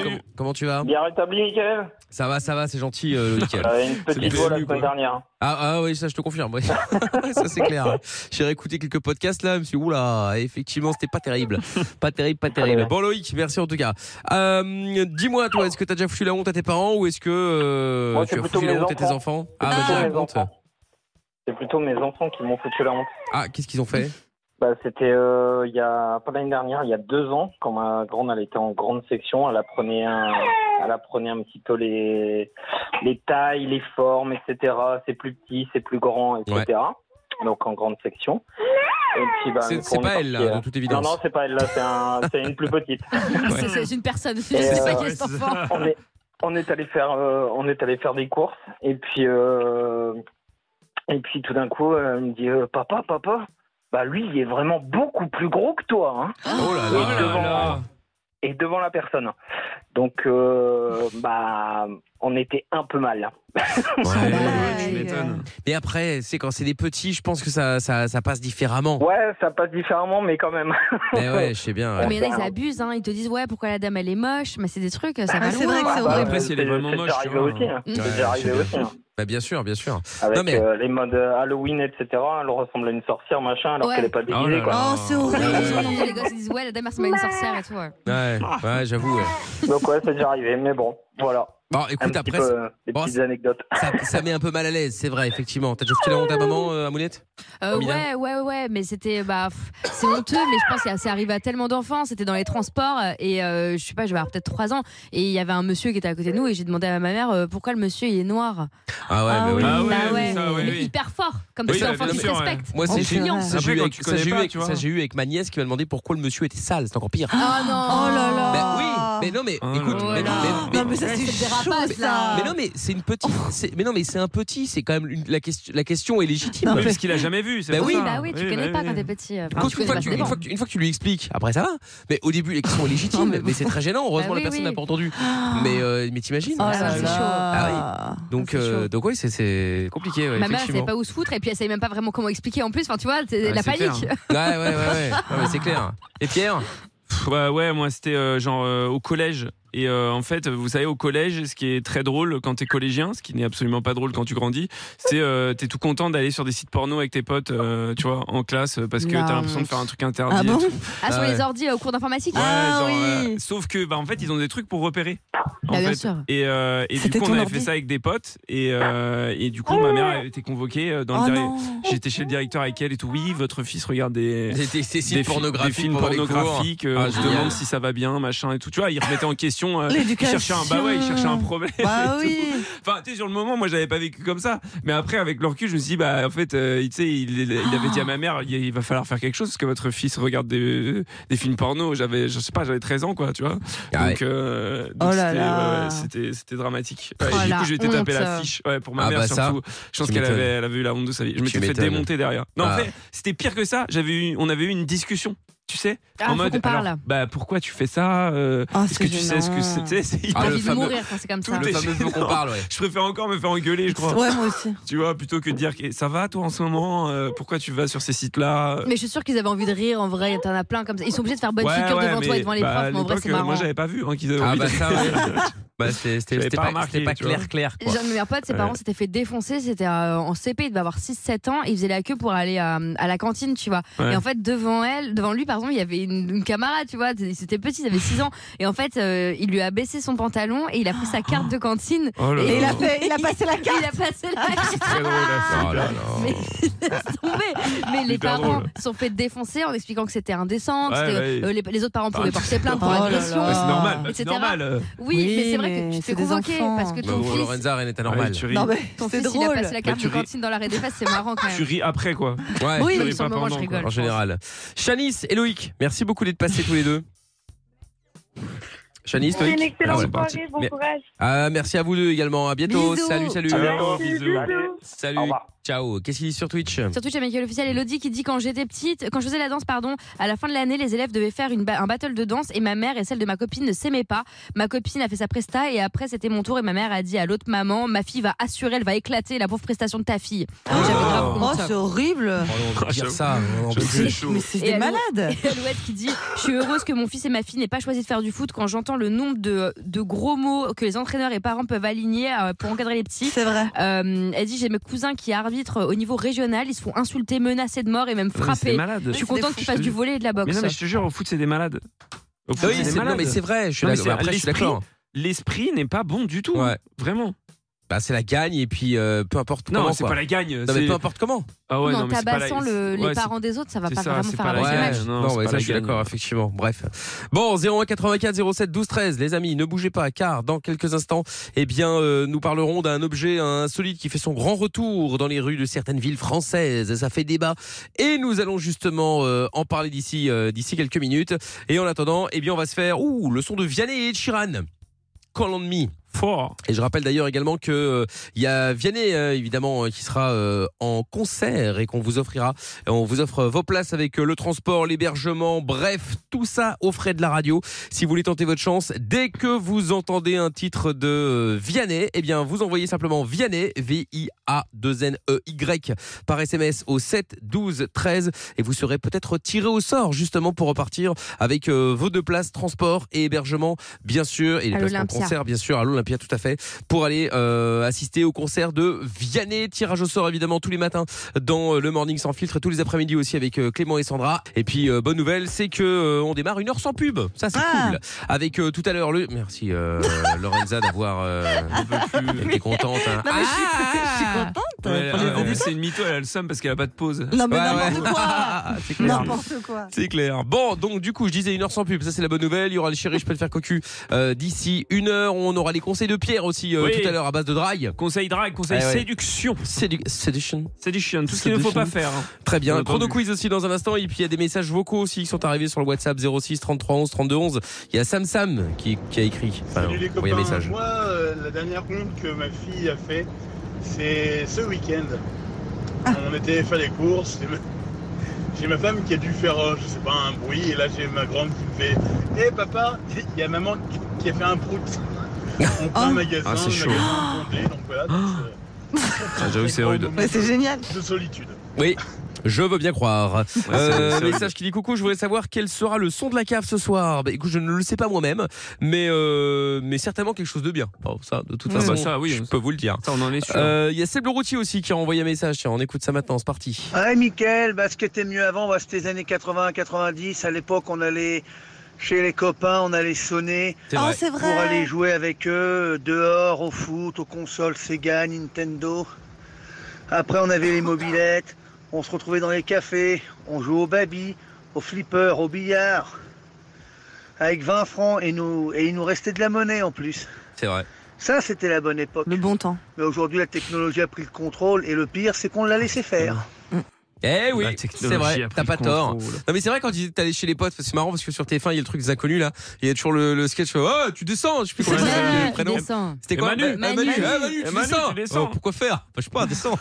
S3: comment- Comment tu vas
S17: Bien rétabli Mickaël
S3: Ça va, ça va, c'est gentil, euh, Mickaël.
S17: J'avais une
S3: C'est
S17: petite
S3: bien
S17: voix la
S3: venu,
S17: semaine
S3: quoi.
S17: dernière.
S3: Ah, ah oui, ça je te confirme, oui. ça c'est clair. J'ai réécouté quelques podcasts là, je me suis dit, oula, effectivement c'était pas terrible. Pas terrible, pas
S17: Ah,
S3: terrible. Bon Loïc, merci en tout cas. Euh, Dis-moi toi, est-ce que t'as déjà foutu la honte à tes parents ou est-ce que euh,
S17: Moi, c'est
S3: tu as
S17: plutôt
S3: foutu la
S17: mes
S3: honte à tes
S17: enfants.
S3: enfants Ah,
S17: C'est
S3: bah
S17: plutôt mes
S3: raconte.
S17: C'est plutôt mes enfants qui m'ont foutu la honte.
S3: Ah, qu'est-ce qu'ils ont fait
S17: Bah, C'était euh, il y a, pas l'année dernière, il y a deux ans, quand ma grande elle était en grande section, elle apprenait un, elle apprenait un petit peu les, les tailles, les formes, etc. C'est plus petit, c'est plus grand, etc. Donc en grande section. Et puis, bah,
S3: C'est-
S17: quand
S3: c'est
S17: on
S3: pas
S17: est
S3: elle, là,
S17: parti,
S3: de
S17: euh,
S3: toute évidence.
S17: Non, non, c'est pas elle, là, c'est un- c'est une plus petite.
S6: C'est- C'est une personne. Je
S17: Et,
S6: sais pas
S17: euh,
S6: qui est cet enfant.
S17: on est on est allé faire euh, on est allé faire des courses et puis euh, et puis tout d'un coup euh, elle me dit euh, papa papa bah lui il est vraiment beaucoup plus gros que toi
S3: Ah.
S17: hein.
S3: Oh
S17: et, devant, et devant la personne donc euh, bah on était un peu mal
S3: Mais après, c'est quand c'est des petits, je pense que ça, ça, ça passe différemment.
S17: ouais ça passe différemment mais quand même
S3: Mais ouais, je sais bien. ouais. Ah,
S6: Mais il y en a, ils abusent, hein. ils te disent, ouais, pourquoi la dame elle est moche, mais Ah, c'est des trucs, ça va loin. hein.
S3: Après, si elle est vraiment moche,
S17: Bah, arrivé aussi hein. C'est déjà arrivé aussi hein.
S3: Bah, bien sûr, bien sûr.
S17: Avec
S3: non, mais.
S17: euh, les modes Halloween, etc. Elle ressemble à une sorcière, machin, alors
S6: Ouais.
S17: qu'elle n'est pas déguisée.
S3: Oh là là.
S17: quoi.
S3: Oh, c'est horrible.
S6: Aujourd'hui, les gosses ils disent, ouais, la dame elle ressemble à une sorcière et tout. ouais.
S3: Ouais, ouais, j'avoue. ouais.
S17: Donc ouais, c'est déjà arrivé, mais bon, voilà.
S3: Bon, écoute,
S17: Un petit
S3: après,
S17: peu,
S3: c'est-
S17: euh, des
S3: bon,
S17: petites
S3: c'est-
S17: anecdotes.
S3: Ça, ça met un peu mal à l'aise, c'est vrai, effectivement. T'as déjà foutu la honte à maman, euh, à Mounette
S6: Euh, ouais,
S3: Amina
S6: ouais, ouais, mais c'était, bah, pff, c'est honteux, mais je pense que c'est arrivé à tellement d'enfants. C'était dans les transports euh, et euh, je sais pas, j'avais avoir peut-être 3 ans et il y avait un monsieur qui était à côté de nous et j'ai demandé à ma mère euh, pourquoi le monsieur il est noir.
S3: Ah ouais, mais oui.
S6: Bah ouais, mais hyper fort, comme
S3: Oui,
S6: c'est un
S3: bah,
S6: enfant
S3: bien
S6: qui se
S3: sûr, ouais.
S6: respecte.
S3: Moi,
S6: en
S3: c'est j'ai
S6: criant.
S3: ça, j'ai eu
S5: Après, quand
S3: avec-
S5: tu
S3: ça,
S5: connais
S3: j'ai eu
S5: pas,
S3: avec-
S5: tu vois.
S3: ça, j'ai eu avec ma nièce qui m'a demandé pourquoi le monsieur était sale. C'est encore pire.
S6: Ah non
S4: Oh là là
S3: Bah oui, mais non,
S5: Oh
S3: mais écoute, mais, mais-
S4: Non, mais ça,
S6: Ouais,
S4: c'est
S6: c'est Oh. le
S4: chaud,
S6: dérapage,
S4: ça
S6: là.
S3: mais non, mais c'est une petite. c'est- Mais non, mais c'est un petit. C'est quand même une- la question. La question est légitime.
S5: Oui, parce qu'il a jamais vu, c'est
S3: Bah
S5: pour
S3: oui.
S5: ça.
S6: Bah oui, tu connais pas quand t'es petit. euh, enfin,
S3: Quand
S6: tu connais
S3: une, fois
S6: pas,
S3: que tu,
S6: ça
S3: une
S6: dépend.
S3: fois que tu- une fois que tu lui expliques, après ça va. Mais au début, les questions sont légitimes, mais, c'est très gênant. Heureusement,
S6: Bah oui,
S3: la personne
S6: oui. Ah.
S3: n'a pas entendu. Mais, euh, mais t'imagines
S6: Oh là là, c'est chaud.
S3: Ah oui. Donc, euh, donc oui, c'est- c'est compliqué. Ouais,
S6: Ma mère, elle
S3: effectivement.
S6: savait pas où se foutre et puis elle savait même pas vraiment comment expliquer en plus. Enfin, tu vois, c'est
S5: Ouais,
S6: la
S5: c'est
S6: panique.
S5: clair.
S3: Ouais, ouais, ouais, ouais. Non, mais c'est clair. Et Pierre
S5: Ouais, ouais, moi c'était euh, genre euh, au collège. Et euh, en fait, vous savez, au collège, ce qui est très drôle quand t'es collégien, ce qui n'est absolument pas drôle quand tu grandis, c'est euh, t'es tout content d'aller sur des sites porno avec tes potes, euh, tu vois, en classe, parce que
S6: La
S5: t'as l'impression de
S6: honte.
S5: faire un truc interdit.
S6: Ah
S5: et
S6: bon
S5: tout.
S6: Ah, sur
S5: Ah ouais.
S6: les ordi euh, au cours d'informatique
S5: Ouais, genre, euh, sauf que, bah, en fait, ils ont des trucs pour repérer. en
S6: Bah, bien
S5: fait.
S6: sûr.
S5: Et, euh, et du
S6: C'était
S5: coup, on
S6: ton
S5: avait
S6: ordi. Ah.
S5: fait ça avec des potes. Et, euh, et du coup, ma mère a été convoquée euh, dans
S3: Oh
S5: le
S3: non.
S5: direct. J'étais chez le directeur avec elle et tout. Oui, votre fils regarde des,
S3: Des- des- des sites
S5: fi-
S3: pornographiques
S5: films
S3: pendant les cours.
S5: pornographiques. euh,
S3: Ah,
S5: je
S3: génial.
S5: demande si ça va bien, machin et tout. Tu vois, il remettait en question. euh, il
S3: L'éducation.
S5: cherchait un, bah ouais, il cherchait un problème.
S3: Bah
S5: et tout. Enfin, tu sais, sur le moment, moi, j'avais pas vécu comme ça. Mais après, avec le recul, je me suis dit, bah, en fait, euh, tu sais, il, il- il avait dit à ma mère, il, il va falloir faire quelque chose parce que votre fils regarde des, des films porno. J'avais, je sais pas, j'avais 13 ans, quoi, tu vois.
S3: Ah
S5: Donc, euh, donc
S3: Oh là
S5: c'était,
S3: là.
S5: ouais, ouais, c'était, c'était dramatique. Ouais,
S3: Oh
S5: et du coup,
S3: la
S5: j'ai été taper
S3: honte.
S5: la fiche ouais, pour ma
S3: Ah
S5: mère,
S3: bah ça,
S5: surtout. je pense
S3: tu
S5: qu'elle
S3: m'étonnes.
S5: avait, elle avait eu la honte de sa vie. Je
S3: Tu
S5: m'étais fait
S3: m'étonnes.
S5: démonter derrière. Non,
S3: Ah.
S5: en fait, c'était pire que ça. J'avais eu, on avait eu une discussion. Tu sais,
S6: Ah,
S5: en
S6: faut
S5: mode,
S6: qu'on parle.
S5: alors, bah pourquoi tu fais ça euh, Est-ce que
S6: c'est
S5: tu sais ce que
S6: gênant.
S5: c'était
S3: Ah,
S5: C'est
S6: T'as
S5: hyper-
S6: envie de mourir quand c'est comme ça.
S5: tout est
S3: fameux
S5: gênant.
S3: qu'on parle, ouais.
S5: Je préfère encore me faire engueuler, je crois.
S4: Ouais, moi aussi.
S5: Tu vois, plutôt que de dire que ça va toi en ce moment, euh, pourquoi tu vas sur ces sites-là
S6: Mais je suis sûre qu'ils avaient envie de rire en vrai, t'en as plein comme ça. Ils sont obligés de faire bonne
S5: Ouais,
S6: figure
S5: ouais,
S6: devant toi
S5: mais,
S6: et devant les
S5: bah, à
S6: profs, mais en vrai
S5: l'époque,
S6: c'est
S5: euh,
S6: marrant.
S5: Moi j'avais pas vu hein, qu'ils avaient
S3: Ah
S5: envie
S3: bah
S5: de-
S3: ça, ouais. Bah, c'était c'était-
S5: J'avais
S3: c'était
S5: pas
S3: pas,
S5: remarqué,
S3: c'était pas
S5: tu vois.
S3: clair, clair. quoi.
S6: Genre, mes potes, ses
S3: Ouais.
S6: parents s'étaient fait défoncer, c'était euh, en CP, il devait avoir 6-7 ans, et ils faisaient la queue pour aller euh, à la cantine, tu vois.
S18: Ouais.
S6: Et en fait, devant elle, devant lui, pardon, il y avait une, une camarade, tu vois, c'était petit, il avait 6 ans, et en fait, euh, il lui a baissé son pantalon, et il a pris sa carte de cantine.
S4: Oh là là. Et il a fait- il a
S6: passé la carte Il a passé la carte Ah.
S3: Oh là là.
S6: mais laisse tomber. Mais les
S3: Hyper
S6: parents
S3: drôle.
S6: sont fait défoncer en expliquant que c'était indécent, que
S5: Ouais,
S6: c'était,
S5: ouais.
S6: euh, les, les autres parents
S5: Bah,
S6: pouvaient porter plainte pour
S5: oh là
S6: agression,
S5: là. C'est normal, bah, c'est
S6: etc.
S5: normal.
S6: Oui,
S4: Oui,
S6: mais c'est vrai que
S4: mais
S6: tu te fais
S4: c'est des
S6: convoquer
S4: enfants.
S6: parce que
S3: Bah,
S6: ton
S3: bon,
S6: fils
S3: Lorenza, rien n'est anormal.
S5: Ouais, tu ris.
S4: Non, mais
S6: ton
S4: c'est
S6: fils, il a
S4: drôle.
S6: passé la carte
S3: tu
S6: de
S3: ris.
S6: cantine dans l'arrêt des fesses, c'est marrant quand même.
S5: Bah, Tu ris après quoi.
S3: Ouais,
S6: Ah Oui,
S3: tu
S6: mais
S3: ris
S6: sur le
S3: pas
S6: moment,
S3: pendant,
S6: je
S3: quoi,
S6: rigole,
S3: En
S6: je
S3: général. Chanice et Loïc, merci beaucoup d'être passés tous les deux. Chanice,
S18: Passez
S3: Loïc.
S18: une excellente
S3: c'est parti.
S18: soirée, bon
S3: Mais-
S18: courage.
S3: Ah, merci à vous deux également. À bientôt.
S18: Bisous.
S3: Salut, salut.
S18: Ciao. Merci, Bisous. bisous.
S3: Salut. Ciao. Qu'est-ce qu'il dit sur Twitch
S6: Sur Twitch, il y a Michael Officiel Elodie qui dit quand j'étais petite, quand je faisais la danse, pardon, à la fin de l'année, les élèves devaient faire une ba- un battle de danse et ma mère et celle de ma copine ne s'aimaient pas. Ma copine a fait sa presta et après c'était mon tour et ma mère a dit à l'autre maman, ma fille va assurer, elle va éclater la pauvre prestation de ta fille.
S4: Oh, c'est horrible.
S3: On
S5: Ah,
S3: peut dire ça. hein. on peut dire-
S4: Mais c'est des
S6: Alou-
S4: malades.
S6: et Alouette qui dit Je suis heureuse que mon fils et ma fille n'aient pas choisi de faire du foot quand j'entends le nombre de, de gros mots que les entraîneurs et parents peuvent aligner euh, pour encadrer les petits. Euh,
S4: C'est vrai.
S6: elle dit J'ai mes cousins qui arbitrent euh, au niveau régional, ils se font insulter, menacer de mort et même
S5: mais c'est
S6: frapper.
S5: des malades.
S6: Je suis contente qu'ils fassent du volet et de la boxe.
S5: Mais non, mais je te jure, au foot, c'est des malades. Au foot,
S3: Oui, c'est- non,
S5: malades.
S3: mais c'est vrai, je suis
S5: Non, mais
S3: d'accord.
S5: c'est-
S3: Après, je suis
S5: l'esprit-
S3: d'accord.
S5: L'esprit n'est pas bon du tout. Vraiment.
S3: Bah, c'est la gagne et puis euh, peu importe
S5: Non,
S3: comment.
S5: c'est
S3: quoi.
S5: pas la gagne,
S3: Non, mais
S5: c'est-
S3: peu importe comment.
S5: Ah
S6: Non, en tabassant le- les parents des autres, ça va
S3: c'est
S6: pas
S3: ça,
S6: vraiment
S3: c'est
S6: faire
S3: pas la
S6: avancer le
S3: gagne.
S6: match.
S3: Non,
S5: c'est
S3: ouais,
S5: pas
S3: ça,
S5: la
S3: je suis
S5: gagne.
S3: d'accord, effectivement. Bref. Bon, 01 84 07 12 13, les amis, ne bougez pas, car dans quelques instants, eh bien, euh, nous parlerons d'un objet insolite qui fait son grand retour dans les rues de certaines villes françaises. Ça fait débat, et nous allons justement euh, en parler d'ici, euh, d'ici quelques minutes. Et en attendant, eh bien, on va se faire ouh, le son de Vianney et de Chiran. Call on me.
S5: Fort.
S3: Et je rappelle d'ailleurs également que euh, il y a Vianney euh, évidemment euh, qui sera euh, en concert et qu'on vous offrira on vous offre euh, vos places avec euh, le transport, l'hébergement, bref, tout ça aux frais de la radio. Si vous voulez tenter votre chance, dès que vous entendez un titre de euh, Vianney, eh bien vous envoyez simplement Vianney V I A 2 N E Y par SMS au 7 12 13 et vous serez peut-être tiré au sort justement pour repartir avec euh, vos deux places transport et hébergement bien sûr et les
S6: À
S3: places pour le
S6: l'Olympia.
S3: concert concert, bien sûr, à l'Olympia, tout à fait, pour aller euh, assister au concert de Vianney. Tirage au sort, évidemment, tous les matins dans euh, le Morning Sans Filtre, et tous les après-midi aussi avec euh, Clément et Sandra. Et puis, euh, bonne nouvelle, c'est que euh, on démarre une heure sans pub. Ça, c'est
S4: Ah.
S3: cool. Avec euh, tout à l'heure le. Merci, euh, Lorenza, d'avoir. euh, été contente. hein.
S4: Non, mais je suis-
S6: Ah
S4: je suis contente.
S5: Ouais, en plus, c'est une mytho, elle a le seum parce qu'elle a pas de pause.
S4: Non, mais
S5: Ouais,
S4: n'importe
S5: ouais.
S4: quoi.
S3: C'est clair.
S4: N'importe quoi.
S3: C'est clair. Bon, donc du coup, je disais une heure sans pub. Ça, c'est la bonne nouvelle. Il y aura le chéri, je peux le faire cocu. euh, D'ici une heure, on aura les conseils de Pierre aussi euh,
S5: Oui.
S3: tout à l'heure à base de drague. Ah
S5: Conseil drague, conseil séduction.
S3: Séduction.
S5: Séduction, tout ce qu'il ne faut pas faire. hein.
S3: Très
S5: On
S3: bien.
S5: a
S3: Chrono
S5: entendu.
S3: quiz aussi dans un instant. Et puis il y a des messages vocaux aussi qui sont arrivés sur le WhatsApp 06 33 11 32 11. Il y a Sam Sam qui, qui a écrit. Enfin,
S18: Salut les
S3: envoyé
S18: copains.
S3: un message.
S18: Moi, euh, la dernière honte que ma fille a fait, c'est ce week-end.
S4: Ah.
S18: On était faire les courses. et ma- J'ai ma femme qui a dû faire, euh, je sais pas, un bruit. Et là, j'ai ma grande qui me fait Hé papa, il y a maman qui- qui a fait un prout. On prend
S4: Oh.
S18: un magasin,
S5: Ah, c'est
S18: le
S5: chaud.
S18: magasin est tombé, donc voilà. donc, euh,
S5: Ah, J'avoue que c'est rude.
S4: c'est génial.
S18: De solitude.
S3: Oui. Je veux bien croire.
S5: Ouais, c'est-
S3: Euh,
S5: c'est
S3: message qui dit coucou, je voulais savoir quel sera le son de la cave ce soir. Bah, écoute, je ne le sais pas moi-même, mais euh, mais certainement quelque chose de bien. Oh, ça, de toute
S5: Ah,
S3: façon,
S5: bah, ça, oui.
S3: je peux vous le dire.
S5: Ça, on en est sûr.
S3: Euh, Il y a Seb le Routier aussi qui a envoyé un message. Tiens, on écoute ça maintenant. C'est parti.
S19: Ouais, Mickaël, bah, ce qui était mieux avant, bah, c'était les années 80-90. À l'époque, on allait chez les copains, on allait sonner
S4: C'est vrai. Oh, c'est vrai.
S19: pour aller jouer avec eux dehors, au foot, aux consoles Sega, Nintendo. Après, on avait les mobilettes, on se retrouvait dans les cafés, on jouait au baby, au flipper, au billard, avec 20 francs et, nous, et il nous restait de la monnaie en plus.
S3: C'est vrai.
S19: Ça, c'était la bonne époque. Le
S4: bon temps.
S19: Mais aujourd'hui, la technologie a pris le contrôle et le pire, c'est qu'on l'a laissé faire.
S3: Eh oui,
S5: La
S3: c'est
S5: technologie
S3: vrai,
S5: a pris
S3: t'as pas
S5: le
S3: tort.
S5: contrôle.
S3: Non mais c'est vrai quand tu allé chez les potes, c'est marrant parce que sur TF1 il y a le truc des inconnus là, il y a toujours le, le sketch, oh tu descends, je sais plus comment
S5: C'est
S3: il s'appelle,
S5: vrai,
S3: le prénom.
S5: tu descends.
S3: Eh, C'était quoi
S5: Et Manu.
S3: Eh, Manu,
S5: Manu.
S3: eh, Manu,
S5: Et
S3: tu
S5: Manu,
S3: descends.
S5: tu descends. Ah
S3: Oh, pourquoi faire Bah, Je sais pas, descends.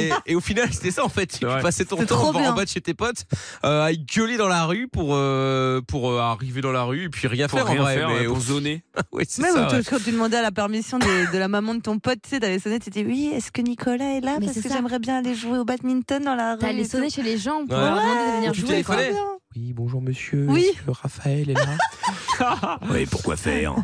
S3: et, et au final c'était ça en fait, tu passais ton
S5: C'est
S3: temps
S5: trop
S3: devant en
S5: bien.
S3: bas de chez tes potes euh, à gueuler dans la rue pour euh, pour euh, arriver dans la rue et puis rien
S5: Pour
S3: faire en
S5: rien
S3: vrai,
S5: faire,
S3: mais
S5: ouais, pour
S3: au-
S5: zoner.
S3: oui, c'est
S4: Même
S3: ça.
S4: quand
S3: ouais.
S4: tu- quand tu demandais la permission des- de, la maman de ton pote, tu sais, d'aller sonner, tu étais oui, est-ce que Nicolas est là Parce que j'aimerais bien aller jouer au badminton dans la rue.
S6: T'allais
S4: et
S6: sonner
S4: tout.
S6: chez les gens pour
S3: Ouais.
S6: leur demander de venir
S3: Tu
S6: jouer. quoi.
S3: téléphonais Oui, bonjour monsieur.
S6: Oui.
S3: Est-ce que Raphaël est là. oui, pourquoi
S5: hein.
S3: faire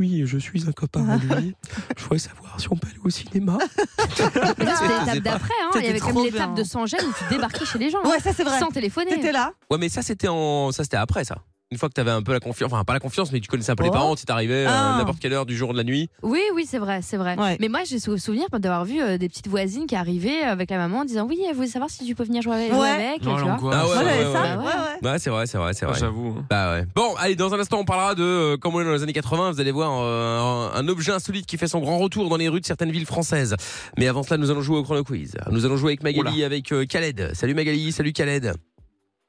S3: Oui, je suis un copain à lui. Je voulais savoir si on peut aller au cinéma.
S6: Mais ça, C'était
S3: Je sais
S6: l'étape
S3: pas.
S6: d'après, hein. il y
S4: C'était
S6: avait quand
S4: trop
S6: même l'étape de
S4: bien.
S6: sans gêne où tu débarquais chez les gens. hein,
S4: Ouais, ça, c'est vrai.
S6: Sans téléphoner.
S4: T'étais là.
S3: Ouais, mais ça c'était en, ça c'était après ça. Une fois que t'avais un peu la confiance, enfin pas la confiance, mais que tu connaissais un peu les
S6: Oh.
S3: parents, si t'arrivais euh,
S6: Ah.
S3: à n'importe quelle heure du jour ou de la nuit.
S6: Oui, oui, c'est vrai, c'est vrai. Mais moi, j'ai sou- souvenir d'avoir vu euh, des petites voisines qui arrivaient euh, avec la maman en disant Oui, elle voulait savoir si tu peux venir jouer, jouer
S4: Ouais.
S6: avec.
S3: Ah
S6: tu vois.
S3: ouais, ouais, ouais, ouais.
S6: Bah ouais.
S3: Ouais, c'est vrai, c'est vrai, c'est vrai.
S5: J'avoue.
S3: Bah ouais. Bon, allez, dans un instant, on parlera de euh, comment on est dans les années 80. Vous allez voir euh, un, un objet insolite qui fait son grand retour dans les rues de certaines villes françaises. Mais avant cela, nous allons jouer au chrono quiz. Nous allons jouer avec Magali, avec euh, Khaled. Salut Magali, salut Khaled.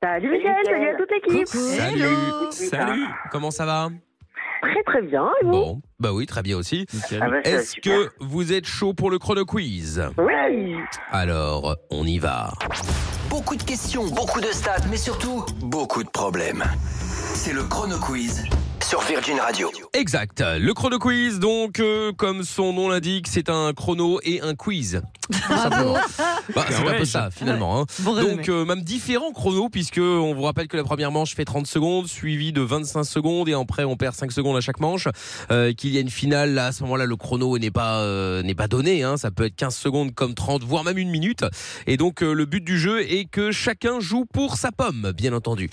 S20: Salut Mickaël, salut à toute l'équipe.
S3: Salut. Salut. Comment ça va
S20: Très très bien. Et vous
S3: Bon, bah oui, très bien aussi.
S20: Ah bah, c'est
S3: Est-ce que
S20: super.
S3: vous êtes chaud pour le chrono quiz
S20: Oui.
S3: Alors, on y va.
S2: Beaucoup de questions, beaucoup de stats, mais surtout beaucoup de problèmes. C'est le Chrono Quiz sur Virgin Radio.
S3: Exact. Le chrono quiz, donc, euh, comme son nom l'indique, c'est un chrono et un quiz. Bah, c'est un peu ça finalement. hein. Donc euh, même différents chronos puisque on vous rappelle que la première manche fait 30 secondes suivie de 25 secondes et après on perd 5 secondes à chaque manche. Euh, Qu'il y a une finale là à ce moment-là le chrono n'est pas euh, n'est pas donné. hein. Ça peut être 15 secondes comme 30 voire même une minute. Et donc euh, le but du jeu est que chacun joue pour sa pomme bien entendu.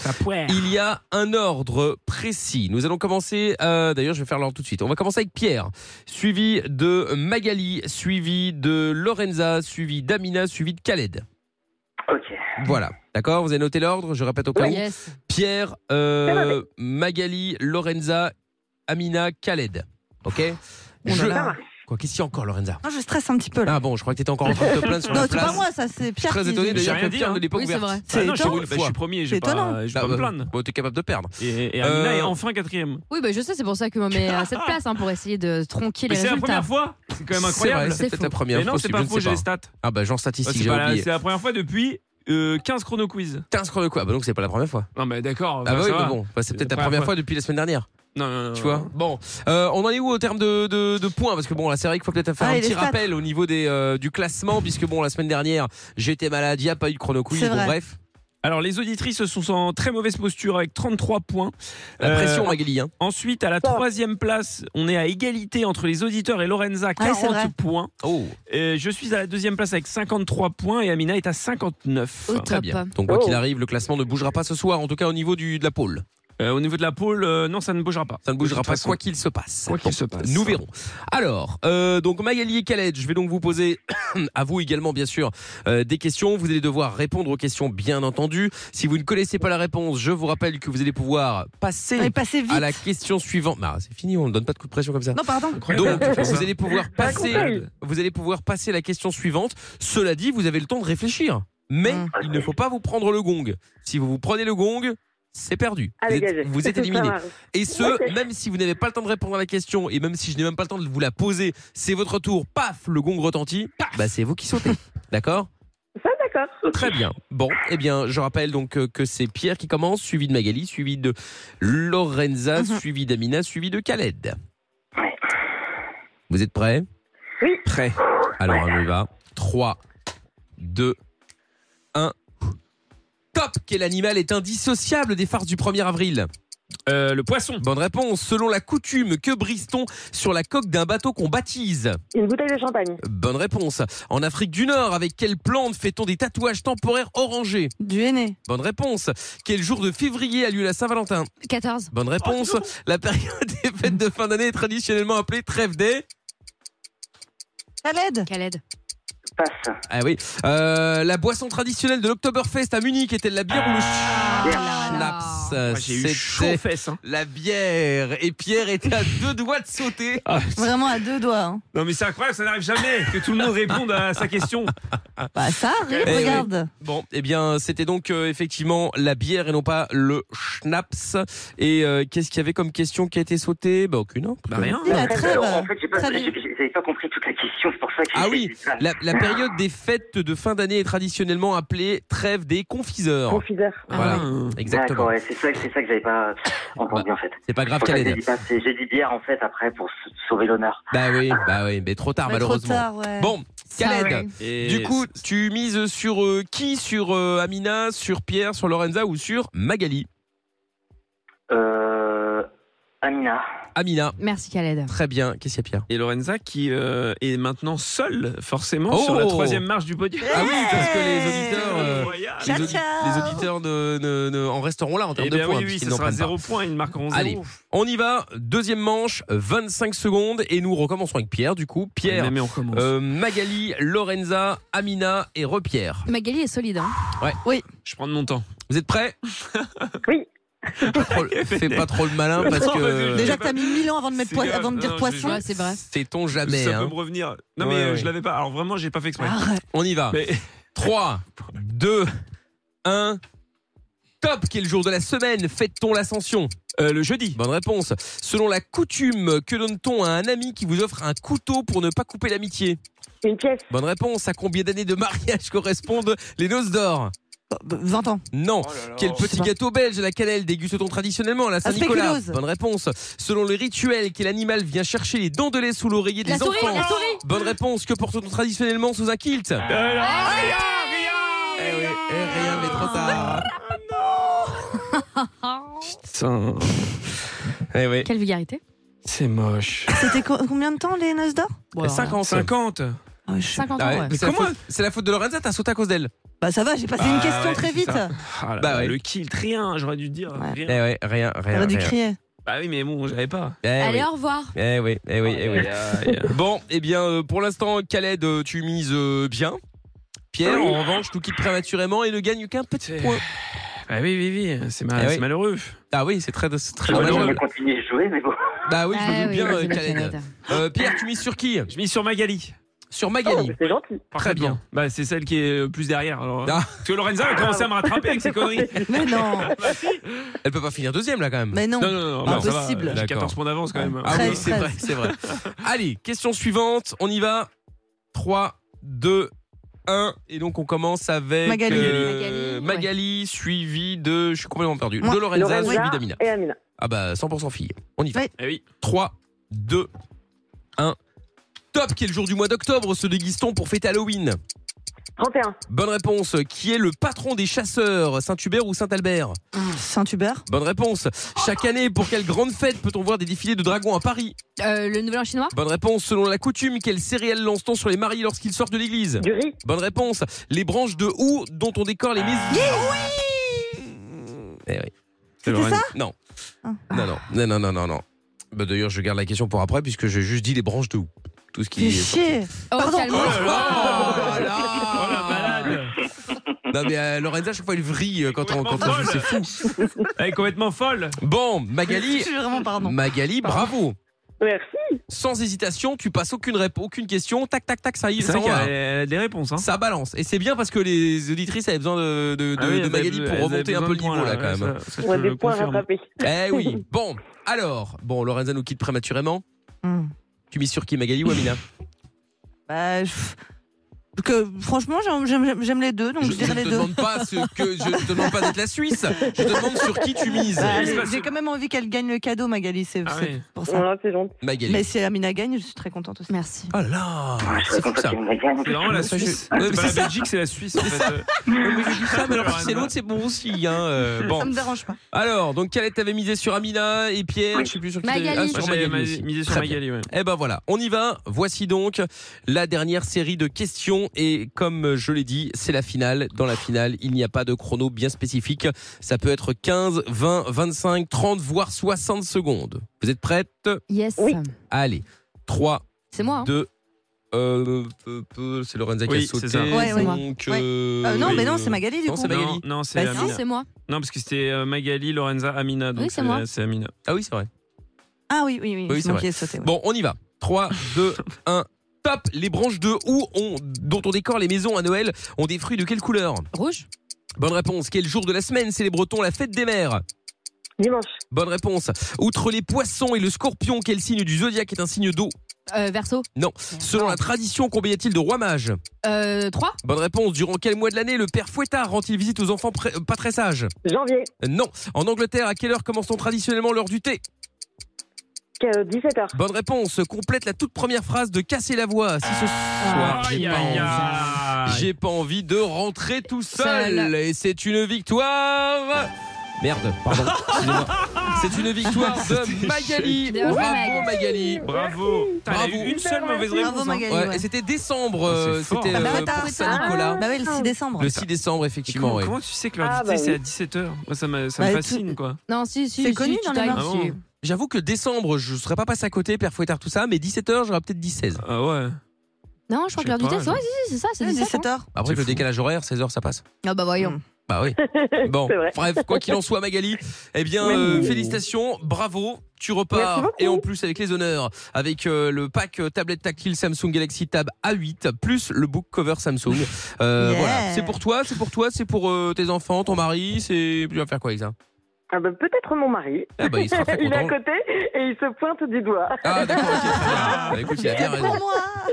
S3: Il y a un ordre précis. Nous allons commencer. euh, D'ailleurs je vais faire l'ordre tout de suite. On va commencer avec Pierre suivi de Magali suivi de Lorenza suivi d'Amina suivi de Khaled. Voilà, d'accord Vous avez noté l'ordre Je répète au cas
S20: Oui.
S3: où.
S20: Yes.
S3: Pierre, euh, Magali, Lorenza, Amina, Khaled. Ok
S4: Oh là
S3: Je-
S4: là.
S3: Quoi, qu'est-ce qu'il y a encore, Lorenza
S4: Non, je stresse un petit peu là.
S3: Ah bon, je crois que t'étais encore en train de te plaindre sur
S4: non,
S3: la
S4: c'est
S3: place.
S4: pas moi, ça, c'est Pierre.
S3: Très
S4: qui
S3: étonné
S4: dit.
S3: d'ailleurs que
S6: hein.
S5: hein.
S3: Pierre ne l'est pas ouverte. Ah
S4: C'est
S3: non, je
S4: étonnant.
S3: roule une fois.
S5: Ah suis premier, j'ai
S4: C'est
S5: pas-
S4: étonnant.
S5: j'ai pas à me plaindre.
S3: Bon, t'es capable de perdre. Euh,
S5: Et, et Amina est enfin quatrième.
S6: Oui, bah, je sais, c'est pour ça que moi, mais à cette place hein, pour essayer de tronquer
S5: Mais
S6: les
S5: c'est la
S6: résultats.
S5: première fois C'est quand même incroyable.
S3: C'est vrai, c'est peut-être la première
S5: Mais non,
S3: fois,
S5: c'est
S3: je
S5: pas
S3: ne
S5: faux,
S3: sais
S5: j'ai les stats.
S3: Ah bah, genre
S5: Ouais,
S3: statistique,
S5: C'est
S3: j'ai
S5: pas la-
S3: oublié.
S5: c'est la première fois depuis euh, 15 chrono quiz.
S3: 15 chrono quiz. Ah bah, donc c'est pas la première fois.
S5: Non, mais d'accord.
S3: Ah
S5: bah,
S3: bah oui,
S5: ça
S3: mais
S5: va.
S3: bon, bah, c'est peut-être la première fois depuis la semaine dernière.
S5: Non, non, non.
S3: Tu vois Bon, euh, on en est où au terme de, de- de points Parce que bon, là, c'est vrai qu'il faut peut-être faire un
S5: Ah, et les
S3: petit
S5: stats.
S3: rappel au niveau des, euh, du classement, puisque bon, la semaine dernière, j'étais malade, il n'y a pas eu de chrono quiz.
S5: C'est
S3: Bon,
S5: vrai.
S3: bref.
S5: Alors les auditrices sont en très mauvaise posture avec 33 points. Euh,
S3: La pression, Magali, hein.
S5: Ensuite, à la troisième place, on est à égalité entre les auditeurs et Lorenza,
S3: Ouais, c'est
S5: 40
S3: vrai.
S5: points.
S3: Oh.
S5: Euh, je suis à la deuxième place avec 53 points et Amina est à 59.
S3: Très bien. Donc, quoi qu'il arrive, le classement ne bougera pas ce soir, en tout cas au niveau du, de la pôle.
S5: au niveau de la pôle, euh, non, ça ne bougera pas.
S3: Ça ne bougera
S5: De toute
S3: pas,
S5: façon.
S3: quoi qu'il se passe.
S5: Quoi qu'il se passe.
S3: Nous verrons. Alors, euh, donc Magali et Khaled, je vais donc vous poser, à vous également bien sûr, euh, des questions. Vous allez devoir répondre aux questions, bien entendu. Si vous ne connaissez pas la réponse, je vous rappelle que vous allez pouvoir passer,
S4: Ouais, passer vite.
S3: à la question suivante. Non, c'est fini, on ne donne pas de coup de pression comme ça.
S4: Non, pardon.
S3: Donc,
S4: Incroyable.
S3: vous allez pouvoir
S4: Pas
S3: passer,
S4: compris.
S3: vous allez pouvoir passer à la question suivante. Cela dit, vous avez le temps de réfléchir, mais
S20: Mmh.
S3: il ne faut pas vous prendre le gong. Si vous vous prenez le gong, c'est perdu.
S20: Allez,
S3: vous êtes,
S20: gagez.
S3: vous êtes
S20: Ça
S3: éliminé.
S20: marche.
S3: Et ce,
S20: Ok.
S3: même si vous n'avez pas le temps de répondre à la question, et même si je n'ai même pas le temps de vous la poser, c'est votre tour, paf, le gong retentit, bah c'est vous qui sautez. D'accord
S20: Ça, d'accord.
S3: Très bien. Bon, eh bien, je rappelle donc euh, que c'est Pierre qui commence, suivi de Magali, suivi de Lorenza,
S20: Mmh.
S3: suivi d'Amina, suivi de Khaled. Vous êtes prêts
S20: Oui.
S3: Prêts. Alors, on y va. 3, 2, 1. Top Quel animal est indissociable des farces du 1er avril
S5: Euh, Le poisson.
S3: Bonne réponse. Selon la coutume, que brise-t-on sur la coque d'un bateau qu'on baptise
S20: Une bouteille de
S3: Euh,
S20: champagne.
S3: Bonne réponse. En Afrique du Nord, avec quelle plante fait-on des tatouages temporaires orangés
S4: Du henné.
S3: Bonne réponse. Quel jour de février a lieu la Saint-Valentin
S6: 14.
S3: Bonne
S4: Oh,
S3: réponse. La période des fêtes de fin d'année est traditionnellement appelée trêve des.
S4: Khaled.
S6: Khaled.
S3: Ah oui. Euh, la boisson traditionnelle de l'Oktoberfest à Munich était-elle la bière ou le schnapps
S5: j'ai eu chaud aux fesses,
S3: La bière. Et Pierre était à deux doigts de sauter.
S4: Vraiment à deux doigts. hein.
S5: Ah, Non mais c'est incroyable, ça n'arrive jamais que tout le monde réponde à sa question.
S4: Bah, ça arrive,
S3: Eh oui.
S4: regarde.
S3: Bon, eh bien, c'était donc euh, effectivement la bière et non pas le schnapps. Et euh, qu'est-ce qu'il y avait comme question qui a été sautée Bah aucune. hein.
S20: en fait, alors, en fait, j'ai pas, j'ai- j'ai- j'avais pas compris toute la question, c'est pour ça que j'ai
S3: Ah
S20: fait
S3: oui,
S20: du mal.
S3: la, la période des fêtes de fin d'année est traditionnellement appelée trêve des confiseurs. Ah.
S20: Confiseurs.
S3: Voilà,
S4: Ah.
S20: Ah.
S3: exactement.
S20: D'accord, ouais, c'est ça, c'est ça que j'avais pas entendu en fait.
S3: c'est pas grave,
S20: C'est pour ça que
S3: Khaled.
S20: J'ai dit, pas- c'est- j'ai dit bière en fait après pour s- sauver l'honneur.
S3: Bah oui, bah oui, mais trop tard
S20: Mais trop
S3: malheureusement.
S20: tard, ouais.
S3: Bon, Khaled,
S5: Sorry.
S3: du
S5: Et
S3: coup, tu mises sur euh, qui Sur euh, Amina, sur Pierre, sur Lorenza ou sur Magali
S20: Euh, Amina.
S3: Amina.
S6: Merci Khaled.
S3: Très bien, qu'est-ce qu'il y a Pierre
S5: Et Lorenza qui euh, est maintenant seule, forcément, sur la
S3: Oh
S5: troisième marche du podium.
S3: Ah oui, parce que les auditeurs, euh, les,
S5: Ciao,
S3: audi- les auditeurs ne, ne- ne- en resteront là en termes
S5: Eh
S3: de
S5: bien
S3: points.
S5: oui, oui,
S3: puisqu'ils
S5: ça
S3: n'en
S5: sera
S3: prennent pas.
S5: zéro point, ils marqueront zéro.
S3: Allez, on y va. Deuxième manche, 25 secondes et nous recommençons avec Pierre. Du coup, Pierre,
S5: Mais- mais on recommence.
S3: euh, Magali, Lorenza, Amina et Repierre.
S6: Magali est solide. Hein.
S3: Ouais.
S4: Oui.
S5: Je prends de mon temps.
S3: Vous êtes prêts
S20: Oui.
S3: Fais pas trop le malin parce que
S4: Déjà que t'as mis 1000 ans avant de, mettre poi- avant de dire poisson.
S6: c'est vrai.
S3: sait-on jamais.
S5: ça
S3: hein.
S5: peut me revenir. Non
S3: Ouais,
S5: mais euh,
S3: ouais.
S5: je l'avais pas. Alors vraiment, j'ai pas fait exprès.
S3: On y va. 3, 2, 1. Top, quel jour de la semaine fête-t-on l'ascension Euh, le jeudi. Bonne réponse. Selon la coutume, que donne-t-on à un ami qui vous offre un couteau pour ne pas couper l'amitié Une pièce. Bonne réponse. À combien d'années de mariage correspondent les noces d'or
S4: 20 Euh, ans.
S3: Non.
S5: Oh
S3: Quel petit
S4: pas.
S3: gâteau belge à la cannelle déguste-t-on traditionnellement à la
S4: La
S3: Saint-Nicolas
S4: spéculoos.
S3: Bonne réponse. Selon le rituel, quel animal vient chercher les dents de lait sous l'oreiller des
S6: La souris,
S3: enfants
S6: la souris.
S3: Bonne réponse. Que porte-t-on traditionnellement sous un kilt
S5: Euh,
S3: Eh oui, eh rien, mais trop tard.
S5: Putain.
S3: Eh oui.
S6: Quelle vulgarité.
S5: C'est moche.
S4: C'était co- combien de temps les noces d'or
S3: 50.
S5: 50.
S4: 50
S3: Ah ouais, mais
S5: Mais
S3: c'est la
S5: comment Ah
S3: faute- C'est la faute de Lorenza, t'as sauté à cause d'elle.
S4: Bah ça va, j'ai passé une question très vite.
S3: Bah ouais.
S5: Le kilt, rien, j'aurais dû dire. Rien.
S3: Eh ouais, rien, rien.
S5: T'aurais dû
S3: rien.
S5: crier. Bah oui, mais bon, j'avais pas.
S3: Eh
S6: Allez,
S3: oui.
S6: au revoir.
S3: Eh oui, eh oui, eh oui.
S5: Aïe, aïe, aïe.
S3: Bon, eh bien, euh, pour l'instant, Khaled, euh, tu mises euh, bien.
S5: Ah
S3: Pierre, en revanche, tout quitte prématurément et ne gagne qu'un petit point.
S5: Bah oui, oui, oui, c'est mal-
S3: Eh oui.
S5: c'est malheureux.
S3: Ah oui, c'est très, c'est très
S5: Ah,
S3: dommage.
S5: non, mais
S20: continuer de jouer, mais bon.
S3: Bah oui, je me
S5: Ah
S3: doute
S5: oui,
S3: bien,
S5: vas-y,
S3: euh,
S5: vas-y,
S3: Khaled.
S5: vas-y.
S3: Euh, Pierre, tu mises sur qui
S5: Je mise sur Magali.
S3: Sur
S20: Oh,
S3: Magali.
S5: c'est gentil. Très bien. Bah, c'est celle qui est euh, plus derrière. Alors,
S3: Ah.
S5: Parce que Lorenza a commencé à me rattraper avec ses conneries.
S4: Mais non.
S3: Elle peut pas finir deuxième là quand même.
S4: Mais non.
S5: Non, non, non, non, ça va,
S4: Impossible.
S5: J'ai
S3: D'accord.
S5: 14 points d'avance quand même.
S3: Ah oui, c'est vrai, c'est vrai. Allez, question suivante, on y va. 3, 2, 1. Et donc on commence avec
S21: Magali.
S3: euh, Magali, suivi de. Je suis complètement perdu.
S21: Moi.
S3: de Lorenza,
S21: Lorenza
S3: suivi d'Amina.
S21: et Amina.
S3: Ah bah 100% fille. On y va. 3, 2, 1. Top, qui est le jour du mois d'octobre, se déguise-t-on pour fêter Halloween
S21: 31.
S3: Bonne réponse. Qui est le patron des chasseurs, Saint-Hubert ou Saint-Albert
S4: Saint-Hubert
S3: Bonne réponse. Chaque année, pour quelle grande fête peut-on voir des défilés de dragons à Paris
S6: Euh, le nouvel an chinois
S3: Bonne réponse. Selon la coutume, quelles céréales lance-t-on sur les mariés lorsqu'ils sortent de l'église
S21: Du riz.
S3: Bonne réponse. Les branches de houx dont on décore les maisons. Ah Eh oui.
S5: C'est Ah. C'était Lorraine. ça Ah.
S3: Non. Non, non, non, non, non, non, non. Bah, D'ailleurs, je garde la question pour après puisque j'ai juste dit les branches de houx. Tout ce qui
S4: Fais
S3: est. Oh
S4: chier. Pardon.
S3: Non, mais euh, Lorenza, à chaque fois, elle vrille euh, quand on, quand on joue, c'est fou.
S5: Elle est complètement folle.
S3: Bon, Magali.
S5: Je suis vraiment pardon.
S3: Magali, bravo.
S21: Merci.
S3: Sans hésitation, tu passes aucune, rép- aucune question. Tac, tac, tac, ça y est,
S5: C'est
S3: ça
S5: vrai
S3: en va.
S5: qu'elle elle a des réponses. Hein.
S3: Ça balance. Et c'est bien parce que les auditrices avaient besoin de, de,
S5: Ah
S3: de-
S5: oui,
S3: de
S5: elles
S3: Magali
S5: avaient-
S3: pour
S5: elles
S3: remonter
S5: avaient
S3: un peu le
S5: besoin de
S3: niveau, là,
S5: points,
S3: quand
S5: là,
S3: même.
S5: ça- ça, je Ouais, te des le points confirme. rattrapés.
S3: Eh oui. Bon, alors, bon, Lorenza nous quitte prématurément.
S4: Hmm.
S3: Tu mises sur qui, Magali ou Amina
S4: Bah, pff, que, franchement, j'aime- j'aime j'aime les deux, donc je,
S3: Je
S4: dirais
S3: ne
S4: les
S3: te
S4: deux.
S3: demande pas ce que je ne te demande pas d'être la Suisse. Je te demande sur qui tu mises.
S4: Bah, J'ai quand même envie qu'elle gagne le cadeau, Magali, c'est
S3: Ah
S4: c'est
S3: oui.
S4: pour ça.
S21: c'est gentil.
S3: Magali.
S4: Mais si Amina gagne, je suis très contente aussi.
S6: Merci.
S3: Oh là là C'est fou ça.
S5: Ah, C'est vraiment la Suisse.
S3: Ouais, mais
S5: C'est pas
S3: c'est
S5: la
S3: ça.
S5: Belgique, c'est la Suisse en fait. Euh,
S3: Ah, mais alors si c'est l'autre, c'est bon aussi. Hein. euh, bon.
S4: Ça me dérange pas.
S3: Alors, donc Khaled t'avait misé sur Amina et Pierre, je sais plus sur qui
S5: Magali.
S3: t'avais- Ah, sur
S5: Moi, j'avais
S3: Magali aussi.
S5: misé sur
S3: Très bien.
S5: Magali, ouais.
S3: Eh ben voilà, on y va. Voici donc la dernière série de questions et comme je l'ai dit, c'est la finale. Dans la finale, il n'y a pas de chrono bien spécifique. Ça peut être 15, 20, 25, 30 voire 60 secondes. Vous êtes prêtes
S6: Yes.
S3: Allez. 3
S6: C'est moi. hein.
S3: 2 euh, peu- peu, c'est Lorenza
S5: Oui,
S3: qui a sauté.
S5: c'est ça. Ouais,
S4: ouais.
S3: Donc,
S4: Ouais.
S3: euh,
S4: Euh, non,
S3: oui,
S4: mais non,
S3: euh,
S4: c'est Magali du
S3: non,
S4: coup.
S3: c'est Magali.
S5: Non, c'est
S6: Bah si,
S5: Amina.
S6: c'est moi.
S5: Non, parce que c'était euh, Magali, Lorenza, Amina. Donc
S6: Oui, c'est moi.
S5: C'est Amina.
S3: Ah oui, c'est vrai.
S4: Ah oui, oui, oui.
S3: Oui,
S4: c'est
S3: c'est
S4: moi
S3: vrai.
S4: qui ai sauté, ouais.
S3: Bon, on y va. 3, 2, 1. Top Les branches de houx ont- dont on décore les maisons à Noël ont des fruits de quelle couleur
S6: Rouge.
S3: Bonne réponse. Quel jour de la semaine c'est les Bretons la fête des mères
S21: Dimanche.
S3: Bonne réponse. Outre les poissons et le scorpion, quel signe du zodiaque est un signe d'eau
S6: Euh, verso.
S3: Non. Selon la tradition, combien y a-t-il de rois mages
S6: Euh, 3.
S3: Bonne réponse. Durant quel mois de l'année le père Fouettard rend-il visite aux enfants pré- euh, pas très sages
S21: Janvier.
S3: Euh, Non. En Angleterre, à quelle heure commence-t-on traditionnellement l'heure du thé
S21: 17h.
S3: Bonne réponse. Complète la toute première phrase de Casser la voix. Si ce soir, j'ai
S5: Aïe,
S3: pas
S5: aïe,
S3: envie- j'ai pas envie de rentrer tout seul.
S5: Seul.
S3: Et c'est une victoire. Merde, pardon. excusez-moi. C'est une victoire de Magali.
S5: Bien joué,
S3: Bravo
S5: Mag.
S3: Magali.
S5: Bravo. Putain, elle a eu une seule mauvaise réponse. hein.
S4: Bravo, Magali,
S3: Ouais,
S4: ouais.
S3: Et c'était décembre.
S5: c'est
S3: euh,
S5: fort.
S3: C'était
S5: Ah bah,
S3: euh,
S5: attends,
S3: pour Saint-Nicolas.
S4: Bah ouais, le 6 décembre.
S3: Le 6 décembre, effectivement.
S5: Comment,
S3: ouais.
S5: comment tu sais que leur
S4: Ah,
S5: dictée,
S4: bah oui.
S5: c'est à 17h Moi, ça me, ça
S3: Bah,
S5: me
S3: tout-
S5: fascine, quoi.
S6: Non, si, si.
S4: C'est
S6: si,
S4: connu
S6: tu
S4: dans les
S6: t'arrives.
S4: mœurs.
S5: Ah bon
S3: J'avoue que décembre, je serais pas passé à côté, Père Fouettard, tout ça, mais 17h, j'aurais peut-être dit 16.
S5: Ah ouais.
S6: Non, je crois
S3: Je
S6: que l'heure
S3: sais
S6: du
S3: pas,
S4: Ah,
S6: test, ouais, si, si, Ah, c'est ça, c'est
S4: Ouais,
S6: 17
S4: 17
S6: hein.
S4: heures.
S3: Après, le décalage horaire, 16h, ça passe.
S6: Ah bah voyons.
S3: Bah oui. Bon,
S1: C'est vrai.
S3: bref, quoi qu'il en soit, Magali, eh bien,
S1: Oui.
S3: euh, félicitations, bravo, tu repars, et en plus avec les honneurs, avec euh, le pack euh, tablette tactile Samsung Galaxy Tab A8, plus le book cover Samsung. Euh,
S21: Yeah.
S3: Voilà, c'est pour toi, c'est pour toi, c'est pour euh, tes enfants, ton mari, c'est... Tu vas faire quoi avec ça
S21: Ah bah, peut-être mon mari.
S3: Ah bah, il sera très
S21: Il est à
S3: content.
S21: côté et il se pointe du doigt.
S3: Ah d'accord, ok. Ah, bah, écoute, il a bien raison.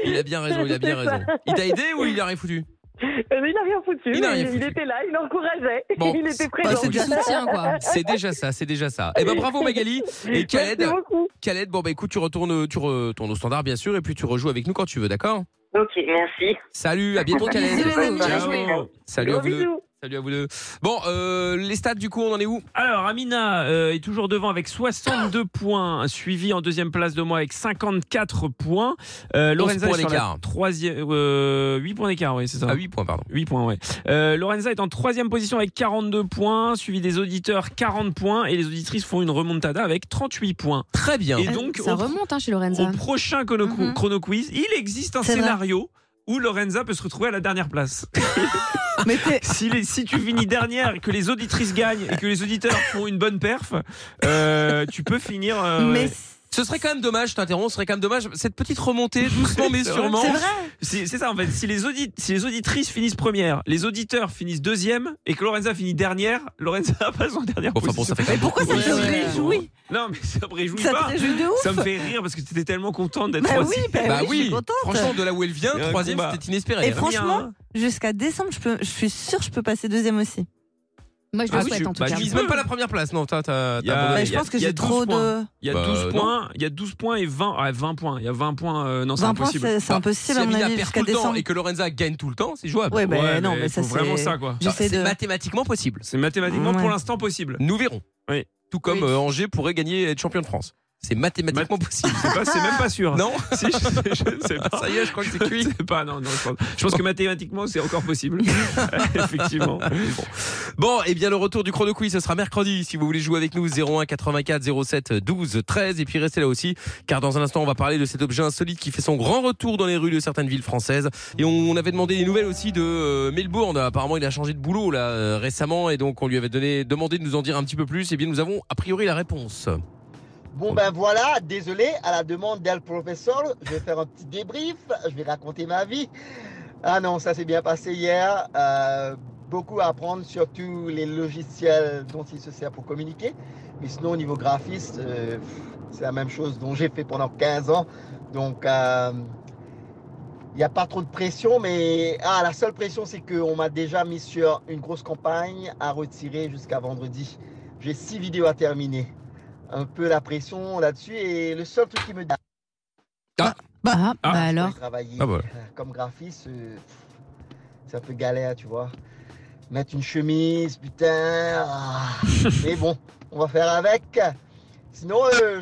S3: Il a bien raison, il a bien raison. Il t'a aidé ou il a rien foutu
S21: Euh, mais il n'a rien foutu.
S3: Il n'a
S21: mais
S3: rien foutu.
S21: était là, il encourageait,
S3: Bon, bah,
S21: il était présent.
S3: C'est déjà ça, c'est déjà ça. Eh ben bravo Magali et
S21: Merci
S3: Khaled.
S21: beaucoup.
S3: Khaled, bon bah écoute, tu retournes, tu retournes au standard bien sûr, et puis tu rejoues avec nous quand tu veux, d'accord
S21: Ok, merci.
S3: Salut, à bientôt Khaled.
S21: Bisous, les amis.
S3: Ciao.
S21: Bonne journée.
S3: Salut à
S5: Gros
S3: vous deux.
S5: bisous.
S3: Salut à vous deux. Bon, euh, les stats du coup, on en est où
S5: Alors, Amina euh, est toujours devant avec 62 points, hein, suivi en deuxième place de moi avec 54 points. Euh,
S3: 11
S5: Lorenza
S3: points
S5: est sur
S3: d'écart.
S5: la troisième, euh, 8 points d'écart, oui, c'est ça.
S3: Ah, 8 points, pardon.
S5: 8 points, ouais. Euh, Lorenza est en troisième position avec 42 points, suivi des auditeurs 40 points et les auditrices font une remontada avec 38 points.
S3: Très bien.
S5: Et donc,
S6: ça
S5: on-
S6: remonte hein, chez Lorenza.
S5: au prochain chrono, chrono quiz, il existe un
S6: C'est vrai.
S5: scénario où Lorenza peut se retrouver à la dernière place. si, les- si tu finis dernière et que les auditrices gagnent et que les auditeurs font une bonne perf, euh, tu peux finir. euh, ouais.
S3: ce serait quand même dommage, je t'interromps, ce serait quand même dommage, cette petite remontée, doucement mais
S5: C'est vrai.
S3: sûrement.
S5: Si- C'est ça en fait. Si les, audit- si les auditrices finissent première, les auditeurs finissent deuxième et que Lorenza finit dernière, Lorenza passe en dernière position.
S3: Mais pourquoi
S5: ça
S3: te
S5: réjouit Non mais ça me réjouit
S1: Ça te
S5: pas.
S1: réjouit de ouf.
S5: Ça me fait rire parce que tu étais tellement contente d'être
S4: Bah
S5: troisième.
S4: oui, bah Bah oui, oui. je suis contente.
S3: Franchement, de là où elle vient,
S5: Il y a un
S3: troisième,
S5: combat.
S3: c'était hein. inespéré.
S4: Et franchement, jusqu'à décembre, je, peux, je suis sûre que je peux passer deuxième aussi.
S6: Moi,
S3: Ah, tu, bah, tu vises même pas la première place, non, t'as, t'as,
S5: Il y a-
S3: t'as abandonné.
S5: il y a- Bah, il y a 12 points. Il y a
S3: Bah,
S5: 12
S3: non.
S5: points, il y a 12 points et 20, ah, 20 points. Il y a 20 points, euh, non, c'est
S4: 20 points,
S5: impossible.
S4: c'est- c'est impossible,
S3: Bah, si
S4: à mon
S3: Amina
S4: avis,
S3: perd
S4: jusqu'à
S3: tout le temps
S4: décembre.
S3: et que Lorenza gagne tout le temps, c'est jouable.
S4: Ouais, bah, Ouais, non, mais mais ça,
S5: faut vraiment c'est- ça, quoi.
S4: j'essaie
S3: Bah, c'est
S4: de-
S3: mathématiquement possible.
S5: C'est mathématiquement pour l'instant possible.
S3: Nous verrons.
S5: Oui.
S3: Tout comme euh, Angers pourrait gagner et être champion de France. C'est mathématiquement possible.
S5: C'est pas- c'est même pas sûr.
S3: Non
S5: Si, je, je ne sais pas.
S3: Ça y est, je crois que c'est cuit.
S5: Je sais pas, non, non, je pense, je pense que mathématiquement, c'est encore possible. Effectivement.
S3: Bon, et bien le retour du chrono quiz, ce sera mercredi. Si vous voulez jouer avec nous, 01 84 07 12 13. Et puis restez là aussi, car dans un instant, on va parler de cet objet insolite qui fait son grand retour dans les rues de certaines villes françaises. Et on, on avait demandé des nouvelles aussi de euh, Melbourne. Apparemment, il a changé de boulot là euh, récemment, et donc on lui avait donné, demandé de nous en dire un petit peu plus. Et bien, nous avons a priori la réponse.
S11: Bon ben voilà, désolé, à la demande d'El Professeur, je vais faire un petit débrief, je vais raconter ma vie. Ah non, ça s'est bien passé hier. euh, beaucoup à apprendre, surtout les logiciels dont il se sert pour communiquer. Mais sinon, au niveau graphiste, euh, pff, c'est la même chose dont j'ai fait pendant 15 ans. Donc, euh, il n'y a pas trop de pression, mais ah, la seule pression, c'est qu'on m'a déjà mis sur une grosse campagne à retirer jusqu'à vendredi. J'ai six vidéos à terminer. Un peu la pression là-dessus. Et le seul truc qui me dit
S6: Bah, bah alors.
S11: travailler
S6: Ah bah.
S11: euh, comme graphiste, euh, pff, c'est un peu galère, tu vois. Mettre une chemise, putain. ah. Mais bon, on va faire avec. Sinon, euh,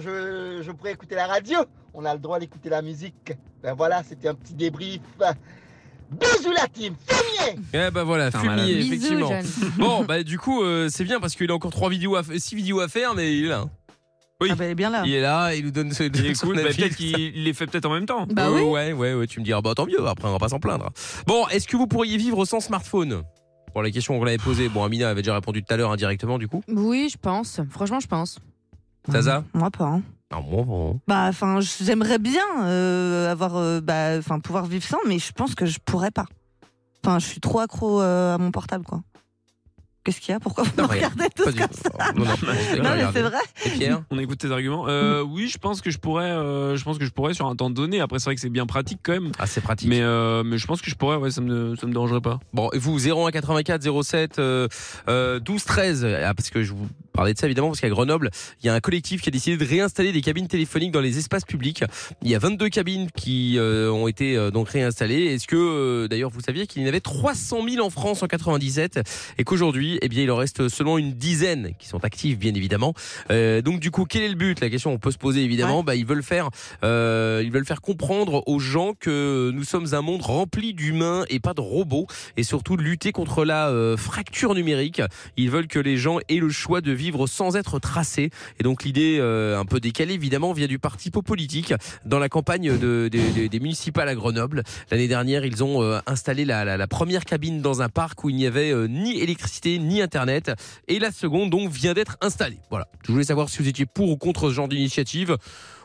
S11: je, je pourrais écouter la radio. On a le droit d'écouter la musique. Ben voilà, c'était un petit débrief. Bisous la team, fumier
S3: Eh ben voilà,
S5: Putain,
S3: fumier,
S5: malade. Bisous,
S3: effectivement.
S5: jeune.
S3: bon, bah du coup, euh, c'est bien parce qu'il a encore trois vidéos, à f- six vidéos à faire, mais il est là. Oui.
S4: il Ah, bah, est bien là.
S3: Il est là, il nous donne ce.
S5: Et écoute, bah, peut-être
S3: qu'il
S5: les fait peut-être en même temps.
S3: Bah oui. Ouais, ouais, ouais, tu me diras, bah tant mieux, après on va pas s'en plaindre. Bon, est-ce que vous pourriez vivre sans smartphone Bon, la question qu'on l'avait posée, bon, Amina avait déjà répondu tout à l'heure indirectement, du coup.
S6: Oui, je pense. Franchement, je pense.
S3: Zaza
S4: Moi pas. hein.
S3: Non, moi, bon.
S4: Bah, enfin, je- j'aimerais bien euh, avoir, euh, bah, enfin, pouvoir vivre sans, mais je pense que je pourrais pas. Enfin, je suis trop accro euh, à mon portable, quoi. Qu'est-ce qu'il y a Pourquoi vous me
S5: rien.
S4: regardez tous
S5: Pas
S4: comme
S5: du-
S4: ça
S5: Non, non,
S4: Non, mais c'est vrai.
S5: On écoute tes arguments. Euh,
S3: Mm.
S5: oui, je pense que je pourrais, euh, je pense que je pourrais sur un temps donné. Après, c'est vrai que c'est bien pratique quand même.
S3: Ah, c'est pratique.
S5: Mais, euh, mais je pense que je pourrais. Ouais, ça me, ça me dérangerait pas.
S3: Bon, et vous, 0 à 84 07 euh, euh, 12 13, Ah, parce que je vous parlais de ça évidemment, parce qu'à Grenoble, il y a un collectif qui a décidé de réinstaller des cabines téléphoniques dans les espaces publics. Il y a 22 cabines qui euh, ont été euh, donc réinstallées. Est-ce que, euh, d'ailleurs, vous saviez qu'il y en avait 300 000 en France en 97 et qu'aujourd'hui, eh bien, il en reste seulement une dizaine qui sont actives, bien évidemment. Euh, donc, du coup, quel est le but La question, on peut se poser évidemment. Bah, ils veulent faire, euh, ils veulent faire comprendre aux gens que nous sommes un monde rempli d'humains et pas de robots, et surtout de lutter contre la euh, fracture numérique. Ils veulent que les gens aient le choix de vivre vivre sans être tracé. Et donc l'idée, euh, un peu décalée évidemment, vient du parti politique dans la campagne de- des- des- des municipales à Grenoble. L'année dernière, ils ont euh, installé la, la- la première cabine dans un parc où il n'y avait euh, ni électricité ni internet. Et la seconde donc vient d'être installée. Voilà. Je voulais savoir si vous étiez pour ou contre ce genre d'initiative.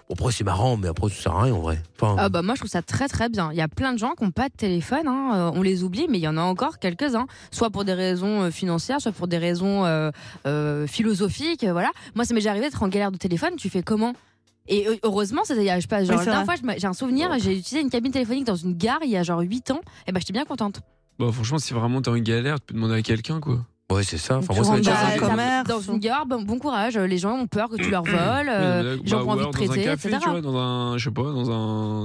S3: Bon, après c'est marrant, mais après ça sert à rien en vrai. Enfin,
S6: Ah bah moi je trouve ça très très bien. Il y a plein de gens qui n'ont pas de téléphone, hein, euh, on les oublie, mais il y en a encore quelques-uns, soit pour des raisons euh, financières, soit pour des raisons euh, euh, philosophiques, euh, voilà. Moi ça m'est déjà arrivé d'être en galère de téléphone, tu fais comment et euh, heureusement, c'était il y a, je sais pas, genre,
S4: Oui,
S6: la
S4: c'est
S6: dernière fois,
S4: vrai.
S6: je m'a- j'ai un souvenir, j'ai utilisé une cabine téléphonique dans une gare il y a genre 8 ans, et bah j'étais bien contente.
S5: Bon, franchement, si vraiment t'es en galère, tu peux demander à quelqu'un, quoi.
S3: Ouais, c'est ça. Enfin,
S5: moi, ça
S6: Bah, ça- dans une gare, bon, bon courage, euh, les gens ont peur que tu leur voles, euh, les gens ont
S5: Mm. bah, ou
S6: envie de
S5: alors dans un
S6: traiter,
S5: café,
S6: etc.
S5: tu vois, dans un, je sais pas, dans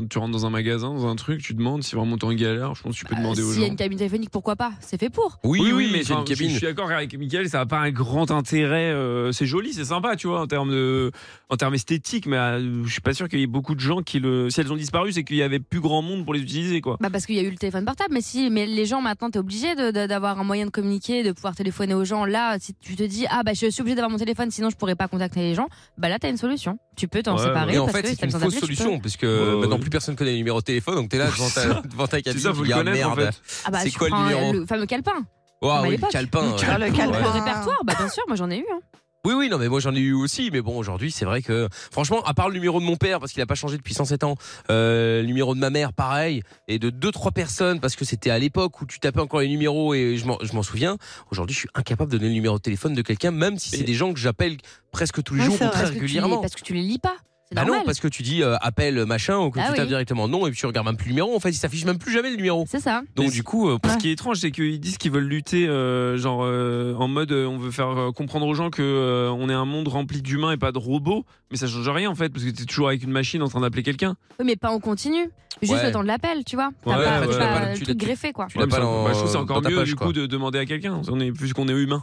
S5: un, tu rentres dans un magasin, dans un truc, tu demandes si vraiment t'es en galère. Je pense que tu peux demander aux
S6: Euh, S'il y
S5: gens.
S6: a une cabine téléphonique, pourquoi pas C'est fait pour.
S5: enfin, je- Je suis d'accord avec Michael, ça n'a pas un grand intérêt. euh, c'est joli, c'est sympa, tu vois, en termes de, en termes esthétiques, mais euh, je suis pas sûr qu'il y ait beaucoup de gens qui le. Si elles ont disparu, c'est qu'il y avait plus grand monde pour les utiliser, quoi.
S6: Bah parce qu'il y a eu le téléphone portable, mais si, mais les gens maintenant, t'es obligé de- de- d'avoir un moyen de communiquer, de pouvoir téléphoner aux gens. Là, si tu te dis ah bah je suis obligé d'avoir mon téléphone, sinon je pourrais pas contacter les gens. Bah là, t'as une solution. Tu peux t'en
S3: Ouais,
S6: séparer.
S3: Et en
S6: parce
S3: fait,
S6: que si
S3: c'est
S6: t'as
S3: une
S6: besoin
S3: fausse
S6: d'appeler, tu
S3: solution,
S6: peux.
S3: parce que maintenant plus personne connaît le numéro de téléphone, donc t'es là devant
S5: C'est ça.
S3: ta, devant ta cabine.
S5: C'est ça,
S3: tu
S5: faut le
S3: dis, ah,
S5: connaître, en
S3: merde.
S5: fait.
S6: Ah bah,
S3: c'est
S6: tu
S3: quoi le
S6: prends, euh,
S3: numéro
S6: le fameux calepin. Comme
S3: Ouah,
S6: à
S3: oui, le
S6: l'époque.
S3: calepin, Le ouais. calepin.
S6: Le
S3: Ouais.
S6: répertoire, bah bien sûr, moi j'en ai eu. hein.
S3: Oui, oui, non, mais moi j'en ai eu aussi, mais bon, aujourd'hui, c'est vrai que, franchement, à part le numéro de mon père, parce qu'il a pas changé depuis 107 ans, euh, le numéro de ma mère, pareil, et de deux, trois personnes, parce que c'était à l'époque où tu tapais encore les numéros et je m'en je m'en souviens, aujourd'hui, je suis incapable de donner le numéro de téléphone de quelqu'un, même si c'est des gens que j'appelle presque tous les
S6: Ouais,
S3: jours
S6: c'est
S3: ou
S6: vrai.
S3: très
S6: Parce que tu les-
S3: régulièrement.
S6: Parce que tu les lis pas. C'est
S3: Bah non,
S6: normal.
S3: parce que tu dis euh, appel machin ou que
S6: Ah
S3: tu
S6: oui.
S3: tapes directement non et puis tu regardes même plus le numéro. En fait, il s'affiche même plus jamais le numéro.
S6: C'est ça.
S3: Donc du coup, euh,
S5: Ce qui est étrange, c'est qu'ils disent qu'ils veulent lutter, euh, genre euh, en mode, euh, on veut faire euh, comprendre aux gens que euh, on est un monde rempli d'humains et pas de robots, mais ça change rien en fait, parce que t'es toujours avec une machine en train d'appeler quelqu'un.
S6: Oui, mais pas en continu. Juste
S5: Ouais.
S6: le temps de l'appel, tu vois. T'as
S5: Ouais,
S6: pas,
S5: ouais,
S6: t'as
S5: ouais.
S6: pas
S5: Tu l'as-
S6: le
S5: tu
S6: truc
S5: l'as-
S6: greffé quoi.
S5: Tu l'as
S3: pas dans-
S5: bah, je trouve que c'est encore
S3: dans ta
S5: mieux
S3: poche,
S5: du
S3: quoi.
S5: coup de demander à quelqu'un, on est, puisqu'on est humain.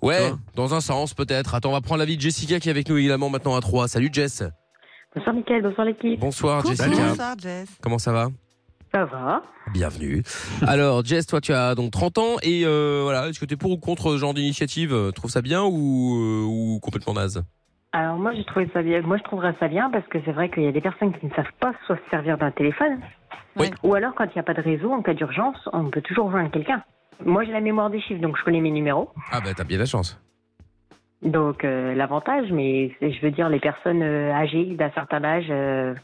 S3: ouais, dans un sens peut-être. Attends, on va prendre la vie de Jessica qui est avec nous évidemment maintenant à 3. Salut Jess.
S21: Bonsoir Mickaël, bonsoir l'équipe.
S3: Bonsoir Jessica. Comment ça va
S21: Ça va
S3: Bienvenue. Alors Jess, toi tu as donc 30 ans et euh, voilà, est-ce que tu es pour ou contre ce genre d'initiative Euh, Trouve ça bien ou, euh, ou complètement naze
S21: Alors moi, j'ai trouvé ça bien. Moi, je trouverais ça bien parce que c'est vrai qu'il y a des personnes qui ne savent pas soit se servir d'un téléphone, ou alors quand il n'y a pas de réseau, en cas d'urgence, on peut toujours joindre quelqu'un. Moi, j'ai la mémoire des chiffres, donc je connais mes numéros.
S3: Ah bah t'as bien la chance.
S21: Donc euh, l'avantage, mais c'est- je veux dire, les personnes euh, âgées d'un certain âge, euh,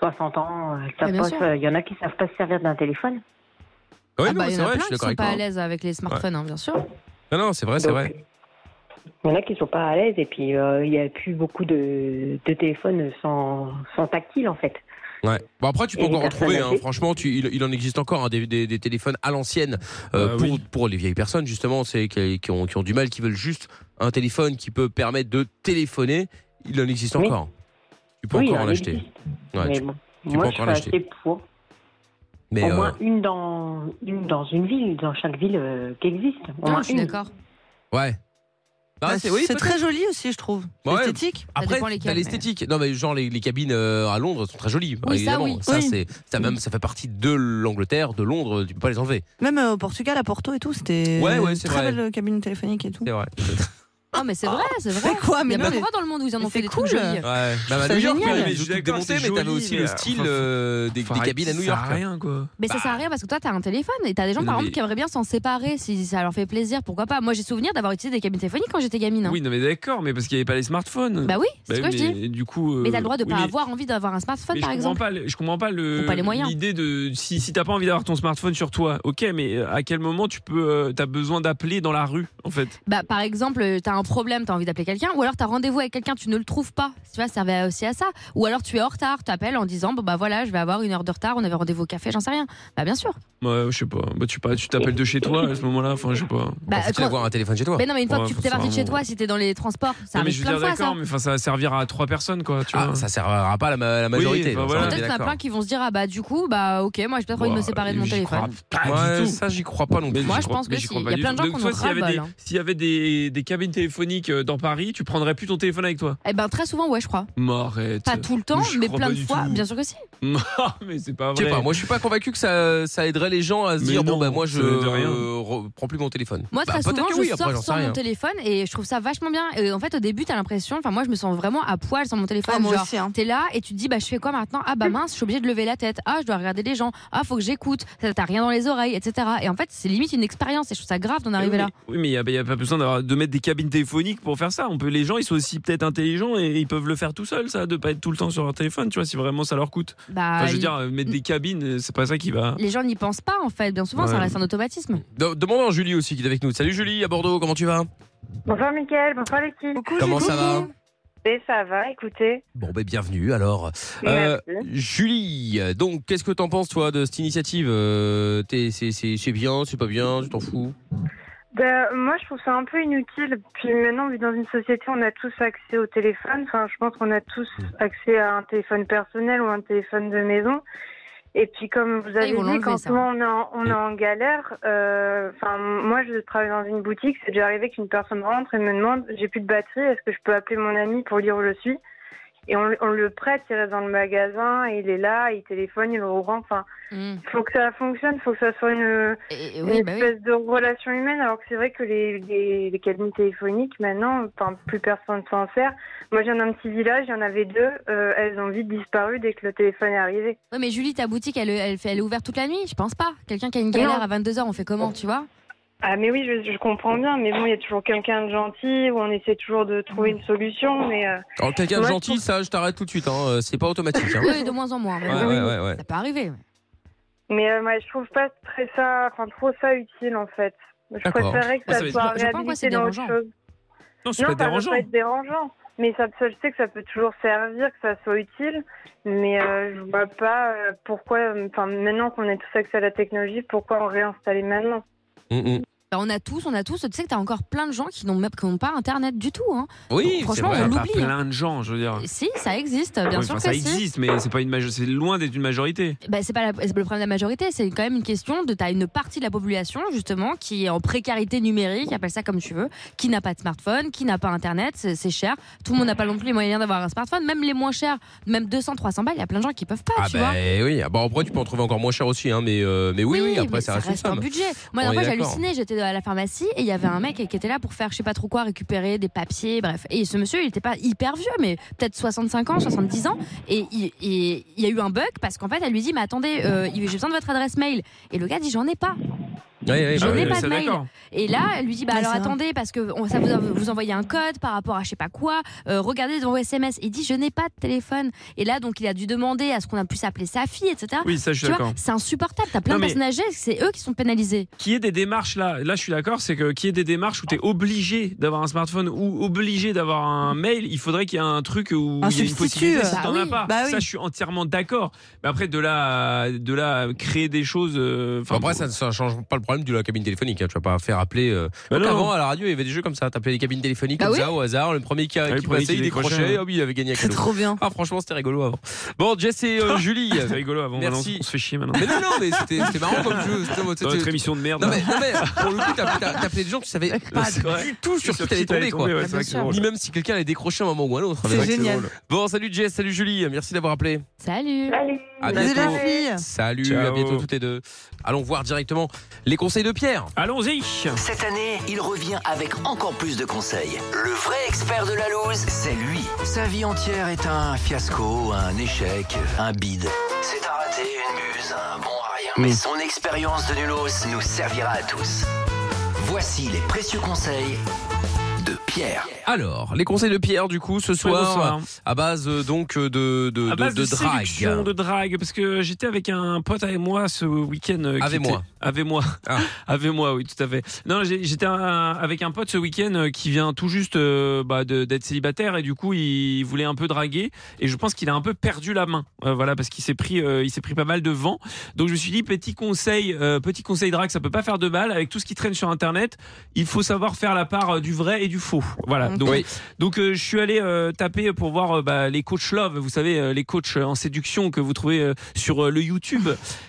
S21: 60 ans, euh,
S6: Ah,
S21: savent
S6: bien
S21: pas-
S6: sûr.
S21: euh, il y en a qui savent pas se servir d'un téléphone.
S3: Ouais,
S6: Ah
S3: non,
S6: bah,
S3: mais
S6: il y
S3: c'est
S6: en a
S3: vrai, je
S6: plein qui
S3: suis d'accord
S6: sont
S3: avec
S6: pas
S3: toi.
S6: à l'aise avec les smartphones, hein, bien sûr.
S3: Non, non, c'est vrai, c'est
S21: Donc,
S3: vrai.
S21: Il y en a qui sont pas à l'aise et puis euh, il n'y a plus beaucoup de, de téléphones sans, sans tactile en fait.
S3: Ouais. Bon après tu peux
S21: Et
S3: encore
S21: les
S3: en trouver.
S21: personnes
S3: hein.
S21: âgées.
S3: Franchement, tu- il, il en existe encore hein, des, des- des téléphones à l'ancienne euh, pour, pour les vieilles personnes justement, c'est qui, qui ont, qui ont du mal, qui veulent juste un téléphone qui peut permettre de téléphoner. Il en existe
S21: Oui.
S3: encore. Tu peux
S21: Oui,
S3: encore
S21: il
S3: en
S21: en
S3: acheter.
S21: existe.
S3: Ouais,
S21: mais
S3: tu-
S21: bon,
S3: tu
S21: moi je
S3: peux
S21: suis
S3: encore l'acheter.
S21: assez pour.
S3: Mais
S21: Au
S3: euh,
S21: moins une dans une dans une ville, dans chaque ville euh, qui existe. Au
S6: Non,
S21: moins
S6: je suis
S21: une.
S6: d'accord.
S3: ouais. Bah,
S4: Bah,
S3: c'est oui,
S4: c'est
S3: peut-être.
S4: très joli aussi, je trouve.
S3: Bah ouais.
S4: Esthétique.
S3: Après, t'as l'esthétique. Non, mais genre les, les cabines euh, à Londres sont très jolies.
S4: Oui, ça,
S3: évidemment.
S4: oui. Oui.
S3: c'est ça même ça fait partie de l'Angleterre, de Londres. Tu peux pas les enlever.
S4: Même euh, au Portugal, à Porto et tout, c'était
S3: Ouais, ouais,
S4: une
S3: c'est
S4: très
S3: vrai.
S4: belle cabine téléphonique et tout. Ah.
S3: C'est vrai.
S6: Non, Ah, mais c'est vrai, c'est vrai.
S4: Mais quoi, mais
S6: il y a
S4: non,
S6: pas
S4: mais-
S6: de droit dans le monde où ils en ont fait des trucs
S4: cool.
S6: jolis.
S3: Ouais. Bah, à
S5: ça
S3: New York,
S5: génial.
S3: ils
S5: Mais
S3: avaient
S5: je suis
S3: tout
S5: d'accord,
S3: démonté,
S5: c'est
S3: mais t'avais
S5: joli,
S3: aussi
S5: mais
S3: le
S5: enfin,
S3: style
S5: faut-
S3: euh, des, des
S5: arrêter,
S3: cabines à New
S5: ça
S3: York. Bah,
S5: sert à rien, quoi.
S6: Mais ça sert à rien parce que toi, t'as un téléphone et t'as des gens
S5: Bah. Non,
S6: par
S5: mais-
S6: exemple qui aimeraient bien s'en séparer si ça leur fait plaisir, pourquoi pas. Moi, j'ai souvenir d'avoir utilisé des cabines téléphoniques quand j'étais gamine. hein.
S5: Oui, non, mais d'accord, mais parce qu'il n'y avait pas les smartphones.
S6: Bah oui, c'est ce que je
S5: mais
S6: dis.
S5: et Du coup, euh,
S6: mais t'as le droit de
S5: oui,
S6: pas
S5: mais-
S6: avoir envie d'avoir un smartphone,
S5: mais
S6: par
S5: je
S6: exemple.
S5: Comprends pas, le- je comprends pas
S6: Ils ont pas les
S5: le
S6: moyens.
S5: l'idée de si si t'as pas envie d'avoir ton smartphone sur toi, ok, mais euh, à quel moment tu peux euh, t'as besoin d'appeler dans la rue en fait
S6: Bah, par exemple, euh, t'as un problème, t'as envie d'appeler quelqu'un, ou alors t'as rendez-vous avec quelqu'un, tu ne le trouves pas. Tu vois, ça servait aussi à ça. Ou alors tu es en retard, t'appelles en disant, bon bah voilà, je vais avoir une heure de retard, on avait rendez-vous au café, j'en sais rien. Bah, bien sûr.
S5: Ouais, je sais pas. Bah, tu pas- tu t'appelles de chez toi à ce moment-là, enfin je sais pas.
S6: Bah, faut-il quand- avoir
S3: un téléphone chez
S6: Mais non, mais une fois
S5: Ouais,
S6: que tu t'es parti de
S5: forcément.
S6: chez toi, si t'es dans les transports, ça
S5: Non, mais
S6: arrive
S5: je veux
S6: plein de
S5: dire
S6: fois, ça.
S5: d'accord, mais enfin ça va servir à trois personnes quoi, tu vois.
S3: Ah, Ça servira pas à la, ma- la majorité.
S5: bah
S3: donc ça,
S5: voilà.
S3: on est
S6: Peut-être qu'il y en a
S3: d'accord.
S6: plein qui vont se dire, ah bah du coup, bah ok, moi j'ai peut-être envie de me séparer de mon téléphone.
S5: Pas
S3: Ouais,
S5: du tout.
S3: ça j'y crois pas non plus.
S6: Moi, je pense que si. Il y a plein de gens qui en ont
S5: toi, s'il y avait, des,
S6: ras-le-bol, hein.
S5: s'il y avait des, des cabines téléphoniques euh, dans Paris, tu prendrais plus ton téléphone avec toi
S6: Eh ben très souvent, ouais, je crois.
S5: M'arrête.
S6: Pas tout le temps,
S5: Je
S6: mais
S5: crois
S6: plein
S5: pas
S6: de
S5: du
S6: fois,
S5: tout.
S6: bien sûr que si.
S5: mais c'est pas
S3: Je sais
S5: vrai.
S3: pas, moi je suis pas convaincu que ça, ça aiderait les gens à se
S5: Mais
S3: dire
S5: non,
S3: bon bah moi je
S5: ça aide rien.
S3: euh, re- prends plus mon téléphone.
S6: Moi,
S3: Bah,
S6: très
S3: peut-être
S6: souvent,
S3: que
S6: je
S3: oui, après,
S6: sors
S3: j'en sais
S6: sans
S3: rien.
S6: mon téléphone et je trouve ça vachement bien. Et en fait, au début, t'as l'impression, enfin, moi, je me sens vraiment à poil sans mon téléphone.
S4: Ah, moi
S6: Genre,
S4: aussi, hein. Hum.
S6: T'es là et tu te dis, bah, je fais quoi maintenant Ah, bah mince, je suis obligée de lever la tête. Ah, je dois regarder les gens. Ah, faut que j'écoute. Ça, T'as rien dans les oreilles, etc. Et en fait, c'est limite une expérience et je trouve ça grave d'en arriver là.
S5: Eh Oui, mais il n'y a, pas besoin d'avoir- de mettre des cabines téléphoniques pour faire ça. On peut, les gens, ils sont aussi peut-être intelligents et ils peuvent le faire tout seuls, ça, de pas être tout le temps sur leur téléphone, tu vois, si vraiment ça leur coûte.
S6: Bah,
S5: Enfin, je veux
S6: il-
S5: dire, euh, mettre des cabines, euh, c'est pas ça qui va.
S6: Les gens n'y pensent pas, en fait. Bien souvent,
S5: Ouais. Mm.
S6: ça reste un automatisme.
S3: De- Demandons à Julie aussi qui est avec nous. Salut Julie à Bordeaux, comment tu vas
S9: Bonsoir Mickaël, bonsoir l'équipe.
S3: Comment ça va
S9: Et ça va, écoutez.
S3: Bon ben bienvenue alors. Euh,
S9: Merci.
S3: Julie, donc qu'est-ce que t'en penses toi de cette initiative Euh, t'es- c'est- C'est c'est bien, c'est pas bien, tu t'en fous
S9: Ben, moi, je trouve ça un peu inutile. Puis maintenant, vu dans une société, on a tous accès au téléphone. Enfin, je pense qu'on a tous accès à un téléphone personnel ou un téléphone de maison. Et puis, comme vous avez
S6: ils vont
S9: dit,
S6: l'enlever,
S9: quand
S6: ça. hein.
S9: on est en, on est en galère, euh, enfin, moi, je travaille dans une boutique. C'est déjà arrivé qu'une personne rentre et me demande j'ai plus de batterie, est-ce que je peux appeler mon ami pour dire où je suis Et on, on le prête, il reste dans le magasin, il est là, il téléphone, il le rend. Enfin, il faut que ça fonctionne, il faut que ça soit une,
S6: oui,
S9: une
S6: bah oui.
S9: espèce de relation humaine. Alors que c'est vrai que les, les, les cabines téléphoniques, maintenant, enfin, plus personne s'en sert. Moi, j'ai un petit village, il y en avait deux. euh, elles ont vite disparu dès que le téléphone est arrivé.
S6: Ouais, mais Julie, ta boutique, elle, elle, fait- elle est ouverte toute la nuit Je pense pas. Quelqu'un qui a une galère
S9: Non.
S6: à 22h, on fait comment, tu vois
S9: Ah, mais oui, je, je comprends bien. Mais bon, il y a toujours quelqu'un de gentil, où on essaie toujours de trouver une solution. Mais euh,
S3: Alors quelqu'un de
S9: moi, je
S3: gentil, ça je t'arrête tout de suite, hein. euh, c'est pas automatique. hein.
S6: Oui, de moins en moins. mais
S3: Ouais,
S6: bon,
S3: ouais, ouais, ouais.
S6: Ça peut arriver.
S9: Mais euh, moi, je trouve pas très ça, enfin trop ça utile en fait. Je
S6: D'accord.
S9: préférerais que
S6: Ouais, ça
S9: ça,
S6: va être-
S9: soit
S6: Je sais pas en quoi c'est
S9: réhabilité dans autre
S6: dérangeant.
S9: chose.
S5: Non,
S9: ça peut pas être dérangeant. Mais ça, ça, je sais que ça peut toujours servir, que ça soit utile. Mais euh, je vois pas euh, pourquoi, euh, enfin maintenant qu'on est tous accès à la technologie, pourquoi on réinstaller maintenant
S3: Mm,
S6: Bah, on a tous, on a tous. Tu sais que t'as encore plein de gens qui n'ont même- qui n'ont pas Internet du tout. hein.
S5: Oui,
S6: Donc, franchement,
S5: c'est vrai.
S6: on
S5: Pas
S6: l'oublie. hein.
S5: plein de gens, je veux dire. Ah
S6: Si, ça existe, bien
S5: Oui,
S6: sûr
S5: enfin,
S6: que
S5: ça
S6: si.
S5: existe, mais c'est pas une majo- c'est loin d'être une majorité.
S6: Bah, c'est pas la- c'est pas le problème de la majorité, c'est quand même une question de t'as une partie de la population justement qui est en précarité numérique, appelle ça comme tu veux, qui n'a pas de smartphone, qui n'a pas internet, c'est c'est cher. Tout le monde n'a pas non plus les moyens d'avoir un smartphone, même les moins chers, même 200, 300 balles, il y a plein de gens qui peuvent pas,
S3: Ah
S6: tu
S3: bah
S6: vois.
S3: oui, ah bah après tu peux en trouver encore moins cher aussi, hein, mais, euh, mais oui, oui, après
S6: mais
S3: ça reste, une
S6: un
S3: somme.
S6: budget. Moi,
S3: On
S6: la
S3: est
S6: fois, j'ai
S3: d'accord.
S6: halluciné. J'étais à la pharmacie et il y avait un mec qui était là pour faire, je sais pas trop quoi, récupérer des papiers, bref. Et ce monsieur, il était pas hyper vieux, mais peut-être 65 ans, 70 ans. Et il, et il y a eu un bug parce qu'en fait, elle lui dit, mais attendez, euh, j'ai besoin de votre adresse mail. Et le gars dit, j'en ai pas.
S5: Ah
S3: Ouais, ouais,
S6: Je
S3: bah
S6: n'ai
S3: oui,
S6: pas
S3: oui.
S6: de mail. Et là, elle lui dit bah alors attendez parce que on- ça vous, vous envoyez un code par rapport à je sais pas quoi. euh, regardez dans vos SMS. Il dit je n'ai pas de téléphone. Et là donc il a dû demander à ce qu'on a pu s'appeler sa fille, etc.
S5: Oui, ça, je suis
S6: Tu vois,
S5: d'accord.
S6: C'est insupportable. T'as plein
S5: Non,
S6: de
S5: mais-
S6: personnes âgées, c'est eux qui sont pénalisés.
S5: Qu'il y ait des démarches là, là je suis d'accord, c'est que qu'il y ait des démarches où tu es obligé d'avoir un smartphone ou obligé d'avoir un mail, il faudrait qu'il y ait un truc où
S4: Un
S5: il y ait une
S4: substitut,
S5: possibilité si
S4: bah
S5: t'en as
S4: oui,
S5: pas.
S4: bah oui.
S5: Ça je suis entièrement d'accord. Mais après de là à- de là à créer des choses euh, enfin
S3: Après, ça ne change pas le problème de la cabine téléphonique. hein. Tu vas pas faire appeler. euh,
S5: Bah
S3: donc
S5: non.
S3: avant, à la radio, il y avait des jeux comme ça. T'appelais les cabines téléphoniques
S5: Bah
S3: comme
S5: oui.
S3: ça au hasard. Le premier qui,
S5: Ah, le
S3: qui
S5: premier
S3: passait,
S5: qui
S3: il
S5: décrochait,
S3: décrochait.
S5: ouais.
S3: Ah oui, il avait gagné un
S5: C'est
S3: cadeau.
S5: trop bien.
S3: Ah, franchement, c'était rigolo avant. Bon, Jess et euh, Julie.
S5: C'était Ah. rigolo avant, maintenant,
S3: Merci.
S5: on se fait chier maintenant.
S3: Mais non, non, mais c'était c'était marrant comme jeu. C'était- c'était-
S5: Dans notre émission de merde.
S3: Non, mais, non, mais pour le coup, t'appelais- t'as- t'appelais des gens, tu savais pas
S5: C'est vrai.
S3: du tout sur
S5: Sur
S3: qui
S5: qui
S3: t'allais
S5: t'allais
S3: tomber, quoi.
S5: tomber, ouais, c'est vrai que c'est drôle.
S3: Ni même si quelqu'un allait décrocher un moment ou un autre.
S5: C'est
S3: vrai que
S5: génial.
S3: drôle. Bon, salut Jess, salut Julie. Merci d'avoir appelé.
S6: Salut.
S5: Ah,
S3: À bientôt. Salut, à
S5: Ciao.
S3: bientôt toutes les deux. Allons voir directement les conseils de Pierre.
S5: Allons-y.
S2: Cette année, il revient avec encore plus de conseils. Le vrai expert de la loose, c'est lui. Sa vie entière est un fiasco, un échec, un bide. C'est un raté, une muse, un bon à rien. Mais son expérience de nulos nous servira à tous. Voici les précieux conseils de Pierre.
S3: Alors, les conseils de Pierre du coup ce soir,
S5: bonsoir.
S3: à base euh, donc euh, de de, de-
S5: à base de,
S3: de drague.
S5: séduction, de drague, parce que j'étais avec un pote avec moi ce week-end. euh, qui
S3: Avec
S5: était-
S3: moi. Ah.
S5: Avec moi. Avec moi, oui, tout à fait. Non, j'ai- j'étais un- avec un pote ce week-end euh, qui vient tout juste euh, bah, de- d'être célibataire et du coup, il voulait un peu draguer et je pense qu'il a un peu perdu la main. Euh, voilà, parce qu'il s'est pris, euh, il s'est pris pas mal de vent. Donc je me suis dit, petit conseil, euh, petit conseil drague, ça peut pas faire de mal avec tout ce qui traîne sur Internet. Il faut savoir faire la part euh, du vrai et du faux. Voilà. Donc,
S3: Oui.
S5: donc euh, je suis allé euh, taper pour voir euh, bah, les coachs love, vous savez, euh, les coachs euh, en séduction que vous trouvez euh, sur euh, le YouTube.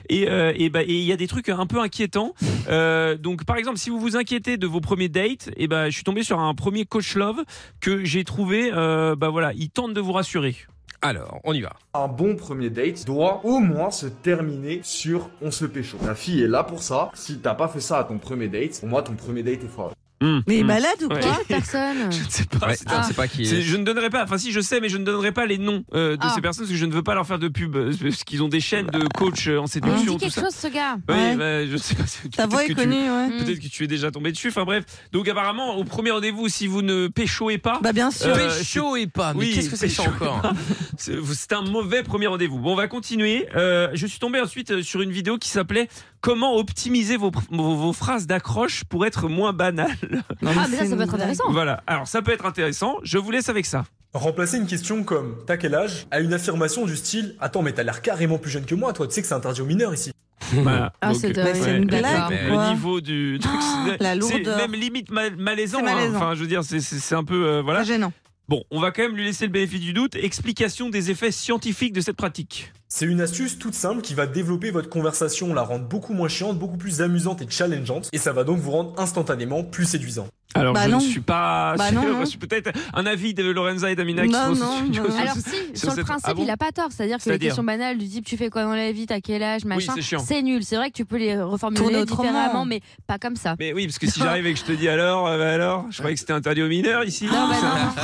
S5: Et euh, et bah, et il y a des trucs un peu inquiétants. Euh, donc par exemple, si vous vous inquiétez de vos premiers dates, et bah, ben je suis tombé sur un premier coach love que j'ai trouvé. euh, bah voilà, il tente de vous rassurer.
S3: Alors, on y va.
S7: Un bon premier date doit au moins se terminer sur on se pécho. Ta fille est là pour ça. Si t'as pas fait ça à ton premier date, pour moi ton premier date est foireux.
S4: Mais
S5: Hmm.
S4: malade ou
S5: Ouais.
S4: quoi Personne.
S5: Je ne sais pas.
S3: je ne sais pas qui est.
S5: Ah, C'est- Je ne donnerai pas. Enfin, si je sais, mais je ne donnerai pas les noms euh, de
S6: Ah.
S5: ces personnes parce que je ne veux pas leur faire de pub euh, parce qu'ils ont des chaînes de coach euh,
S6: Il
S5: en
S6: me
S5: séduction.
S6: Ah, dit
S5: tout
S6: quelque
S5: ça.
S6: chose, ce gars.
S5: Oui, bah, je sais pas. c'est-
S6: Ta
S5: peut-être
S6: voix est
S5: que tu-
S6: connue, ouais.
S5: Peut-être que tu es déjà tombé dessus. Enfin bref. Donc apparemment, au premier rendez-vous, si vous ne péchoez pas.
S3: Bah, bien sûr.
S5: euh,
S3: Péchoez
S5: c'est-
S3: pas, mais qu'est-ce que c'est que ça
S5: péchoez
S3: encore
S5: pas. C'est c'est un mauvais premier rendez-vous. Bon, on va continuer. Euh, je suis tombé ensuite euh, sur une vidéo qui s'appelait Comment optimiser vos, pr- vos, vos phrases d'accroche pour être moins banales.
S6: Ah, mais ça, ça peut être intéressant.
S5: Voilà, alors ça peut être intéressant, je vous laisse avec ça.
S22: Remplacer une question comme T'as quel âge à une affirmation du style Attends, mais t'as l'air carrément plus jeune que moi, toi, tu sais que c'est interdit aux mineurs ici.
S5: Voilà.
S22: Ah,
S5: Donc,
S22: c'est de-
S5: euh,
S22: c'est une
S5: le-
S22: blague,
S5: Le,
S22: quoi. Ah,
S5: niveau du. donc, c'est-
S22: la
S5: c'est
S22: lourdeur.
S5: même limite mal- malaisant.
S22: C'est
S5: hein.
S22: malaisant.
S5: Enfin, je veux dire, c'est- c'est c'est un peu. euh, voilà.
S22: gênant.
S5: Bon, on va quand même lui laisser le bénéfice du doute. Explication des effets scientifiques de cette pratique.
S22: C'est une astuce toute simple qui va développer votre conversation, la rendre beaucoup moins chiante, beaucoup plus amusante et challengeante, et ça va donc vous rendre instantanément plus séduisant.
S5: Alors,
S22: Bah
S5: je
S22: non.
S5: ne suis pas.
S22: Bah
S5: sûr,
S22: non, non.
S5: je suis Ah, peut-être un avis de Lorenza et d'Amina qui sont
S22: Non,
S5: au
S22: non,
S5: studio.
S22: non.
S6: Alors si, sur le
S5: cette-
S6: principe,
S5: Ah bon
S6: il a pas tort. C'est-à-dire que les
S5: C'est-à-dire
S6: questions banales du type tu fais quoi dans la vie, t'as quel âge, machin,
S5: c'est chiant.
S6: c'est nul. C'est vrai que tu peux les
S4: Tourner
S6: reformuler
S4: autrement.
S6: différemment, mais pas comme ça.
S5: Mais Eh oui, parce que si j'arrive et que je te dis alors, euh, bah alors, je croyais que c'était interdit aux mineurs ici.
S4: Oh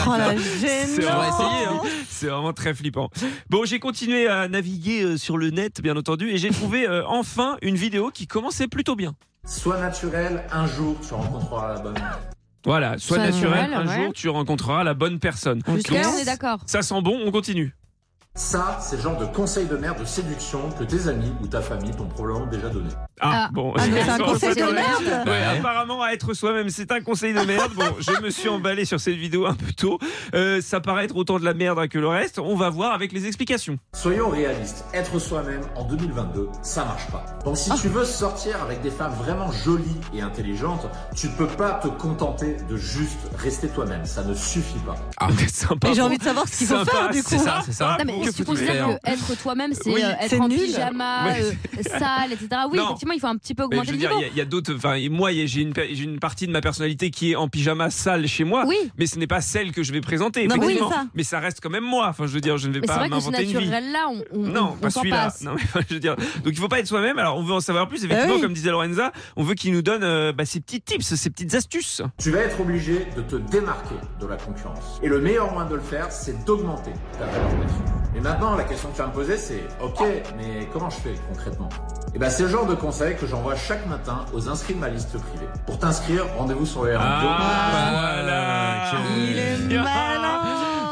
S4: la
S5: C'est
S4: gêne.
S5: vraiment, hein. c'est vraiment très flippant. Bon, j'ai continué à naviguer euh, sur le net, bien entendu, et j'ai trouvé euh, enfin une vidéo qui commençait plutôt bien.
S23: Sois naturel, un jour tu rencontreras la bonne.
S5: Voilà, sois
S23: Ça,
S5: naturel,
S23: ouais,
S5: un
S23: ouais.
S5: jour tu rencontreras la bonne personne.
S6: Jusqu'à là, on est d'accord.
S5: Ça sent bon, on continue.
S23: Ça, c'est le genre de conseil de mère de séduction que tes amis ou ta famille t'ont probablement déjà donné.
S5: Ah,
S23: Ah.
S5: bon.
S23: Ah, mais c'est un
S5: Bon,
S23: conseil de
S5: attendez.
S23: merde.
S5: Ouais,
S23: Ouais.
S5: Apparemment, à être soi-même, c'est un conseil de merde. Bon, je me suis emballé sur cette vidéo un peu tôt. Euh, ça paraît être autant de la merde hein, que le reste. On va voir avec les explications.
S23: Soyons réalistes, être soi-même en 2022, ça marche pas. Donc si tu veux sortir avec des femmes vraiment jolies et intelligentes, tu peux pas te contenter de juste rester toi-même, ça ne suffit pas.
S5: Ah, sympa.
S4: Et j'ai envie de savoir ce qu'il faut
S23: Sympa,
S4: faire du coup.
S23: c'est ça, c'est ça.
S6: Non, mais
S23: Que
S6: est-ce que tu
S23: faut-il
S6: considères
S23: faire
S6: que être toi-même, c'est
S5: Oui,
S6: euh, être
S5: c'est
S6: en
S5: nul.
S6: pyjama,
S5: Ouais.
S6: euh, sale, etc. Oui,
S5: Non.
S6: effectivement, il faut un petit peu
S5: Mais
S6: augmenter
S5: je
S6: le
S5: veux dire,
S6: niveau.
S5: il y a- il y a, d'autres. Enfin, et moi, il y a- j'ai une, pa- j'ai une partie de ma personnalité qui est en pyjama sale chez moi,
S6: Oui.
S5: mais ce n'est pas celle que je vais présenter.
S6: Non, mais oui,
S5: effectivement.
S6: c'est ça.
S5: mais ça reste quand même moi. Enfin, je veux dire, je ne vais
S6: Mais c'est
S5: pas
S6: vrai que ce
S5: m'inventer une vie.
S6: naturel-là, on, on,
S5: Non,
S6: on
S5: pas
S6: s'en
S5: celui-là.
S6: passe. Eh
S5: Non, mais je veux dire. Donc il faut pas être soi-même. Alors on veut en savoir plus. Effectivement,
S23: oui.
S5: comme disait Lorenza, on veut qu'il nous donne euh, bah, ses petits tips, ses petites astuces.
S23: Tu vas être obligé de te démarquer de la concurrence. Et le meilleur moyen de le faire, c'est d'augmenter ta valeur perçue. Et maintenant, la question que tu vas me poser, c'est OK, mais comment je fais concrètement Et ben, c'est le genre de conseil que j'envoie chaque matin aux inscrits de ma liste privée. Pour t'inscrire, rendez-vous sur les
S5: voilà. Il est
S3: Ah,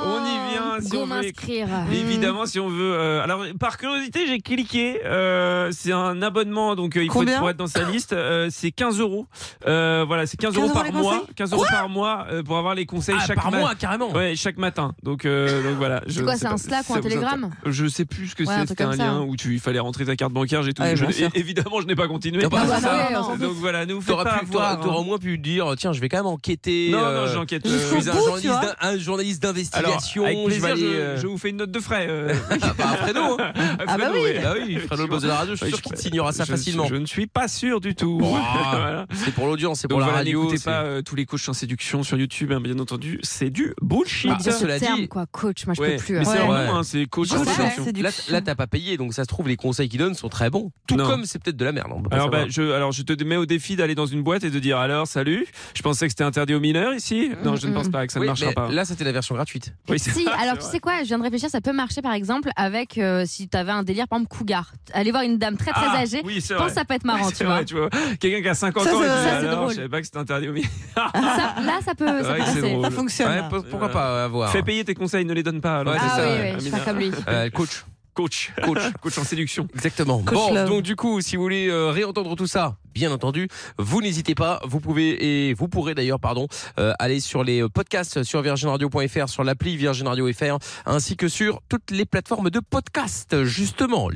S5: On y vient si on
S6: Go
S5: veut les-
S6: m'inscrire.
S5: Évidemment, si on veut. euh, alors, par curiosité, j'ai cliqué. euh, c'est un abonnement, donc euh, il faut
S6: Combien
S5: être, pour être dans sa liste. euh, c'est 15 euros. Euh, voilà, c'est 15 euros
S3: 15 euros
S5: par
S3: les
S5: mois.
S3: conseils
S5: 15 euros
S3: Quoi
S5: par mois euh, pour avoir les conseils
S3: Ah,
S5: chaque
S3: par
S5: ma-
S3: mois, carrément.
S5: Ouais, chaque matin. Donc, euh, donc voilà.
S6: C'est
S5: je
S6: quoi,
S5: sais
S6: c'est
S5: pas.
S6: un Slack ou
S5: Ça
S6: un
S5: vous
S6: Telegram
S5: intéresse Je sais plus ce que
S6: Ouais, un
S5: c'est.
S6: truc
S5: C'était un
S6: comme ça,
S5: lien
S6: hein.
S5: où tu, il fallait rentrer ta carte bancaire, j'ai tout.
S3: Ouais,
S5: Je-
S3: bien sûr.
S5: é- évidemment, je n'ai pas continué.
S3: Ah bah, bah, ça,
S5: Donc,
S3: non.
S5: donc voilà, nous faites
S3: T'auras
S5: pas
S3: pu- t'auras-
S5: avoir, hein.
S3: t'auras au moins pu dire oh, tiens, je vais quand même enquêter.
S5: Non, non,
S3: euh,
S5: j'enquête,
S3: Je
S5: euh,
S3: suis un
S5: jusqu'au bout,
S3: journaliste
S5: tu vois.
S3: d'in- un journaliste
S5: Alors,
S3: d'investigation.
S5: avec plaisir,
S3: vais
S5: je,
S3: aller, euh,
S5: je vous fais une note de frais. euh.
S3: à Fredo. hein.
S5: Ah bah oui. Bah
S3: Bah oui, Fredo le boss de la radio, je suis sûr qu'il t'ignorera ça
S5: Je-
S3: facilement.
S5: Je ne suis pas sûr du tout.
S3: Oh, C'est pour l'audience, c'est pour
S5: Donc
S3: la
S5: voilà,
S3: radio.
S5: n'écoutez
S3: c'est-
S5: pas euh, tous les coachs en séduction sur YouTube, hein, bien entendu, c'est du bullshit.
S6: Mais
S3: Bah,
S6: déjà, ce terme, quoi, coach, moi, je
S5: Bah, Ouais,
S6: peux plus.
S5: mais c'est
S6: euh.
S5: leur nom, hein, c'est coach
S3: Je
S5: en
S3: sais,
S5: séduction.
S3: Là, là, t'as pas payé, donc ça se trouve, les conseils qu'ils donnent sont très bons. Tout
S5: Non.
S3: comme c'est peut-être de la merde. on peut pas
S5: Alors,
S3: savoir.
S5: bah, je, alors, je te mets au défi d'aller dans une boîte et de dire alors, salut, je pensais que c'était interdit aux mineurs ici. Non, je ne pense pas que ça
S3: Oui,
S5: ne marchera
S3: mais
S5: pas.
S3: Là, c'était la version gratuite.
S5: Oui, c'est
S6: Si,
S5: vrai,
S6: alors
S5: c'est
S6: tu
S5: vrai.
S6: sais quoi, je viens de réfléchir, ça peut marcher par exemple avec euh, si t'avais un délire, par exemple, cougar. Aller voir une dame très très
S5: Ah,
S6: âgée,
S5: oui,
S6: je
S5: c'est
S6: pense
S5: vrai.
S6: que ça peut être marrant,
S5: Oui,
S6: tu
S5: c'est
S6: vois.
S5: vrai, Quelqu'un qui a 50
S6: Ça,
S5: ans, il
S6: c'est-
S5: dit
S6: ça, c'est
S5: alors,
S6: drôle.
S5: je savais pas que c'était interdit aux mineurs.
S6: Ça- là, ça peut,
S5: C'est
S6: ça
S5: vrai
S6: peut
S5: que c'est
S6: passer.
S5: drôle. Ouais, pour-
S3: Pourquoi pas avoir
S5: Fais payer tes conseils, ne les donne pas. alors.
S3: Ouais,
S6: Ah oui, oui, je suis pas comme lui.
S3: Euh, coach.
S5: Coach.
S3: Coach.
S5: Coach en séduction.
S3: Exactement.
S5: Coach
S3: bon,
S5: Love.
S3: donc du coup, si vous voulez euh, réentendre tout ça, bien entendu, vous n'hésitez pas. Vous pouvez et vous pourrez d'ailleurs, pardon, euh, aller sur les podcasts sur virginradio.fr, sur l'appli Virgin Radio FR, ainsi que sur toutes les plateformes de podcasts, justement.